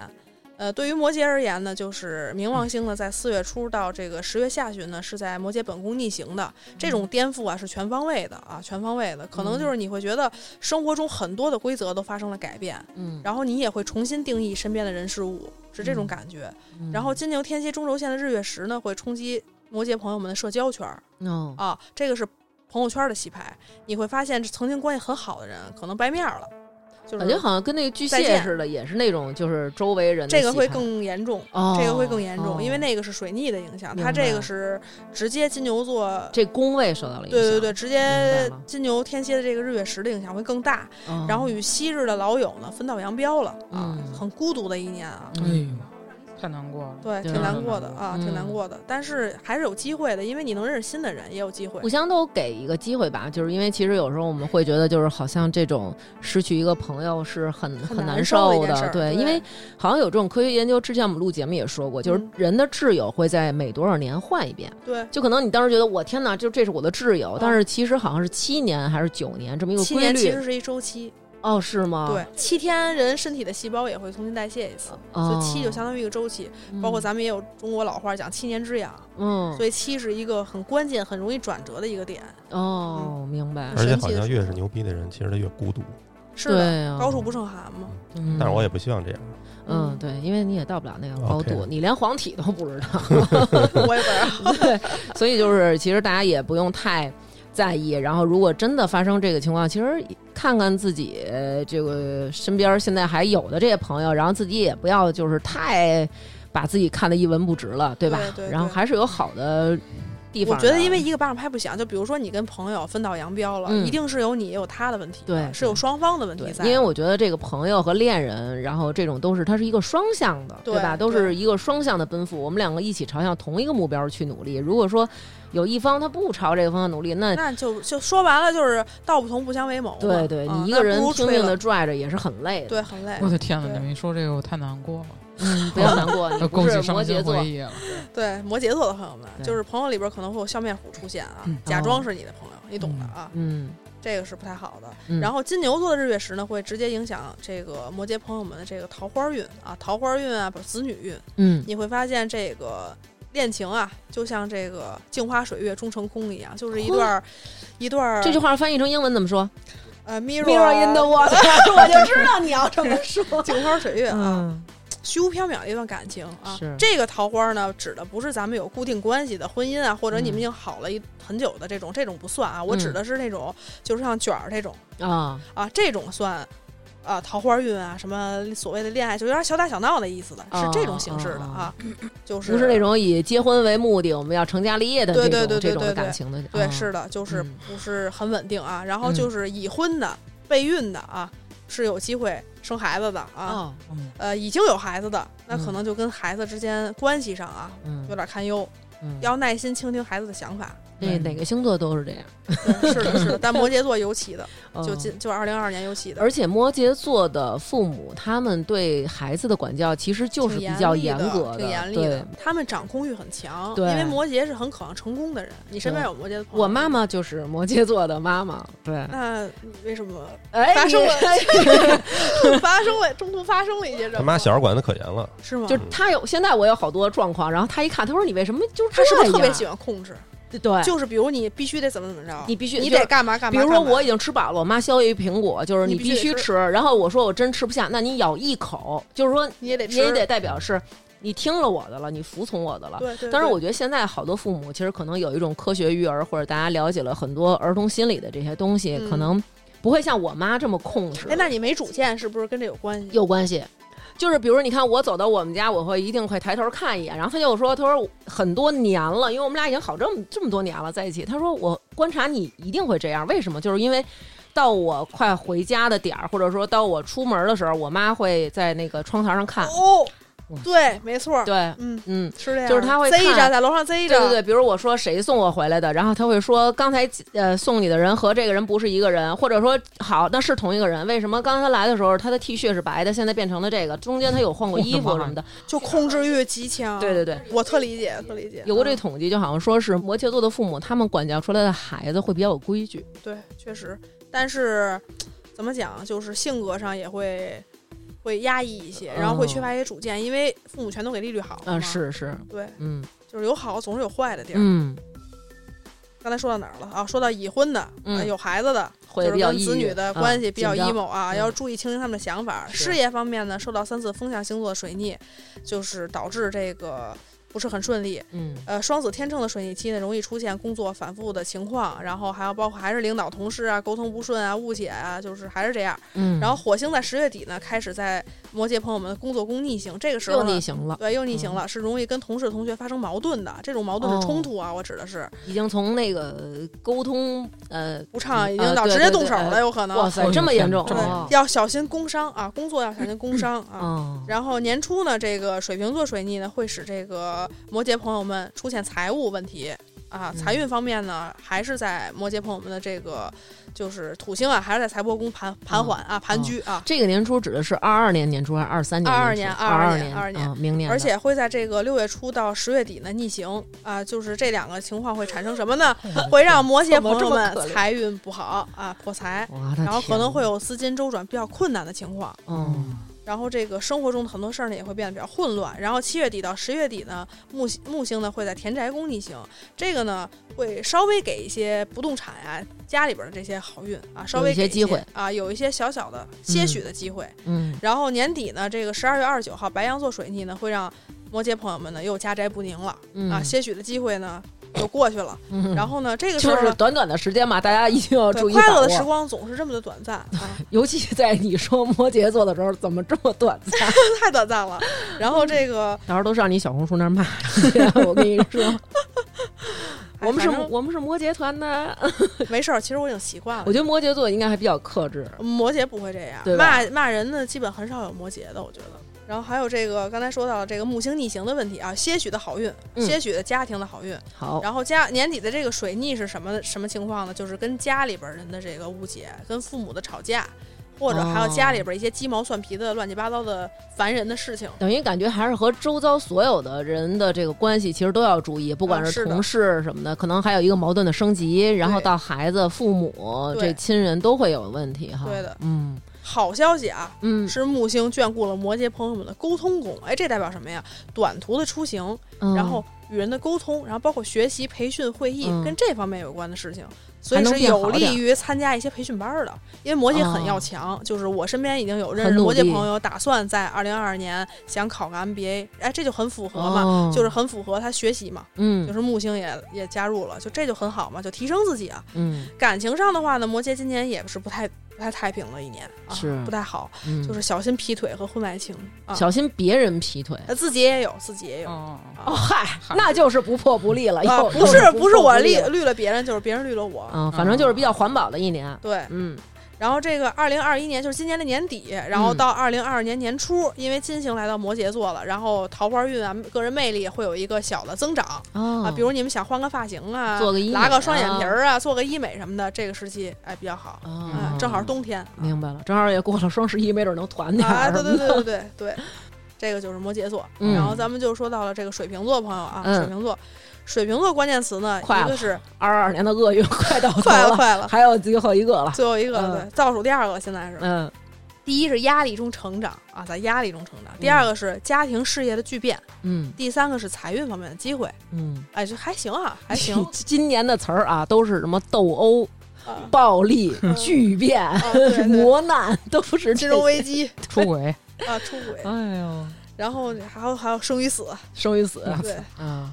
Speaker 4: 呃，对于摩羯而言呢，就是冥王星呢在四月初到这个十月下旬呢是在摩羯本宫逆行的，
Speaker 2: 嗯
Speaker 4: 这种颠覆啊是全方位的啊，全方位的，可能
Speaker 2: 嗯
Speaker 4: 就是你会觉得生活中很多的规则都发生了改变，
Speaker 2: 嗯，
Speaker 4: 然后你也会重新定义身边的人事物，是这种感觉。
Speaker 2: 嗯
Speaker 4: 然后金牛、天蝎、中轴线的日月食呢会冲击摩羯朋友们的社交圈儿，
Speaker 2: 哦，
Speaker 4: 啊，这个是朋友圈的洗牌，你会发现曾经关系很好的人可能掰面儿了，就是
Speaker 2: 感觉好像跟那个巨
Speaker 4: 再
Speaker 2: 蟹
Speaker 4: 见
Speaker 2: 似的，也是那种就是周围人的
Speaker 4: 这个
Speaker 2: 喜
Speaker 4: 会
Speaker 2: 欢
Speaker 4: 更严重，
Speaker 2: 哦，
Speaker 4: 这个会更严重，
Speaker 2: 哦
Speaker 4: 因为那个是水逆的影响，
Speaker 2: 明
Speaker 4: 它这
Speaker 2: 白
Speaker 4: 个是直接金牛座。
Speaker 2: 这宫位受到了影响。
Speaker 4: 对对对，直
Speaker 2: 白
Speaker 4: 接
Speaker 2: 了
Speaker 4: 金牛天蝎的这个日月食的影响会更大，
Speaker 2: 嗯
Speaker 4: 哎然后与昔日的老友呢分道扬�镳了啊，
Speaker 2: 嗯
Speaker 4: 很孤独的一年啊。
Speaker 1: 哎呦，太难过了。
Speaker 4: 对，
Speaker 2: 对
Speaker 4: 挺难过的
Speaker 1: 嗯
Speaker 4: 啊，挺难过的。但是还是有机会的，因为你能认识新的人，也有机会
Speaker 2: 互。相都给一个机会吧，就是因为其实有时候我们会觉得，就是好像这种失去一个朋友是很
Speaker 4: 很
Speaker 2: 很
Speaker 4: 难
Speaker 2: 难
Speaker 4: 受的一
Speaker 2: 受
Speaker 4: 件事儿
Speaker 2: 对，
Speaker 4: 对
Speaker 2: 因为好像有这种科学研究，之前我们录节目也说过，就是
Speaker 4: 嗯
Speaker 2: 人的挚友会在每多少年换一遍，
Speaker 4: 对，
Speaker 2: 就可能你当时觉得我天哪，就这是我的挚友
Speaker 4: 嗯，
Speaker 2: 但是其实好像是七年还是九年这么一个
Speaker 4: 七
Speaker 2: 规
Speaker 4: 年其
Speaker 2: 律
Speaker 4: 实，是一周期，
Speaker 2: 哦，是吗？
Speaker 4: 对，，七天人身体的细胞也会重新代谢一次，所
Speaker 2: 哦
Speaker 4: 以七就相当于一个周期。包括咱们也有中国老话讲七年之痒，
Speaker 2: 嗯，
Speaker 4: 所以七是一个很关键、很容易转折的一个点。嗯
Speaker 2: 哦，明白，
Speaker 3: 而且好像越是牛逼的人，其实他越孤独。
Speaker 4: 是的，
Speaker 2: 对啊，
Speaker 4: 高处不胜寒
Speaker 2: [laughs]
Speaker 4: 嘛。
Speaker 2: 嗯，
Speaker 3: 但是我也不希望这样。
Speaker 2: 嗯，对，因为你也到不了那个高度，
Speaker 3: OK
Speaker 2: 你连黄体都不知道。
Speaker 4: 我也啊不知道。
Speaker 2: 对，所以就是其实大家也不用太在意。然后，如果真的发生这个情况，其实看看自己呃这个身边现在还有的这些朋友，然后自己也不要就是太把自己看得一文不值了，对吧？
Speaker 4: 对对
Speaker 2: 然后还是有好的地方啊
Speaker 4: 我
Speaker 2: 的。
Speaker 4: 觉得，因为一个巴掌拍不响，就比如说你跟朋友分道扬镳了，
Speaker 2: 嗯
Speaker 4: 一定是有你也有他的问题的，
Speaker 2: 对
Speaker 4: 是有双方的问
Speaker 2: 对
Speaker 4: 题，在。
Speaker 2: 因为我觉得这个朋友和恋人，然后这种都是它是一个双向的，
Speaker 4: 对
Speaker 2: 吧？
Speaker 4: 对
Speaker 2: 都是一个双向的奔赴，我们两个一起朝向同一个目标去努力。如果说有一方他不朝这个方向努力，那
Speaker 4: 那就就说白了，就是道不同不相为谋嘛。
Speaker 2: 对对，
Speaker 4: 嗯
Speaker 2: 你一
Speaker 4: 那
Speaker 2: 个人
Speaker 4: 不如
Speaker 2: 拼
Speaker 4: 吹
Speaker 2: 命的
Speaker 4: 了
Speaker 2: 拽着也是很累的。
Speaker 4: 对，很累。
Speaker 1: 我的天哪！
Speaker 4: 对
Speaker 1: 你们一说这个，我太难过了，
Speaker 2: 嗯，
Speaker 4: [laughs]
Speaker 2: 不要难过，你
Speaker 1: 勾
Speaker 2: 不
Speaker 1: 起
Speaker 2: 是
Speaker 1: 伤
Speaker 2: 摩羯
Speaker 1: 心
Speaker 2: 座
Speaker 1: 回，忆了。
Speaker 4: 对，摩羯座的朋友们，
Speaker 2: 对
Speaker 4: 就是朋友里边可能会有笑面虎出现啊
Speaker 1: 嗯，
Speaker 4: 假
Speaker 2: 哦
Speaker 4: 装是你的朋友，你懂的啊，
Speaker 2: 嗯，
Speaker 4: 这个是不太好的。
Speaker 2: 嗯
Speaker 4: 然后金牛座的日月食呢，会直接影响这个摩羯朋友们的这个桃花运啊，桃花运啊，不是子女运。
Speaker 2: 嗯，
Speaker 4: 你会发现这个恋情啊，就像这个镜花水月终成空一样，就是一段儿一段儿
Speaker 2: 这句话翻译成英文怎么说
Speaker 4: 呃 mirror
Speaker 2: ？Mirror
Speaker 4: [laughs]
Speaker 2: in the [laughs] water，我就知道你要这么说。
Speaker 4: 镜花水月啊，
Speaker 2: 嗯，
Speaker 4: 虚无缥缈的一段感情啊
Speaker 2: 是。
Speaker 4: 这个桃花呢，指的不是咱们有固定关系的婚姻啊，或者你们已经好了一很久的这种，这种不算
Speaker 2: 嗯
Speaker 4: 啊。我指的是那种，就是像卷儿这种
Speaker 2: 啊，
Speaker 4: 啊，这种算。啊，桃花运啊，什么所谓的恋爱，就有点小打小闹的意思的，是这种形式的啊，就是
Speaker 2: 不是那种以结婚为目的，我们要成家立业的这
Speaker 4: 对
Speaker 2: 种
Speaker 4: 对对对
Speaker 2: 这种
Speaker 4: 对
Speaker 2: 的
Speaker 4: 对
Speaker 2: 感情的，
Speaker 4: 对，
Speaker 2: 啊
Speaker 4: 是的，就是
Speaker 2: 嗯
Speaker 4: 不是很稳定啊。然后
Speaker 2: 嗯
Speaker 4: 就是已婚的、备孕的啊，是有机会生孩子的啊。
Speaker 2: 哦，
Speaker 1: 嗯，
Speaker 4: 呃，已经有孩子的，那可
Speaker 2: 嗯
Speaker 4: 能就跟孩子之间关系上啊，
Speaker 2: 嗯
Speaker 4: 有点堪忧，
Speaker 2: 嗯，
Speaker 4: 要耐心倾听孩子的想法。
Speaker 2: 那哪个星座都是这样，
Speaker 4: 对是的，
Speaker 2: [laughs]
Speaker 4: 是的，但摩羯座尤其的，就
Speaker 2: 哦
Speaker 4: 今就二零二年尤其的，
Speaker 2: 而且摩羯座的父母，他们对孩子的管教其实就是
Speaker 4: 挺
Speaker 2: 比较
Speaker 4: 严
Speaker 2: 严
Speaker 4: 厉的
Speaker 2: 格
Speaker 4: 挺严厉
Speaker 2: 对
Speaker 4: 的，。他们掌控欲很强，
Speaker 2: 对
Speaker 4: 因为摩羯是很渴望成功的人。你身边
Speaker 2: 对
Speaker 4: 有摩羯的朋友？
Speaker 2: 我妈。妈就是摩羯座的妈妈，对，
Speaker 4: 那你为什么
Speaker 2: 哎
Speaker 4: 发生
Speaker 2: 你哎
Speaker 4: 了 [laughs] 发生了中途发生了一些什么？
Speaker 3: 他妈小时候管的可严了，
Speaker 4: 是吗？
Speaker 2: 就是他有现在我有好多状况，然后他一看，他说你为什么就是
Speaker 4: 他是不是特别喜
Speaker 2: 喜
Speaker 4: 欢控制？
Speaker 2: 欢？对，
Speaker 4: 就是比如你必须得怎么怎么着，
Speaker 2: 你必须
Speaker 4: 你
Speaker 2: 就
Speaker 4: 得
Speaker 2: 是
Speaker 4: 干嘛干
Speaker 2: 比
Speaker 4: 嘛。
Speaker 2: 如说
Speaker 4: 干嘛
Speaker 2: 我已经吃饱了，我妈削一苹果，就是
Speaker 4: 你必须
Speaker 2: 必
Speaker 4: 得
Speaker 2: 须
Speaker 4: 吃
Speaker 2: 吃，然后我说我真吃不下，那你咬一口，就是说
Speaker 4: 你也得
Speaker 2: 你
Speaker 4: 吃，
Speaker 2: 也得代表是你听了我的了，你服从我的了。
Speaker 4: 对对。
Speaker 2: 当然，
Speaker 4: 对
Speaker 2: 我觉得现在好多父母其实可能有一种科学育儿，或者大家了解了很多儿童心理的这些东西，
Speaker 4: 嗯
Speaker 2: 可能不会像我妈这么控制。
Speaker 4: 哎，那你没主见是不是跟这有关系？
Speaker 2: 有关系。就是比如你看，我走到我们家，我会一定会抬头看一眼。然后他就说：“他说很多年了，因为我们俩已经好这么这么多年了，在一起。他说我观察你一定会这样，为什么？就是因为到我快回家的点儿，或者说到我出门的时候，我妈会在那个窗台上看。
Speaker 4: 哦
Speaker 2: 哇，
Speaker 4: 对，没错儿，
Speaker 2: 啊对，
Speaker 4: 嗯，
Speaker 2: 嗯，
Speaker 4: 是这样，
Speaker 2: 就是他会
Speaker 4: 贼着
Speaker 2: 看
Speaker 4: 在楼上贼
Speaker 2: 对
Speaker 4: 着，
Speaker 2: 对对。比如我说谁送我回来的，然后他会说刚才呃送你的人和这个人不是一个人，或者说好那是同一个人，为什么刚才他来的时候他的 T 恤是白的，现在变成了这个？中间他有换过衣服什么的。”
Speaker 4: 就控制欲极强。
Speaker 2: 对对对，
Speaker 4: 我特理解，特理解。
Speaker 2: 有过这
Speaker 4: 啊嗯
Speaker 2: 统计，就好像说是摩羯座的父母，他们管教出来的孩子会比较有规矩。
Speaker 4: 对，确实，但是怎么讲，就是性格上也会。会压抑一些，然后会缺乏一些主见，因为父母全都给利率好了
Speaker 2: 嗯、
Speaker 4: 嘛
Speaker 2: 哦是是，
Speaker 4: 对，
Speaker 2: 嗯
Speaker 4: 就是有好总是有坏的地儿。
Speaker 2: 嗯，
Speaker 4: 刚才说到哪儿了啊？说到已婚的，
Speaker 2: 嗯
Speaker 4: 啊有孩子的，
Speaker 2: 会
Speaker 4: 就是
Speaker 2: 比较
Speaker 4: 跟
Speaker 2: 抑
Speaker 4: 子
Speaker 2: 郁
Speaker 4: 女的
Speaker 2: 啊
Speaker 4: 关系比较
Speaker 2: 紧张
Speaker 4: emo 啊，
Speaker 2: 嗯
Speaker 4: 要注意倾听他们的想法。
Speaker 2: 是
Speaker 4: 事业方面呢，受到三次风象星座的水逆，就是导致这个不是很顺利。
Speaker 2: 嗯
Speaker 4: 呃，双子天秤的水逆期呢，容易出现工作反复的情况，然后还有包括还是领导、同事啊，沟通不顺啊，误解啊，就是还是这样。
Speaker 2: 嗯
Speaker 4: 然后火星在十月底呢，开始在摩羯朋友们的工作宫逆行，这个时候
Speaker 2: 又
Speaker 4: 呢
Speaker 2: 逆行嗯了，
Speaker 4: 对，又逆行了，是容易跟同事、同学发生矛盾的。这种矛盾是
Speaker 2: 哦
Speaker 4: 冲突啊，我指的是
Speaker 2: 已经从那个沟通呃，
Speaker 4: 不畅已经
Speaker 2: 呃
Speaker 4: 到
Speaker 2: 对
Speaker 4: 直接
Speaker 2: 对
Speaker 4: 动
Speaker 2: 对
Speaker 4: 手
Speaker 2: 呃
Speaker 4: 了，有可
Speaker 2: 哇
Speaker 4: 能。
Speaker 2: 塞，这么严重
Speaker 1: 对
Speaker 2: 哦
Speaker 4: 要小心工伤啊，工作要小心工伤啊。
Speaker 2: 哦，
Speaker 4: 然后年初呢，这个水瓶座水逆呢，会使这个摩羯朋友们出现财务问题啊。
Speaker 2: 嗯
Speaker 4: 财运方面呢，还是在摩羯朋友们的这个就是土星啊，还是在财帛宫盘盘桓啊，盘踞啊。
Speaker 2: 这个年初指的是二二年年初还是二三年？
Speaker 4: 22
Speaker 2: 年
Speaker 4: 年
Speaker 2: 初，二
Speaker 4: 22年
Speaker 2: 二
Speaker 4: 22年
Speaker 2: 啊，明年的，
Speaker 4: 而且会在这个六月初到十月底呢逆行啊，就是这两个情况会产生什么
Speaker 1: 嗯
Speaker 4: 呢？会让摩羯朋友们财运不好啊，破财，
Speaker 2: 哇，
Speaker 4: 然后可能会有资金周转比较困难的情况。
Speaker 2: 嗯
Speaker 4: 然后这个生活中的很多事儿呢也会变得比较混乱。然后七月底到十月底呢，木星木星呢会在田宅宫逆行，这个呢会稍微给一些不动产呀、家里边儿的这些好运啊，稍
Speaker 2: 有一
Speaker 4: 微
Speaker 2: 些
Speaker 4: 给
Speaker 2: 机会
Speaker 4: 啊，有一些小小的些许的机会。
Speaker 2: 嗯
Speaker 4: 然后年底呢，这个十二月二十九号白羊座水逆呢会让摩羯朋友们呢又家宅不宁了、
Speaker 2: 嗯
Speaker 4: 啊，些许的机会呢又过去了。
Speaker 2: 嗯
Speaker 4: 然后呢，这个时
Speaker 2: 就
Speaker 4: 候
Speaker 2: 是
Speaker 4: 呢。
Speaker 2: 短短的时间嘛，大家一定要注
Speaker 4: 对，
Speaker 2: 意
Speaker 4: 快
Speaker 2: 把
Speaker 4: 乐的时
Speaker 2: 握。
Speaker 4: 光总是这么的短暂啊！ [laughs]
Speaker 2: 尤其在你说摩羯座的时候，怎么这么短暂？
Speaker 4: 太短暂了。然后这个，
Speaker 2: 到时候都上你小红书那儿 [laughs] 骂去，啊我跟你说，
Speaker 4: 哎
Speaker 2: [laughs] 我们是
Speaker 4: 反正
Speaker 2: 我们是摩羯团的。
Speaker 4: 没事儿，其实我已经习
Speaker 2: [laughs]
Speaker 4: 惯了
Speaker 2: 我。觉得摩羯座应该还比较克制。
Speaker 4: 摩羯不会这样
Speaker 2: 对，吧
Speaker 4: 骂骂人呢，基本很少有摩羯的，我觉得。然后还有这个刚才说到了这个木星逆行的问题啊，些许的好运，
Speaker 2: 嗯哦
Speaker 4: 些许的家庭的好运。
Speaker 2: 好，
Speaker 4: 然后家年底的这个水逆是什么什么情况呢？就是跟家里边人的这个误解，跟父母的吵架，或者还有家里边一些鸡毛蒜皮的乱七八糟的烦人的事情。
Speaker 2: 等于感觉还是和周遭所有的人的这个关系，其实都要注意，不管
Speaker 4: 啊
Speaker 2: 嗯是
Speaker 4: 是的
Speaker 2: 同事什么的，可能还有一个矛盾的升级，然后
Speaker 4: 对
Speaker 2: 到孩子、父母、
Speaker 4: 对
Speaker 2: 这亲人都会有问题哈。
Speaker 4: 对的，
Speaker 2: 嗯
Speaker 4: 好消息啊，
Speaker 2: 嗯
Speaker 4: 是木星眷顾了摩羯朋友们的沟通宫。哎，这代表什么呀？短途的出行，
Speaker 2: 嗯，
Speaker 4: 然后与人的沟通，然后包括学习、培训、会议、
Speaker 2: 嗯
Speaker 4: 跟这方面有关的事情，所
Speaker 2: 还
Speaker 4: 以
Speaker 2: 能
Speaker 4: 是
Speaker 2: 变好
Speaker 4: 有
Speaker 2: 点
Speaker 4: 利于参加一些培训班儿的。因为摩羯很
Speaker 2: 哦
Speaker 4: 要强，就是我身边已经有认
Speaker 2: 很
Speaker 4: 识
Speaker 2: 努
Speaker 4: 摩羯
Speaker 2: 力
Speaker 4: 朋友，打算在二零二二年想考个 MBA，哎，这就很符合嘛，
Speaker 2: 哦
Speaker 4: 就是很符合他学习嘛，就
Speaker 2: 嗯
Speaker 4: 是木星也也加入了，就这就很好嘛，就提升自己啊。
Speaker 2: 嗯
Speaker 4: 感情上的话呢，摩羯今年也是不太不太太平的一年啊，
Speaker 2: 是
Speaker 4: 不太好，
Speaker 2: 嗯，
Speaker 4: 就是小心劈腿和婚外情啊。
Speaker 2: 小心别人劈腿。
Speaker 4: 呃自己也有，自己也有。
Speaker 1: 哦，
Speaker 2: 哦嗨，那就是不破不立了，
Speaker 4: 啊，
Speaker 2: 哎又
Speaker 4: 不是不是我绿
Speaker 2: 立
Speaker 4: 绿了别人，就是别人绿了我。
Speaker 2: 啊，反正就是比较环保的一年。
Speaker 4: 对，
Speaker 2: 嗯
Speaker 4: 然后这个二零二一年就是今年的年底，然后
Speaker 2: 嗯
Speaker 4: 到二零二二年年初，因为金星来到摩羯座了，然后桃花运啊、个人魅力会有一个小的增长、
Speaker 2: 啊
Speaker 4: 啊，比如你们想换个发型啊，
Speaker 2: 做个医美
Speaker 4: 拉个双眼皮儿啊，做个医美什么的，这个时期哎比较好，
Speaker 2: 啊
Speaker 4: 嗯，，正好是冬天，
Speaker 2: 哦明白了，正好也过了双十一，没准能团点
Speaker 4: 啊，
Speaker 2: 儿。
Speaker 4: 对对对对对对，这个就是摩羯座。
Speaker 2: 嗯
Speaker 4: 然后咱们就说到了这个水瓶座朋友啊，
Speaker 2: 嗯
Speaker 4: 水瓶座，水瓶座关键词呢，
Speaker 2: 快
Speaker 4: 一
Speaker 2: 了
Speaker 4: 个是
Speaker 2: [laughs] 二二年的厄运快到头
Speaker 4: 快了快了，
Speaker 2: 还有最后一个了。
Speaker 4: 最后一个了
Speaker 2: 嗯
Speaker 4: 对，倒数第二个了现在是。
Speaker 2: 嗯
Speaker 4: 第一是压力中成长啊，在压力中成长；第二个是家庭事业的巨变；
Speaker 2: 嗯
Speaker 4: 第三个是财运方面的机会。
Speaker 2: 嗯，。
Speaker 4: 哎，这还行啊，还行
Speaker 2: [laughs] 今年的词儿啊，都是什么斗殴、
Speaker 4: 啊，
Speaker 2: 暴力、
Speaker 4: 嗯
Speaker 2: 巨变、
Speaker 4: 啊对对，
Speaker 2: 磨难，都是
Speaker 4: 金
Speaker 2: 这
Speaker 4: 融危机
Speaker 1: 出轨，
Speaker 4: 啊，出轨，
Speaker 1: 哎呦，
Speaker 4: 然后还有还有生与死。
Speaker 2: 生与死
Speaker 4: 对，
Speaker 1: 嗯
Speaker 2: 啊。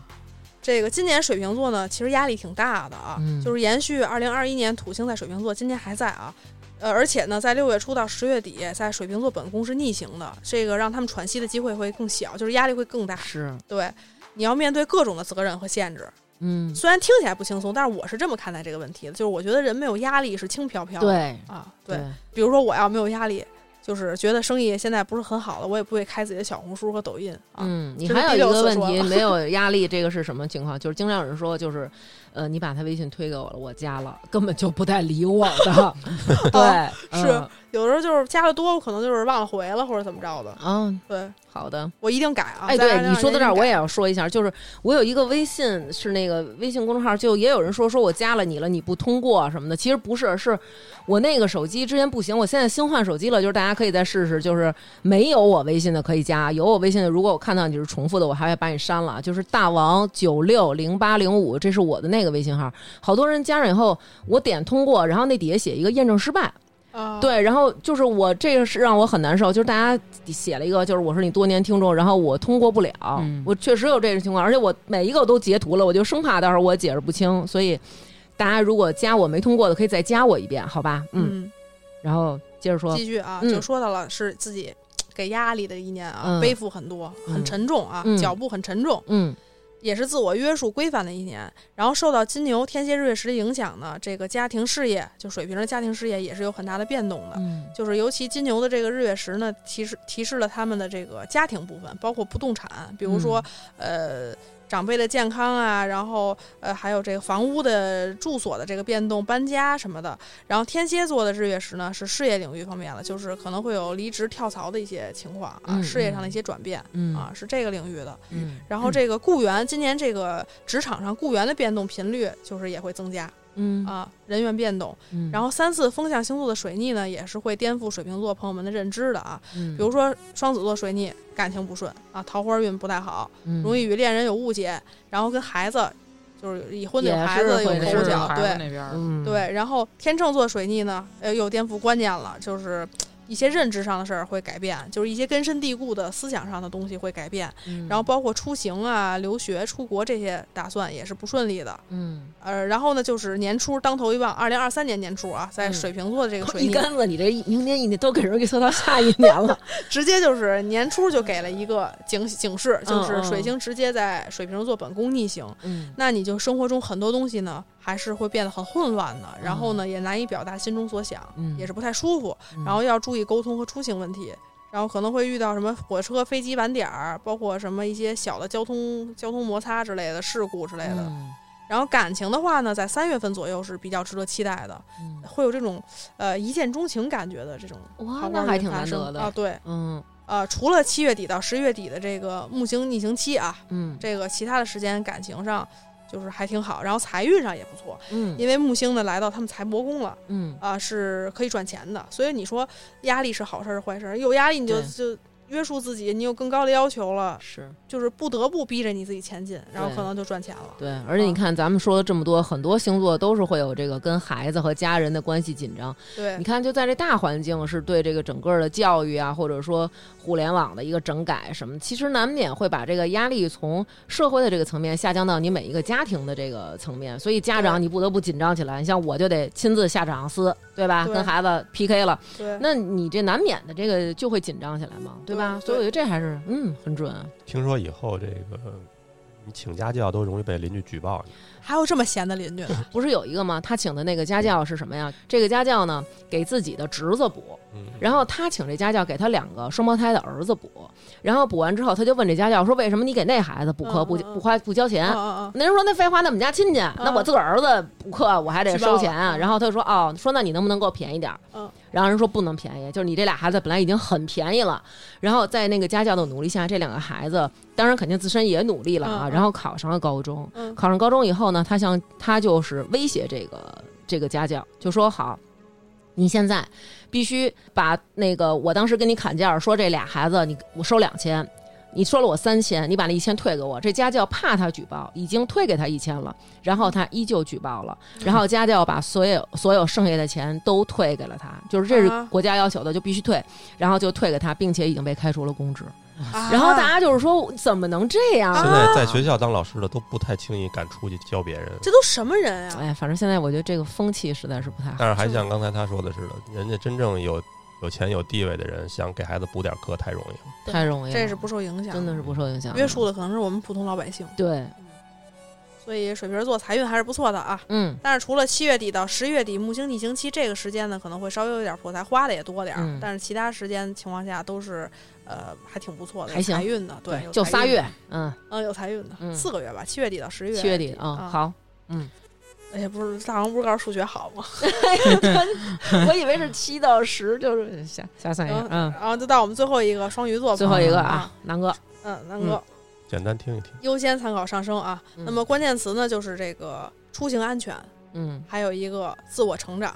Speaker 4: 这个今年水瓶座呢，其实压力挺大的啊，
Speaker 2: 嗯
Speaker 4: 就是延续二零二一年土星在水瓶座，今年还在啊。呃，而且呢，在六月初到十月底，在水瓶座本宫是逆行的，这个让他们喘息的机会会更小，就是压力会更大。
Speaker 2: 是，
Speaker 4: 对，你要面对各种的责任和限制，
Speaker 2: 嗯，
Speaker 4: 虽然听起来不轻松，但是我是这么看待这个问题的，就是我觉得人没有压力是轻飘飘的。
Speaker 2: 对
Speaker 4: 啊，对，比如说我要没有压力，就是觉得生意现在不是很好了，我也不会开自己的小红书和抖音啊。
Speaker 2: 嗯，你
Speaker 4: 这是
Speaker 2: 还有
Speaker 4: 第
Speaker 2: 一
Speaker 4: 六
Speaker 2: 个
Speaker 4: 次
Speaker 2: 问
Speaker 4: 说
Speaker 2: 题
Speaker 4: 了
Speaker 2: 没
Speaker 4: [laughs]
Speaker 2: 有压力，这个是什么情况？就是经常有人说，就是，呃，你把他微信推给我了，我加了，根本就不带理我
Speaker 4: [laughs]
Speaker 2: 的。对，
Speaker 4: 啊是
Speaker 2: 嗯
Speaker 4: 有的时候就是加的多，我可能就是忘了回了或者怎么着的。
Speaker 2: 啊，
Speaker 4: 对
Speaker 2: 好的。
Speaker 4: 我一定改啊！
Speaker 2: 哎，
Speaker 4: 在
Speaker 2: 对，你说到这儿，
Speaker 4: 2022
Speaker 2: 我
Speaker 4: 年
Speaker 2: 也要说一下，就是我有一个微信是那个微信公众号，就也有人说说我加了你了，你不通过什么的。其实不是，是我那个手机之前不行，我现在新换手机了，就是大家可以再试试，就是没有我微信的可以加，有我微信的，如果我看到你是重复的，我还会把你删了。就是大王九六零八零五，这是我的那个微信号，好多人加上以后，我点通过，然后那底下写一个验证失败。
Speaker 4: 啊，
Speaker 2: 对，然后就是我这个是让我很难受，就是大家写了一个，就是我是你多年听众，然后我通过不了，
Speaker 1: 嗯
Speaker 2: 我确实有这个情况，而且我每一个我都截图了，我就生怕到时候我解释不清，所以大家如果加我没通过的，可以再加我一遍，好吧？嗯，
Speaker 4: 嗯，
Speaker 2: 然后接着说
Speaker 4: 继，续啊，
Speaker 2: 嗯
Speaker 4: 就说到了是自己给压力的一年啊，
Speaker 2: 嗯
Speaker 4: 背负很多，很
Speaker 2: 嗯
Speaker 4: 沉重啊，
Speaker 2: 嗯
Speaker 4: 脚步很沉重，
Speaker 2: 嗯
Speaker 4: 也是自我约束规范的一年。然后受到金牛、天蝎、日月食的影响呢，这个家庭事业就水瓶的家庭事业也是有很大的变动的。
Speaker 2: 嗯
Speaker 4: 就是尤其金牛的这个日月食呢，提示提示了他们的这个家庭部分，包括不动产，比如说、
Speaker 2: 嗯
Speaker 4: 呃长辈的健康啊，然后呃还有这个房屋的住所的这个变动、搬家什么的。然后天蝎座的日月食呢是事业领域方面了，就是可能会有离职、跳槽的一些情况啊，
Speaker 2: 嗯
Speaker 4: 事业上的一些转变、
Speaker 2: 嗯
Speaker 4: 啊，是这个领域的。
Speaker 2: 嗯
Speaker 4: 然后这个雇员今年这个职场上雇员的变动频率就是也会增加
Speaker 2: 嗯，
Speaker 4: 啊，人员变动。
Speaker 2: 嗯
Speaker 4: 然后三四风象星座的水逆呢，也是会颠覆水瓶座朋友们的认知的啊。
Speaker 2: 嗯
Speaker 4: 比如说双子座水逆，感情不顺啊，桃花运不太好，
Speaker 2: 嗯
Speaker 4: 容易与恋人有误解，然后跟孩子就是已婚的有
Speaker 2: 也
Speaker 4: 孩
Speaker 2: 是
Speaker 4: 子有
Speaker 2: 会
Speaker 1: 是
Speaker 4: 口
Speaker 2: 这
Speaker 4: 角
Speaker 2: 样，
Speaker 1: 孩子
Speaker 4: 对
Speaker 1: 那边儿，
Speaker 2: 嗯
Speaker 4: 对。然后天秤座水逆呢，呃，又颠覆观念了，就是。一些认知上的事儿会改变，就是一些根深蒂固的思想上的东西会改变，
Speaker 2: 嗯
Speaker 4: 然后包括出行啊、留学、出国这些打算也是不顺利的。
Speaker 2: 嗯
Speaker 4: 呃，然后呢，就是年初当头一棒，二零二三年年初啊，在
Speaker 2: 嗯
Speaker 4: 水瓶座的这
Speaker 2: [laughs]
Speaker 4: 个水
Speaker 2: 一
Speaker 4: 逆，
Speaker 2: 竿子，你这一明年一年都给人预测到下一年
Speaker 4: [laughs]
Speaker 2: 了，
Speaker 4: 直接就是年初就给了一个警警示，就
Speaker 2: 嗯
Speaker 4: 是
Speaker 2: 嗯
Speaker 4: 水星直接在水瓶座本宫逆行，
Speaker 2: 嗯
Speaker 4: 那你就生活中很多东西呢，还是会变得很混乱的，然后呢，也难以表达心中所想，
Speaker 2: 嗯
Speaker 4: 也是不太舒服，
Speaker 2: 嗯
Speaker 4: 然后要注意沟通和出行问题。然后可能会遇到什么火车、飞机晚点儿，包括什么一些小的交通交通摩擦之类的事故之类的。
Speaker 2: 嗯
Speaker 4: 然后感情的话呢，在三月份左右是比较值得期待的，
Speaker 2: 嗯
Speaker 4: 会有这种呃一见钟情感觉的这种
Speaker 2: 哇
Speaker 4: 桃，
Speaker 2: 啊那
Speaker 4: 花
Speaker 2: 还
Speaker 4: 运
Speaker 2: 挺
Speaker 4: 发
Speaker 2: 难
Speaker 4: 生
Speaker 2: 得的
Speaker 4: 啊。对，
Speaker 2: 嗯
Speaker 4: 呃，除了七月底到十一月底的这个木星逆行期啊，
Speaker 2: 嗯
Speaker 4: 这个其他的时间感情上就是还挺好，然后财运上也不错，
Speaker 2: 嗯
Speaker 4: 因为木星呢来到他们财帛宫了
Speaker 2: 嗯，
Speaker 4: 啊、是可以赚钱的。所以你说压力是好事儿是坏事儿？有压力你就就。约束自己，你有更高的要求了，
Speaker 2: 是
Speaker 4: 就是不得不逼着你自己前进，然后
Speaker 2: 对
Speaker 4: 可能就赚钱了。
Speaker 2: 对，而且你
Speaker 4: 啊
Speaker 2: 看，咱们说了这么多，很多星座都是会有这个跟孩子和家人的关系紧张。
Speaker 4: 对
Speaker 2: 你，看，就在这大环境是对这个整个的教育啊，或者说互联网的一个整改什么，其实难免会把这个压力从社会的这个层面下降到你每一个家庭的这个层面，所以家长
Speaker 4: 对
Speaker 2: 你不得不紧张起来。你像我就得亲自下场撕，对吧？
Speaker 4: 对
Speaker 2: 跟孩子 PK 了，
Speaker 4: 对，
Speaker 2: 那你这难免的这个就会紧张起来嘛，对吧？
Speaker 4: 对
Speaker 2: 所以我觉得这还是嗯很准。
Speaker 3: 听说以后这个你请家教都容易被邻居举报你，
Speaker 4: 还有这么闲的邻居呢，
Speaker 2: 不是有一个吗？他请的那个家教是什么呀？这个家教呢，给自己的侄子补，
Speaker 3: 嗯，
Speaker 2: 然后他请这家教给他两个双胞胎的儿子补，然后补完之后，他就问这家教说：“为什么你给那孩子补课不
Speaker 4: 嗯嗯嗯
Speaker 2: 不花不交钱
Speaker 4: 嗯？”嗯
Speaker 2: 那人说：“那废话，那我们家亲戚，那我自个儿儿子补课我还得收钱。
Speaker 4: 举报了”嗯
Speaker 2: 然后他就说：“哦，说那你能不能给我便宜点儿？”
Speaker 4: 嗯
Speaker 2: 然后人说不能便宜，就是你这俩孩子本来已经很便宜了，然后在那个家教的努力下，这两个孩子当然肯定自身也努力了啊，
Speaker 4: 嗯嗯
Speaker 2: 然后考上了高中。
Speaker 4: 嗯
Speaker 2: 考上高中以后呢，他向他就是威胁这个这个家教，就说好，你现在必须把那个我当时跟你砍价说这俩孩子你我收两千，你收了我三千，你把那一千退给我。这家教怕他举报，已经退给他一千了，然后他依旧举报了，
Speaker 4: 嗯
Speaker 2: 然后家教把所有所有剩下的钱都退给了他，就是这是
Speaker 4: 啊
Speaker 2: 国家要求的，就必须退，然后就退给他，并且已经被开除了公职。
Speaker 4: 嗯，
Speaker 2: 然后大
Speaker 4: 啊
Speaker 2: 家就是说怎么能这样啊
Speaker 3: 现
Speaker 2: 呢？
Speaker 3: 在在学校当老师的都不太轻易敢出去教别人。
Speaker 4: 这都什么人啊？
Speaker 2: 哎，反正现在我觉得这个风气实在是不太好。
Speaker 3: [laughs] 但是还像刚才他说的似的，人家真正有有钱有地位的人，想给孩子补点课太容易了。
Speaker 4: 对
Speaker 2: 太容易了，
Speaker 4: 这是不受影响，
Speaker 2: 哎真的是不受影响，
Speaker 4: 约束。的可能是我们普通老百姓，
Speaker 2: 对，
Speaker 4: 所以水瓶座财运还是不错的啊。
Speaker 2: 嗯
Speaker 4: 但是除了七月底到十月底木星逆行期这个时间呢，可能会稍微有点破财，花的也多点儿、
Speaker 2: 嗯
Speaker 4: 但是其他时间情况下都是，呃，还挺不错的，
Speaker 2: 还行
Speaker 4: 有财运的，对，有
Speaker 2: 就
Speaker 4: 财
Speaker 2: 仨
Speaker 4: 运
Speaker 2: 月
Speaker 4: 的，，
Speaker 2: 嗯，
Speaker 4: 嗯，有财运的，
Speaker 2: 嗯
Speaker 4: 四个月吧，七月底到十月，
Speaker 2: 七月底
Speaker 4: 啊
Speaker 2: 啊，
Speaker 4: [laughs]
Speaker 2: 好，
Speaker 4: 哎呀，不是大王不是告诉数学好吗？
Speaker 2: 我以为是七到十，就是下下算一下，嗯，
Speaker 4: 然后就到我们最后一个双鱼座吧，
Speaker 2: 最后一个
Speaker 4: 啊
Speaker 2: 啊，，南哥，
Speaker 4: 嗯，南哥、
Speaker 3: 简单听一听，
Speaker 4: 优先参考上升啊、
Speaker 2: 嗯
Speaker 4: 那么关键词呢，就是这个出行安全，
Speaker 2: 嗯
Speaker 4: 还有一个自我成长。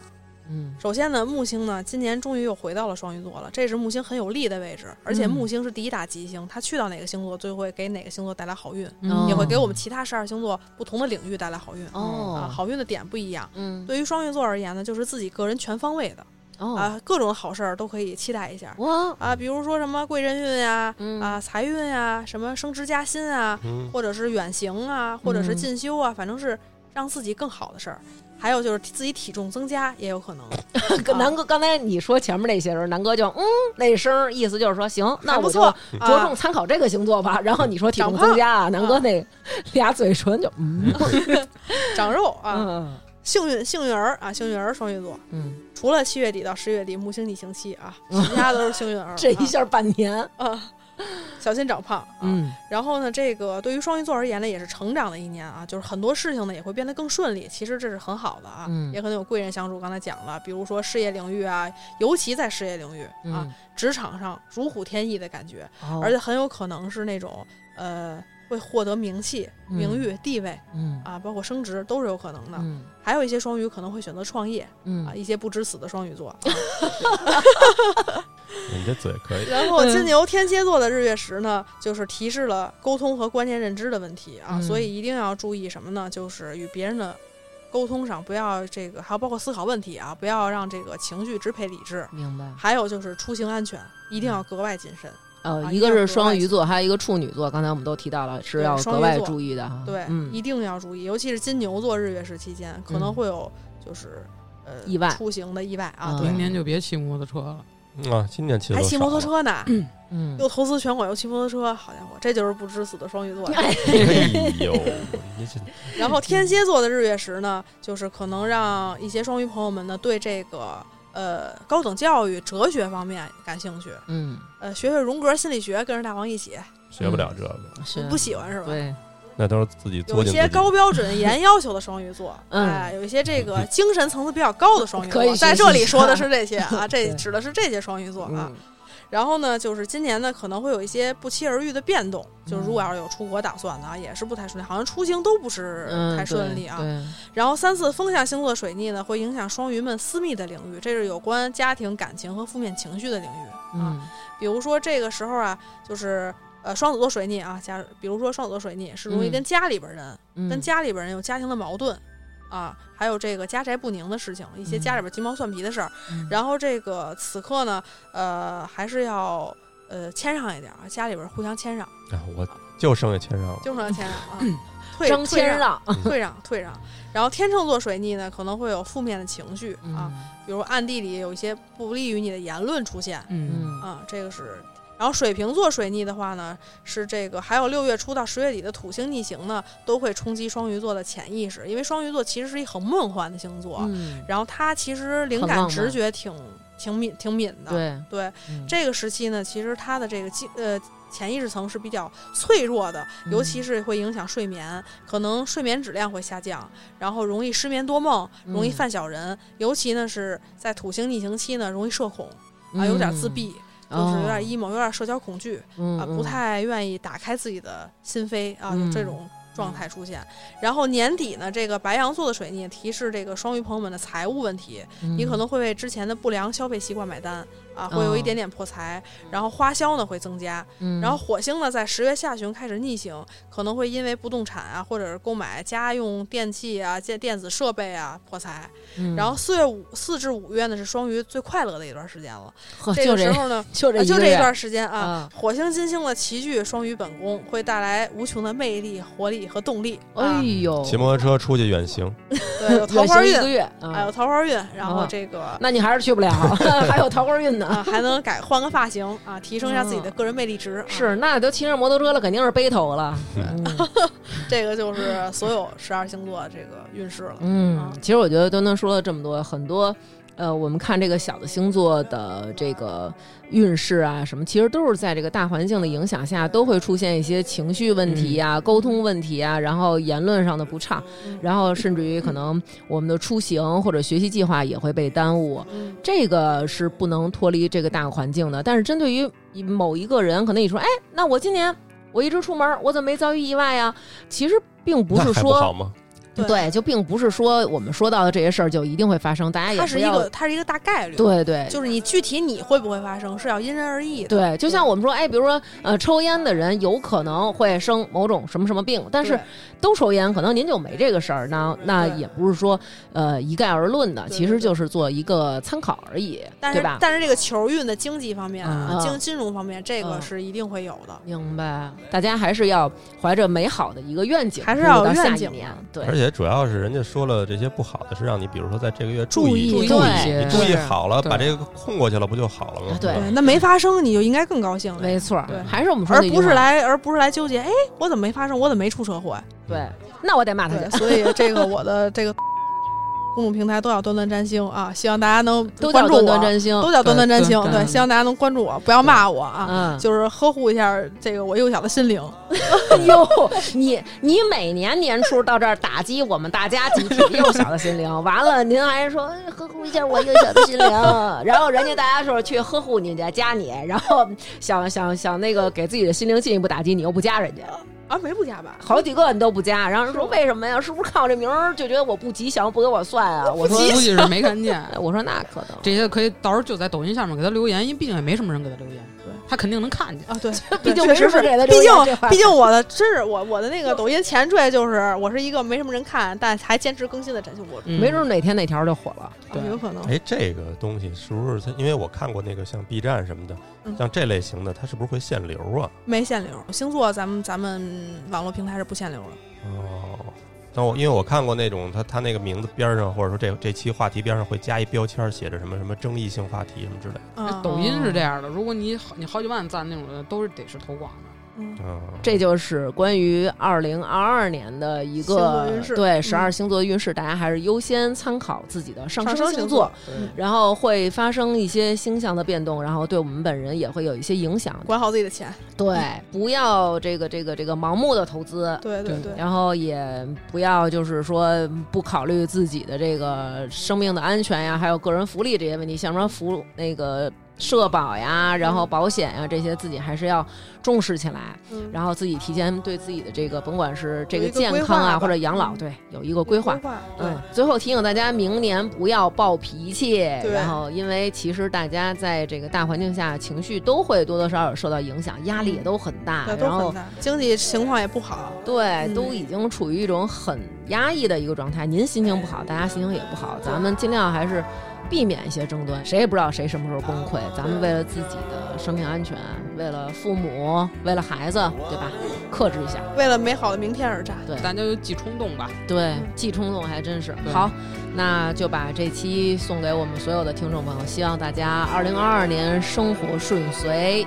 Speaker 2: 嗯
Speaker 4: 首先呢，木星呢，今年终于又回到了双鱼座了，这是木星很有利的位置，而且
Speaker 2: 嗯
Speaker 4: 木星是第一大吉星，它去到哪个星座，就会给哪个星座带来好运，
Speaker 2: 嗯
Speaker 4: 也会给我们其他十二星座不同的领域带来好运、
Speaker 2: 哦
Speaker 4: 啊，好运的点不一样。
Speaker 2: 嗯
Speaker 4: 对于双鱼座而言呢，就是自己个人全方位的，
Speaker 2: 哦，
Speaker 4: 啊，各种好事儿都可以期待一下
Speaker 2: 哇，
Speaker 4: 啊，比如说什么贵人运呀，
Speaker 2: 嗯
Speaker 4: 啊财运呀，什么升职加薪啊，
Speaker 3: 嗯，
Speaker 4: 或者是远行啊，或者是
Speaker 1: 嗯
Speaker 4: 进修啊，反正是让自己更好的事儿。还有就是自己体重增加也有可能，
Speaker 2: 跟南哥刚才你说前面那些时候，南哥就嗯那声儿，意思就是说行，那
Speaker 4: 还不
Speaker 2: 我就
Speaker 4: 错，
Speaker 2: 着嗯重
Speaker 4: 啊
Speaker 2: 参考这个星座吧。然后你说体重
Speaker 4: 长胖
Speaker 2: 增加啊，南哥那俩嘴唇就嗯
Speaker 4: 长肉啊，
Speaker 2: 嗯
Speaker 4: 幸运幸运儿啊，幸运儿双鱼座，
Speaker 2: 嗯，。
Speaker 4: 除了七月底到十月底木星逆行期啊，其他都是幸运儿
Speaker 2: [laughs] 这一
Speaker 4: 啊
Speaker 2: 下半年，
Speaker 4: 啊，小心长胖啊。
Speaker 2: 嗯
Speaker 4: 然后呢，这个对于双鱼座而言呢，也是成长的一年啊，就是很多事情呢也会变得更顺利，其实这是很好的啊，
Speaker 2: 嗯
Speaker 4: 也可能有贵人相助。刚才讲了，比如说事业领域啊，尤其在事业领域啊，
Speaker 2: 嗯，
Speaker 4: 职场上如虎添翼的感觉，而
Speaker 2: 而
Speaker 4: 且很有可能是那种呃会获得名气、
Speaker 2: 嗯
Speaker 4: 名誉、地位
Speaker 2: 嗯
Speaker 4: 啊，包括升职都是有可能的。
Speaker 2: 嗯
Speaker 4: 还有一些双鱼可能会选择创业
Speaker 2: 嗯
Speaker 4: 啊，一些不知死的双鱼
Speaker 2: [laughs]
Speaker 4: 座。啊
Speaker 3: 你这嘴可以，
Speaker 4: 然后金牛、天蝎座的日月食呢，就是提示了沟通和关键认知的问题啊，
Speaker 2: 嗯
Speaker 4: 所以一定要注意什么呢？就是与别人的沟通上不要这个，还有包括思考问题啊，不要让这个情绪支配理智。
Speaker 2: 明白。
Speaker 4: 还有就是出行安全，一定要
Speaker 2: 嗯
Speaker 4: 格外谨慎。
Speaker 2: 呃，
Speaker 4: 啊
Speaker 2: 一
Speaker 4: 一
Speaker 2: 个
Speaker 4: 定要
Speaker 2: 是
Speaker 4: 格
Speaker 2: 双
Speaker 4: 外
Speaker 2: 鱼座，还有一个处女座，刚才我们都提到了，是
Speaker 4: 对
Speaker 2: 要
Speaker 4: 双
Speaker 2: 格
Speaker 4: 鱼
Speaker 2: 外
Speaker 4: 座
Speaker 2: 注意
Speaker 3: 啊
Speaker 2: 的哈。
Speaker 4: 对，
Speaker 2: 嗯
Speaker 4: 一定要注意，尤其是金牛座日月食期间，可能
Speaker 2: 嗯
Speaker 4: 会有就是、呃
Speaker 2: 意外
Speaker 4: 出行的意外啊。
Speaker 2: 嗯
Speaker 4: 对
Speaker 1: 明，年就别骑摩托车了。
Speaker 3: 嗯 [laughs] 啊，今年骑的
Speaker 4: 还
Speaker 3: 都
Speaker 4: 骑
Speaker 3: 少了，
Speaker 4: 摩托车呢，
Speaker 2: 嗯，
Speaker 4: 又投资全款又骑摩托车，好家伙，这就是不知死的双鱼座。
Speaker 2: [laughs]
Speaker 3: 哎呦，你这
Speaker 4: 然后天蝎座的日月食呢，就是可能让一些双鱼朋友们呢对这个呃高等教育、哲学方面感兴趣，
Speaker 2: 嗯
Speaker 4: 呃，学学荣格心理学，跟着大王一起，
Speaker 3: [laughs] 学不了这个，
Speaker 2: 是
Speaker 4: 不喜欢是吧？
Speaker 2: 对，
Speaker 3: 那都是自己
Speaker 4: 有
Speaker 3: 作
Speaker 4: 一
Speaker 3: 践
Speaker 4: 些
Speaker 3: 自己
Speaker 4: 高标准、严要求的双鱼座，
Speaker 2: [laughs] 嗯
Speaker 4: 哎，有一些这个精神层次比较高的双鱼
Speaker 2: 可以
Speaker 4: 座，
Speaker 2: 学
Speaker 4: 在
Speaker 2: 习
Speaker 4: 这
Speaker 2: 一
Speaker 4: 里
Speaker 2: 下
Speaker 4: 说的是这些
Speaker 2: [laughs]
Speaker 4: 啊，这
Speaker 2: 对
Speaker 4: 指的是这些双鱼座啊。
Speaker 2: 嗯
Speaker 4: 然后呢，就是今年呢可能会有一些不期而遇的变动，
Speaker 2: 嗯
Speaker 4: 就是如果要是有出国打算的啊，也是不太顺利，好像出行都不是
Speaker 2: 嗯，
Speaker 4: 太顺利啊。
Speaker 2: 对，对
Speaker 4: 然后三次风象星座水逆呢，会影响双鱼们私密的领域，这是有关家庭、感情和负面情绪的领域啊。
Speaker 2: 嗯
Speaker 4: 比如说这个时候啊，就是呃双子座水逆啊，家比如说双子座水逆是容易
Speaker 2: 嗯
Speaker 4: 跟家里边人、
Speaker 2: 嗯，
Speaker 4: 跟家里边人有家庭的矛盾啊，还有这个家宅不宁的事情，一些
Speaker 2: 嗯
Speaker 4: 家里边鸡毛蒜皮的事儿。
Speaker 2: 嗯
Speaker 4: 然后这个此刻呢，呃，还是要呃谦让一点啊，家里边互相谦让，
Speaker 3: 啊，我就剩下谦让了，
Speaker 4: 就是要谦让啊，退
Speaker 2: 张嗯
Speaker 4: 退
Speaker 2: 谦
Speaker 4: 让。
Speaker 2: 让
Speaker 4: 退让退让。然后天秤座水逆呢，可能会有负面的情绪啊，，
Speaker 2: 嗯
Speaker 4: 比如暗地里有一些不利于你的言论出现
Speaker 1: 嗯，
Speaker 2: 嗯嗯
Speaker 4: 啊，这个是。然后水瓶座水逆的话呢，是这个还有六月初到十月底的土星逆行呢，都会冲击双鱼座的潜意识，因为双鱼座其实是一很梦幻的星座，
Speaker 2: 嗯，
Speaker 4: 然后它其实灵
Speaker 2: 很浪
Speaker 4: 感
Speaker 2: 漫
Speaker 4: 直觉挺挺敏挺敏的，
Speaker 2: 对，
Speaker 4: 对，
Speaker 2: 嗯
Speaker 4: 这个时期呢，其实他的这个精呃潜意识层是比较脆弱的，
Speaker 2: 嗯
Speaker 4: 尤其是会影响睡眠，可能睡眠质量会下降，然后容易失眠多梦，容易
Speaker 2: 嗯
Speaker 4: 犯小人，尤其呢是在土星逆行期呢，容易社恐啊，
Speaker 2: 嗯
Speaker 4: 有点自闭，就是有点
Speaker 2: 哦
Speaker 4: emo，有点社交恐惧、
Speaker 2: 嗯
Speaker 4: 啊，
Speaker 2: 嗯
Speaker 4: 不太愿意打开自己的心扉啊，
Speaker 2: 嗯
Speaker 4: 有这种。状态出现，然后年底呢，这个白羊座的水逆提示这个双鱼朋友们的财务问题，你可能会为之前的不良消费习惯买单啊，会有一
Speaker 2: 嗯哦
Speaker 4: 点点破财，然后花销呢会增加，
Speaker 2: 嗯，
Speaker 4: 然后火星呢在十月下旬开始逆行，可能会因为不动产啊或者是购买家用电器啊、电电子设备啊破财，
Speaker 2: 嗯
Speaker 4: 然后四月五四至五月呢是双鱼最快乐的一段时间了，
Speaker 2: 呵
Speaker 4: 这
Speaker 2: 哦就
Speaker 4: 个时
Speaker 2: 这
Speaker 4: 候呢。
Speaker 2: 就
Speaker 4: 啊
Speaker 2: 这
Speaker 4: 就
Speaker 2: 个
Speaker 4: 这一
Speaker 2: 月
Speaker 4: 段时间啊，
Speaker 2: 啊，
Speaker 4: 火星、金星的齐聚双鱼本宫，会带来无穷的魅力、活力和动力。
Speaker 2: 哎
Speaker 4: 啊，
Speaker 2: 呦，
Speaker 3: 骑摩托车出去远行，
Speaker 2: [laughs]
Speaker 4: 对，有桃
Speaker 2: 远
Speaker 4: 花
Speaker 2: 行一
Speaker 4: 运
Speaker 2: 个，月
Speaker 4: 啊，有
Speaker 2: 啊，
Speaker 4: 桃花运，然后
Speaker 2: 啊
Speaker 4: 这个
Speaker 2: 那你还是去不
Speaker 4: [laughs]
Speaker 2: 了，还有桃花运呢。
Speaker 4: 啊，还能改换个发型啊，提升一下自己的个人魅力值。啊
Speaker 2: [laughs] 是，那都骑上摩托车了，肯定是背头了。
Speaker 4: [laughs]
Speaker 2: 嗯
Speaker 4: 这个就是所有十二星座这个运势了。
Speaker 2: 嗯
Speaker 4: 啊，
Speaker 2: 其实我觉得端端说了这么多，很多呃，我们看这个小的星座的这个运势啊，什么，其实都是在这个大环境的影响下，都会出现一些情绪问题
Speaker 3: 嗯
Speaker 2: 呀、沟通问题啊，然后言论上的不畅，然后甚至于可能我们的出行或者学习计划也会被耽误。
Speaker 4: 嗯，
Speaker 2: 这个是不能脱离这个大环境的。但是针对于某一个人，可能你说，哎，啊那我今年我一直出门，我怎么没遭遇意外呀？其实并不
Speaker 3: 那
Speaker 2: 是
Speaker 3: 还不好
Speaker 2: 说
Speaker 3: 吗？
Speaker 4: 对
Speaker 2: 对，就并不是说我们说到的这些事儿就一定会发生，大家也
Speaker 4: 它是
Speaker 2: 不
Speaker 4: 一
Speaker 2: 要
Speaker 4: 个它是一个大概率，，
Speaker 2: 对对，
Speaker 4: 就是你具体你会不会发生是要因人而异的，
Speaker 2: 对，就像我们说，哎，比如说，呃，抽烟的人有可能会生某种什么什么病，但是
Speaker 4: 对
Speaker 2: 都抽烟，可能您就没这个事儿，那那
Speaker 4: 对
Speaker 2: 也不是说呃一概而论的，
Speaker 4: 对
Speaker 2: 其实就是做一个参考而已，
Speaker 4: 但
Speaker 2: 对
Speaker 4: 是
Speaker 2: 吧？
Speaker 4: 但是这个球运的经济方面啊
Speaker 2: 嗯，
Speaker 4: 经金融方面这个
Speaker 2: 嗯
Speaker 4: 是一定会有的，
Speaker 2: 明白，大家还是要怀着美好的一个愿景，
Speaker 4: 还是要有
Speaker 2: 步入到下
Speaker 4: 愿
Speaker 2: 一
Speaker 4: 景
Speaker 2: 年
Speaker 4: 嘛，
Speaker 2: 对
Speaker 3: 而且主要是人家说了这些不好的，是让你比如说在这个月
Speaker 4: 注
Speaker 3: 意
Speaker 4: 意
Speaker 3: 注
Speaker 2: 注意
Speaker 3: 意，
Speaker 2: 对
Speaker 3: 你注意
Speaker 1: 是
Speaker 3: 好了，
Speaker 1: 对
Speaker 3: 把这个空过去了，不就好了吗？
Speaker 2: 对
Speaker 3: 是吧
Speaker 4: 那没发生你就应该更高兴了，
Speaker 2: 没错儿
Speaker 4: 对，
Speaker 2: 还是我们说
Speaker 4: 而
Speaker 2: 那句
Speaker 4: 不是
Speaker 2: 话
Speaker 4: 来而不是来纠结，哎，我怎么没发生，我怎么没出车祸？
Speaker 2: 对，那我得骂他去
Speaker 4: 对，。所
Speaker 2: [laughs]
Speaker 4: 以这个我的这个公众平台都叫端端占星啊，希望大家能
Speaker 2: 都
Speaker 4: 关
Speaker 2: 叫
Speaker 4: 注我，
Speaker 2: 端端占星，
Speaker 4: 都叫端端占星，
Speaker 1: 对
Speaker 4: 对，
Speaker 1: 对
Speaker 4: 希望大家能关注我，不要骂我啊。
Speaker 2: 嗯，
Speaker 4: 就是呵护一下这个我幼小的心灵，
Speaker 2: [laughs] 哟，哎你你每年年初到这儿打击我们大家集体幼小的心灵，完了您还说哎呵护一下我幼小的心灵，然后人家大家说去呵护你家加你，然后想想想那个给自己的心灵进一步打击，你又不加人家，
Speaker 4: 啊，没不加吧？
Speaker 2: 好几个你都不加，然后人说为什么呀？是不是看我这名儿就觉得我不吉祥，不给我算啊？我
Speaker 1: 我说
Speaker 2: 说
Speaker 1: 估计是没看见。
Speaker 2: 我说那可能。
Speaker 1: 这些可以到时候就在抖音下面给他留言，因为毕竟也没什么人给他留言，他肯定能看见。
Speaker 4: 啊，
Speaker 2: [laughs]
Speaker 4: 对，
Speaker 2: 毕竟
Speaker 4: 对
Speaker 2: 没
Speaker 4: 确实
Speaker 2: 什么
Speaker 4: 是，
Speaker 2: 人给他
Speaker 4: 毕
Speaker 2: 留言这
Speaker 4: 竟
Speaker 2: 话
Speaker 4: 毕竟我的真是我我的那个抖音前缀就是我是一个没什么人看，但还坚持更新的占星博主，
Speaker 1: 嗯
Speaker 2: 没准哪天哪条就火了，
Speaker 4: 啊有可能
Speaker 3: 哎，这个东西是不是它？因为我看过那个像 B 站什么的，
Speaker 4: 嗯
Speaker 3: 像这类型的，它是不是会限流啊？
Speaker 4: 没限流。星座咱们咱们网络平台是不限流的，
Speaker 3: 哦，那我因为我看过那种，它它那个名字边儿上，或者说这这期话题边上会加一标签儿，写着什么什么争议性话题什么之类的。
Speaker 4: 啊，
Speaker 1: 抖音是这样的，如果你好你好几万赞那种的，都是得是投广的。
Speaker 4: 嗯
Speaker 3: 嗯，
Speaker 2: 这就是关于二零二二年的一
Speaker 4: 星座
Speaker 2: 个
Speaker 4: 运势
Speaker 2: 对
Speaker 4: 嗯
Speaker 2: 十二星座的运势，大家还是优先参考自己的上
Speaker 4: 上
Speaker 2: 升
Speaker 4: 升星
Speaker 2: 座
Speaker 4: 座，
Speaker 1: 对
Speaker 2: 然后会发生一些星象的变动，然后对我们本人也会有一些影响。
Speaker 4: 管好自己的钱，
Speaker 2: 对，不要这个这个这个盲目的投资。
Speaker 4: 对对
Speaker 1: 对
Speaker 4: 对，
Speaker 2: 然后也不要就是说不考虑自己的这个生命的安全呀，还有个人福利这些问题，像什么福那个社保呀，然后保险呀这些，自己还是要重视起来。
Speaker 4: 嗯
Speaker 2: 然后自己提前对自己的这个，甭管是这
Speaker 4: 有
Speaker 2: 个
Speaker 4: 一个
Speaker 2: 健
Speaker 4: 规
Speaker 2: 康
Speaker 4: 划
Speaker 2: 啊，
Speaker 4: 吧
Speaker 2: 或者养老，
Speaker 4: 嗯
Speaker 2: 对，有一个规划。
Speaker 4: 对
Speaker 2: 嗯，最后提醒大家，明年不要暴脾气。
Speaker 4: 对
Speaker 2: 然后，因为其实大家在这个大环境下，情绪都会多多少少受到影响，压力也都很大。
Speaker 4: 对，
Speaker 2: 然
Speaker 4: 都
Speaker 2: 后
Speaker 4: 很，大，经济情况也不好，
Speaker 2: 对，
Speaker 4: 嗯
Speaker 2: 都已经处于一种很压抑的一个状态。您心情不好，大家心情也不好，咱们尽量还是避免一些争端。谁也不知道谁什么时候崩溃，咱们为了自己的生命安全，为了父母，为了孩子，对吧？克制一下。
Speaker 4: 为了美好的明天而战。
Speaker 2: 对
Speaker 1: 大家就记冲动吧。
Speaker 2: 对，既冲动还真是。
Speaker 1: 对
Speaker 2: 好，那就把这期送给我们所有的听众朋友，希望大家二零二二年生活顺遂。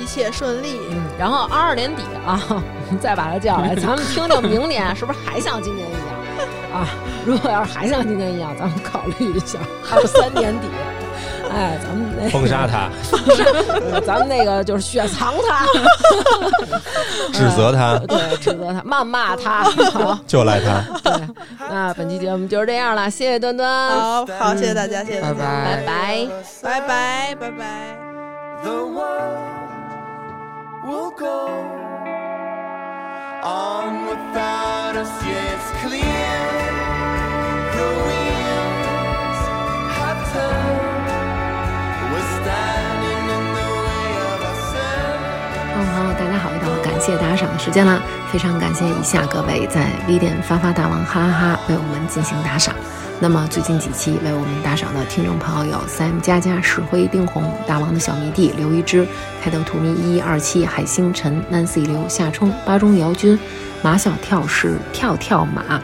Speaker 4: 一切顺利，
Speaker 2: 嗯，然后二二年底啊， [laughs] 我们再把他叫来，咱们听听明年是不是还像今年一样啊？ [laughs] 如果要是还像今年一样，咱们考虑一下二三年底。 [laughs] 哎，咱们那个
Speaker 3: 封杀他，
Speaker 2: 呃咱们那个就是雪藏他， [laughs]
Speaker 3: 指责他，
Speaker 2: 对，指责他，谩骂 [laughs] 他。好，
Speaker 3: 就赖他。
Speaker 2: 对，那本期节目就是这样了，谢谢端端。
Speaker 4: 好好，谢谢大家，谢谢
Speaker 1: 拜
Speaker 4: 大家，
Speaker 1: 拜。
Speaker 2: 拜嗯拜。
Speaker 4: 拜拜，拜拜。
Speaker 5: the world will go on without us. Yeah, it's clear the wheels have turned. We're standing in the way of ourselves.
Speaker 6: 各位朋友，大家嗯好，又到了感谢打赏的时间啦！非常感谢以下各位在 V 店发发大王哈哈哈为我们进行打赏。那么最近几期为我们打赏的听众朋友有 Sam 佳佳、石灰、丁红、大王的小迷弟、刘一之、开头图迷一一二七、海星辰、Nancy 刘、夏冲、巴中姚军、马小跳是跳跳马、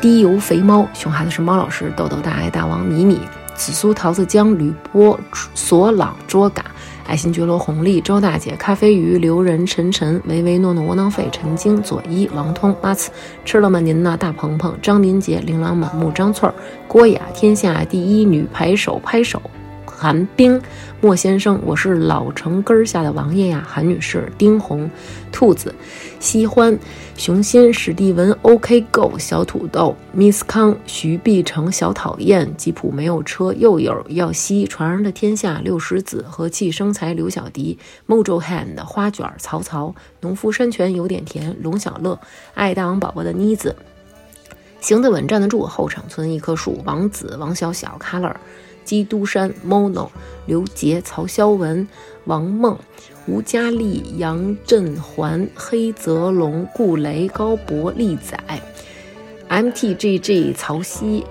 Speaker 6: 低油肥猫、熊孩子是猫老师、豆豆大爱大王米米、紫苏桃子江、吕波、索朗卓嘎。爱新觉罗红丽、周大姐、咖啡鱼、刘仁、晨晨、唯唯诺诺、窝囊废、陈晶、左一、王通、马次、吃了吗您呢？大鹏鹏、张林杰、琳琅满目、张翠儿、郭雅、天下第一女排手拍手。韩冰、莫先生，我是老城根儿下的王爷呀，韩女士、丁红、兔子、西欢、熊心、史蒂文、OK Go、小土豆、Miss 康、徐碧成、小讨厌、吉普没有车、又有耀西、传人的天下、六十子、和气生财、刘小迪、Mojo Hand、花卷、曹操、农夫山泉有点甜、龙小乐、爱大王宝宝的妮子。行得稳，站得住。后场村一棵树，王子、王小小、卡勒、基督山、mono、刘杰、曹肖文、王梦、吴佳丽、杨振环、黑泽龙、顾雷、高博、利仔、MTGG、曹曦、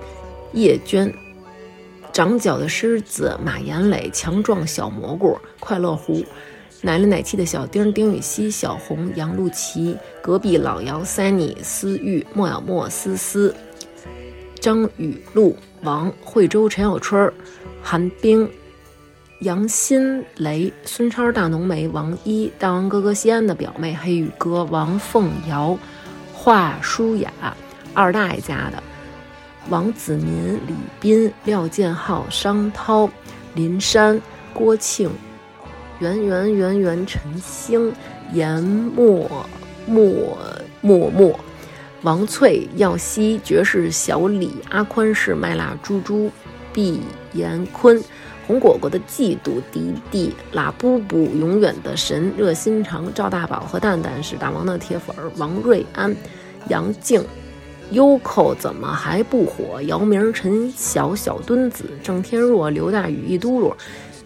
Speaker 6: 叶娟。长角的狮子马岩磊，强壮小蘑菇，快乐狐，奶里奶气的小丁，丁禹兮，小红，杨露琪，隔壁老姚，Sunny，思玉，莫小莫，思思，张雨露，王惠州，陈小春儿，韩冰，杨新雷，孙超，大浓眉，王一，大王哥哥，西安的表妹，黑羽哥，王凤瑶，华舒雅，二大爷家的，王子民、李斌、廖建浩、商涛、林珊、郭庆、袁袁袁袁陈星、严默默默默、王翠、耀西、爵士小李、阿宽是麦辣猪猪、毕延坤、红果果的嫉妒、迪迪、拉布布、永远的神、热心肠、赵大宝和蛋蛋是大王的铁粉儿、王瑞安、杨静、Uco 怎么还不火？姚明、陈晓、小墩子、郑天若、刘大宇、一嘟噜、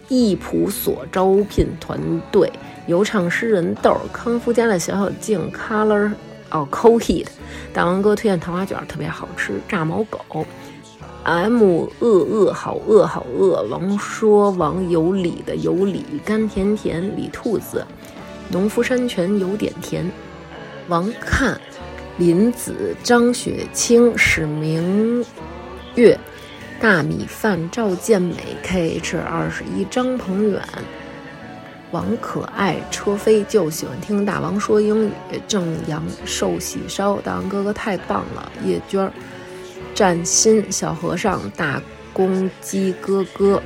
Speaker 6: 易普所招聘团队、有唱诗人豆儿、康夫家的小小静、Color 哦 c o Heat、大王哥推荐桃花卷儿特别好吃，炸毛狗。M 饿饿好饿好饿，王说王有理的有理，甘甜甜李兔子，农夫山泉有点甜，王看林子、张雪清、史明月、大米饭、赵健美、KH 二十一、张鹏远、王可爱、车飞就喜欢听大王说英语、郑阳寿喜烧、大王哥哥太棒了、叶娟儿、占心、小和尚、大公鸡哥哥。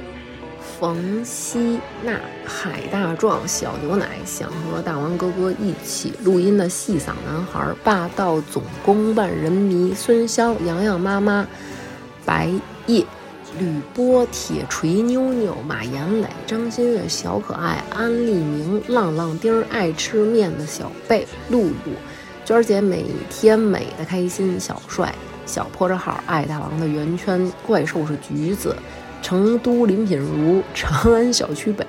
Speaker 6: 冯希娜、海大壮、小牛奶想和大王哥哥一起录音的细嗓男孩、霸道总攻万人迷、孙骁、洋洋妈妈、白夜、吕波、铁锤、妞妞、马岩磊、张馨月、小可爱、安利明、浪浪丁儿、爱吃面的小贝、露露、娟儿姐每天美的开心、小帅、小破折号、爱大王的圆圈、怪兽是橘子、成都林品如、长安小区北、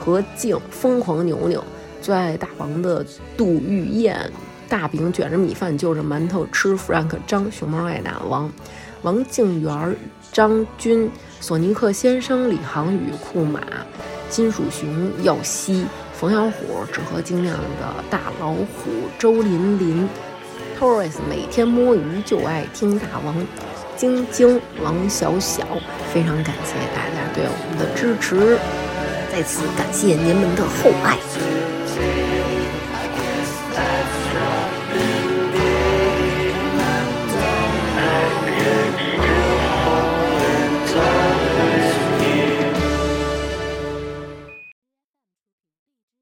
Speaker 6: 何静、疯狂牛牛、最爱大王的杜玉燕、大饼卷着米饭就着馒头吃、Frank 张熊猫爱大王、王静媛儿、张军、索尼克先生、李航宇、库马、金属熊、耀西、冯小虎、纸鹤精酿的大老虎、周琳琳。Torres 每天摸鱼就爱听大王晶晶、王小小，非常感谢大家对我们的支持，再次感谢您们的厚爱。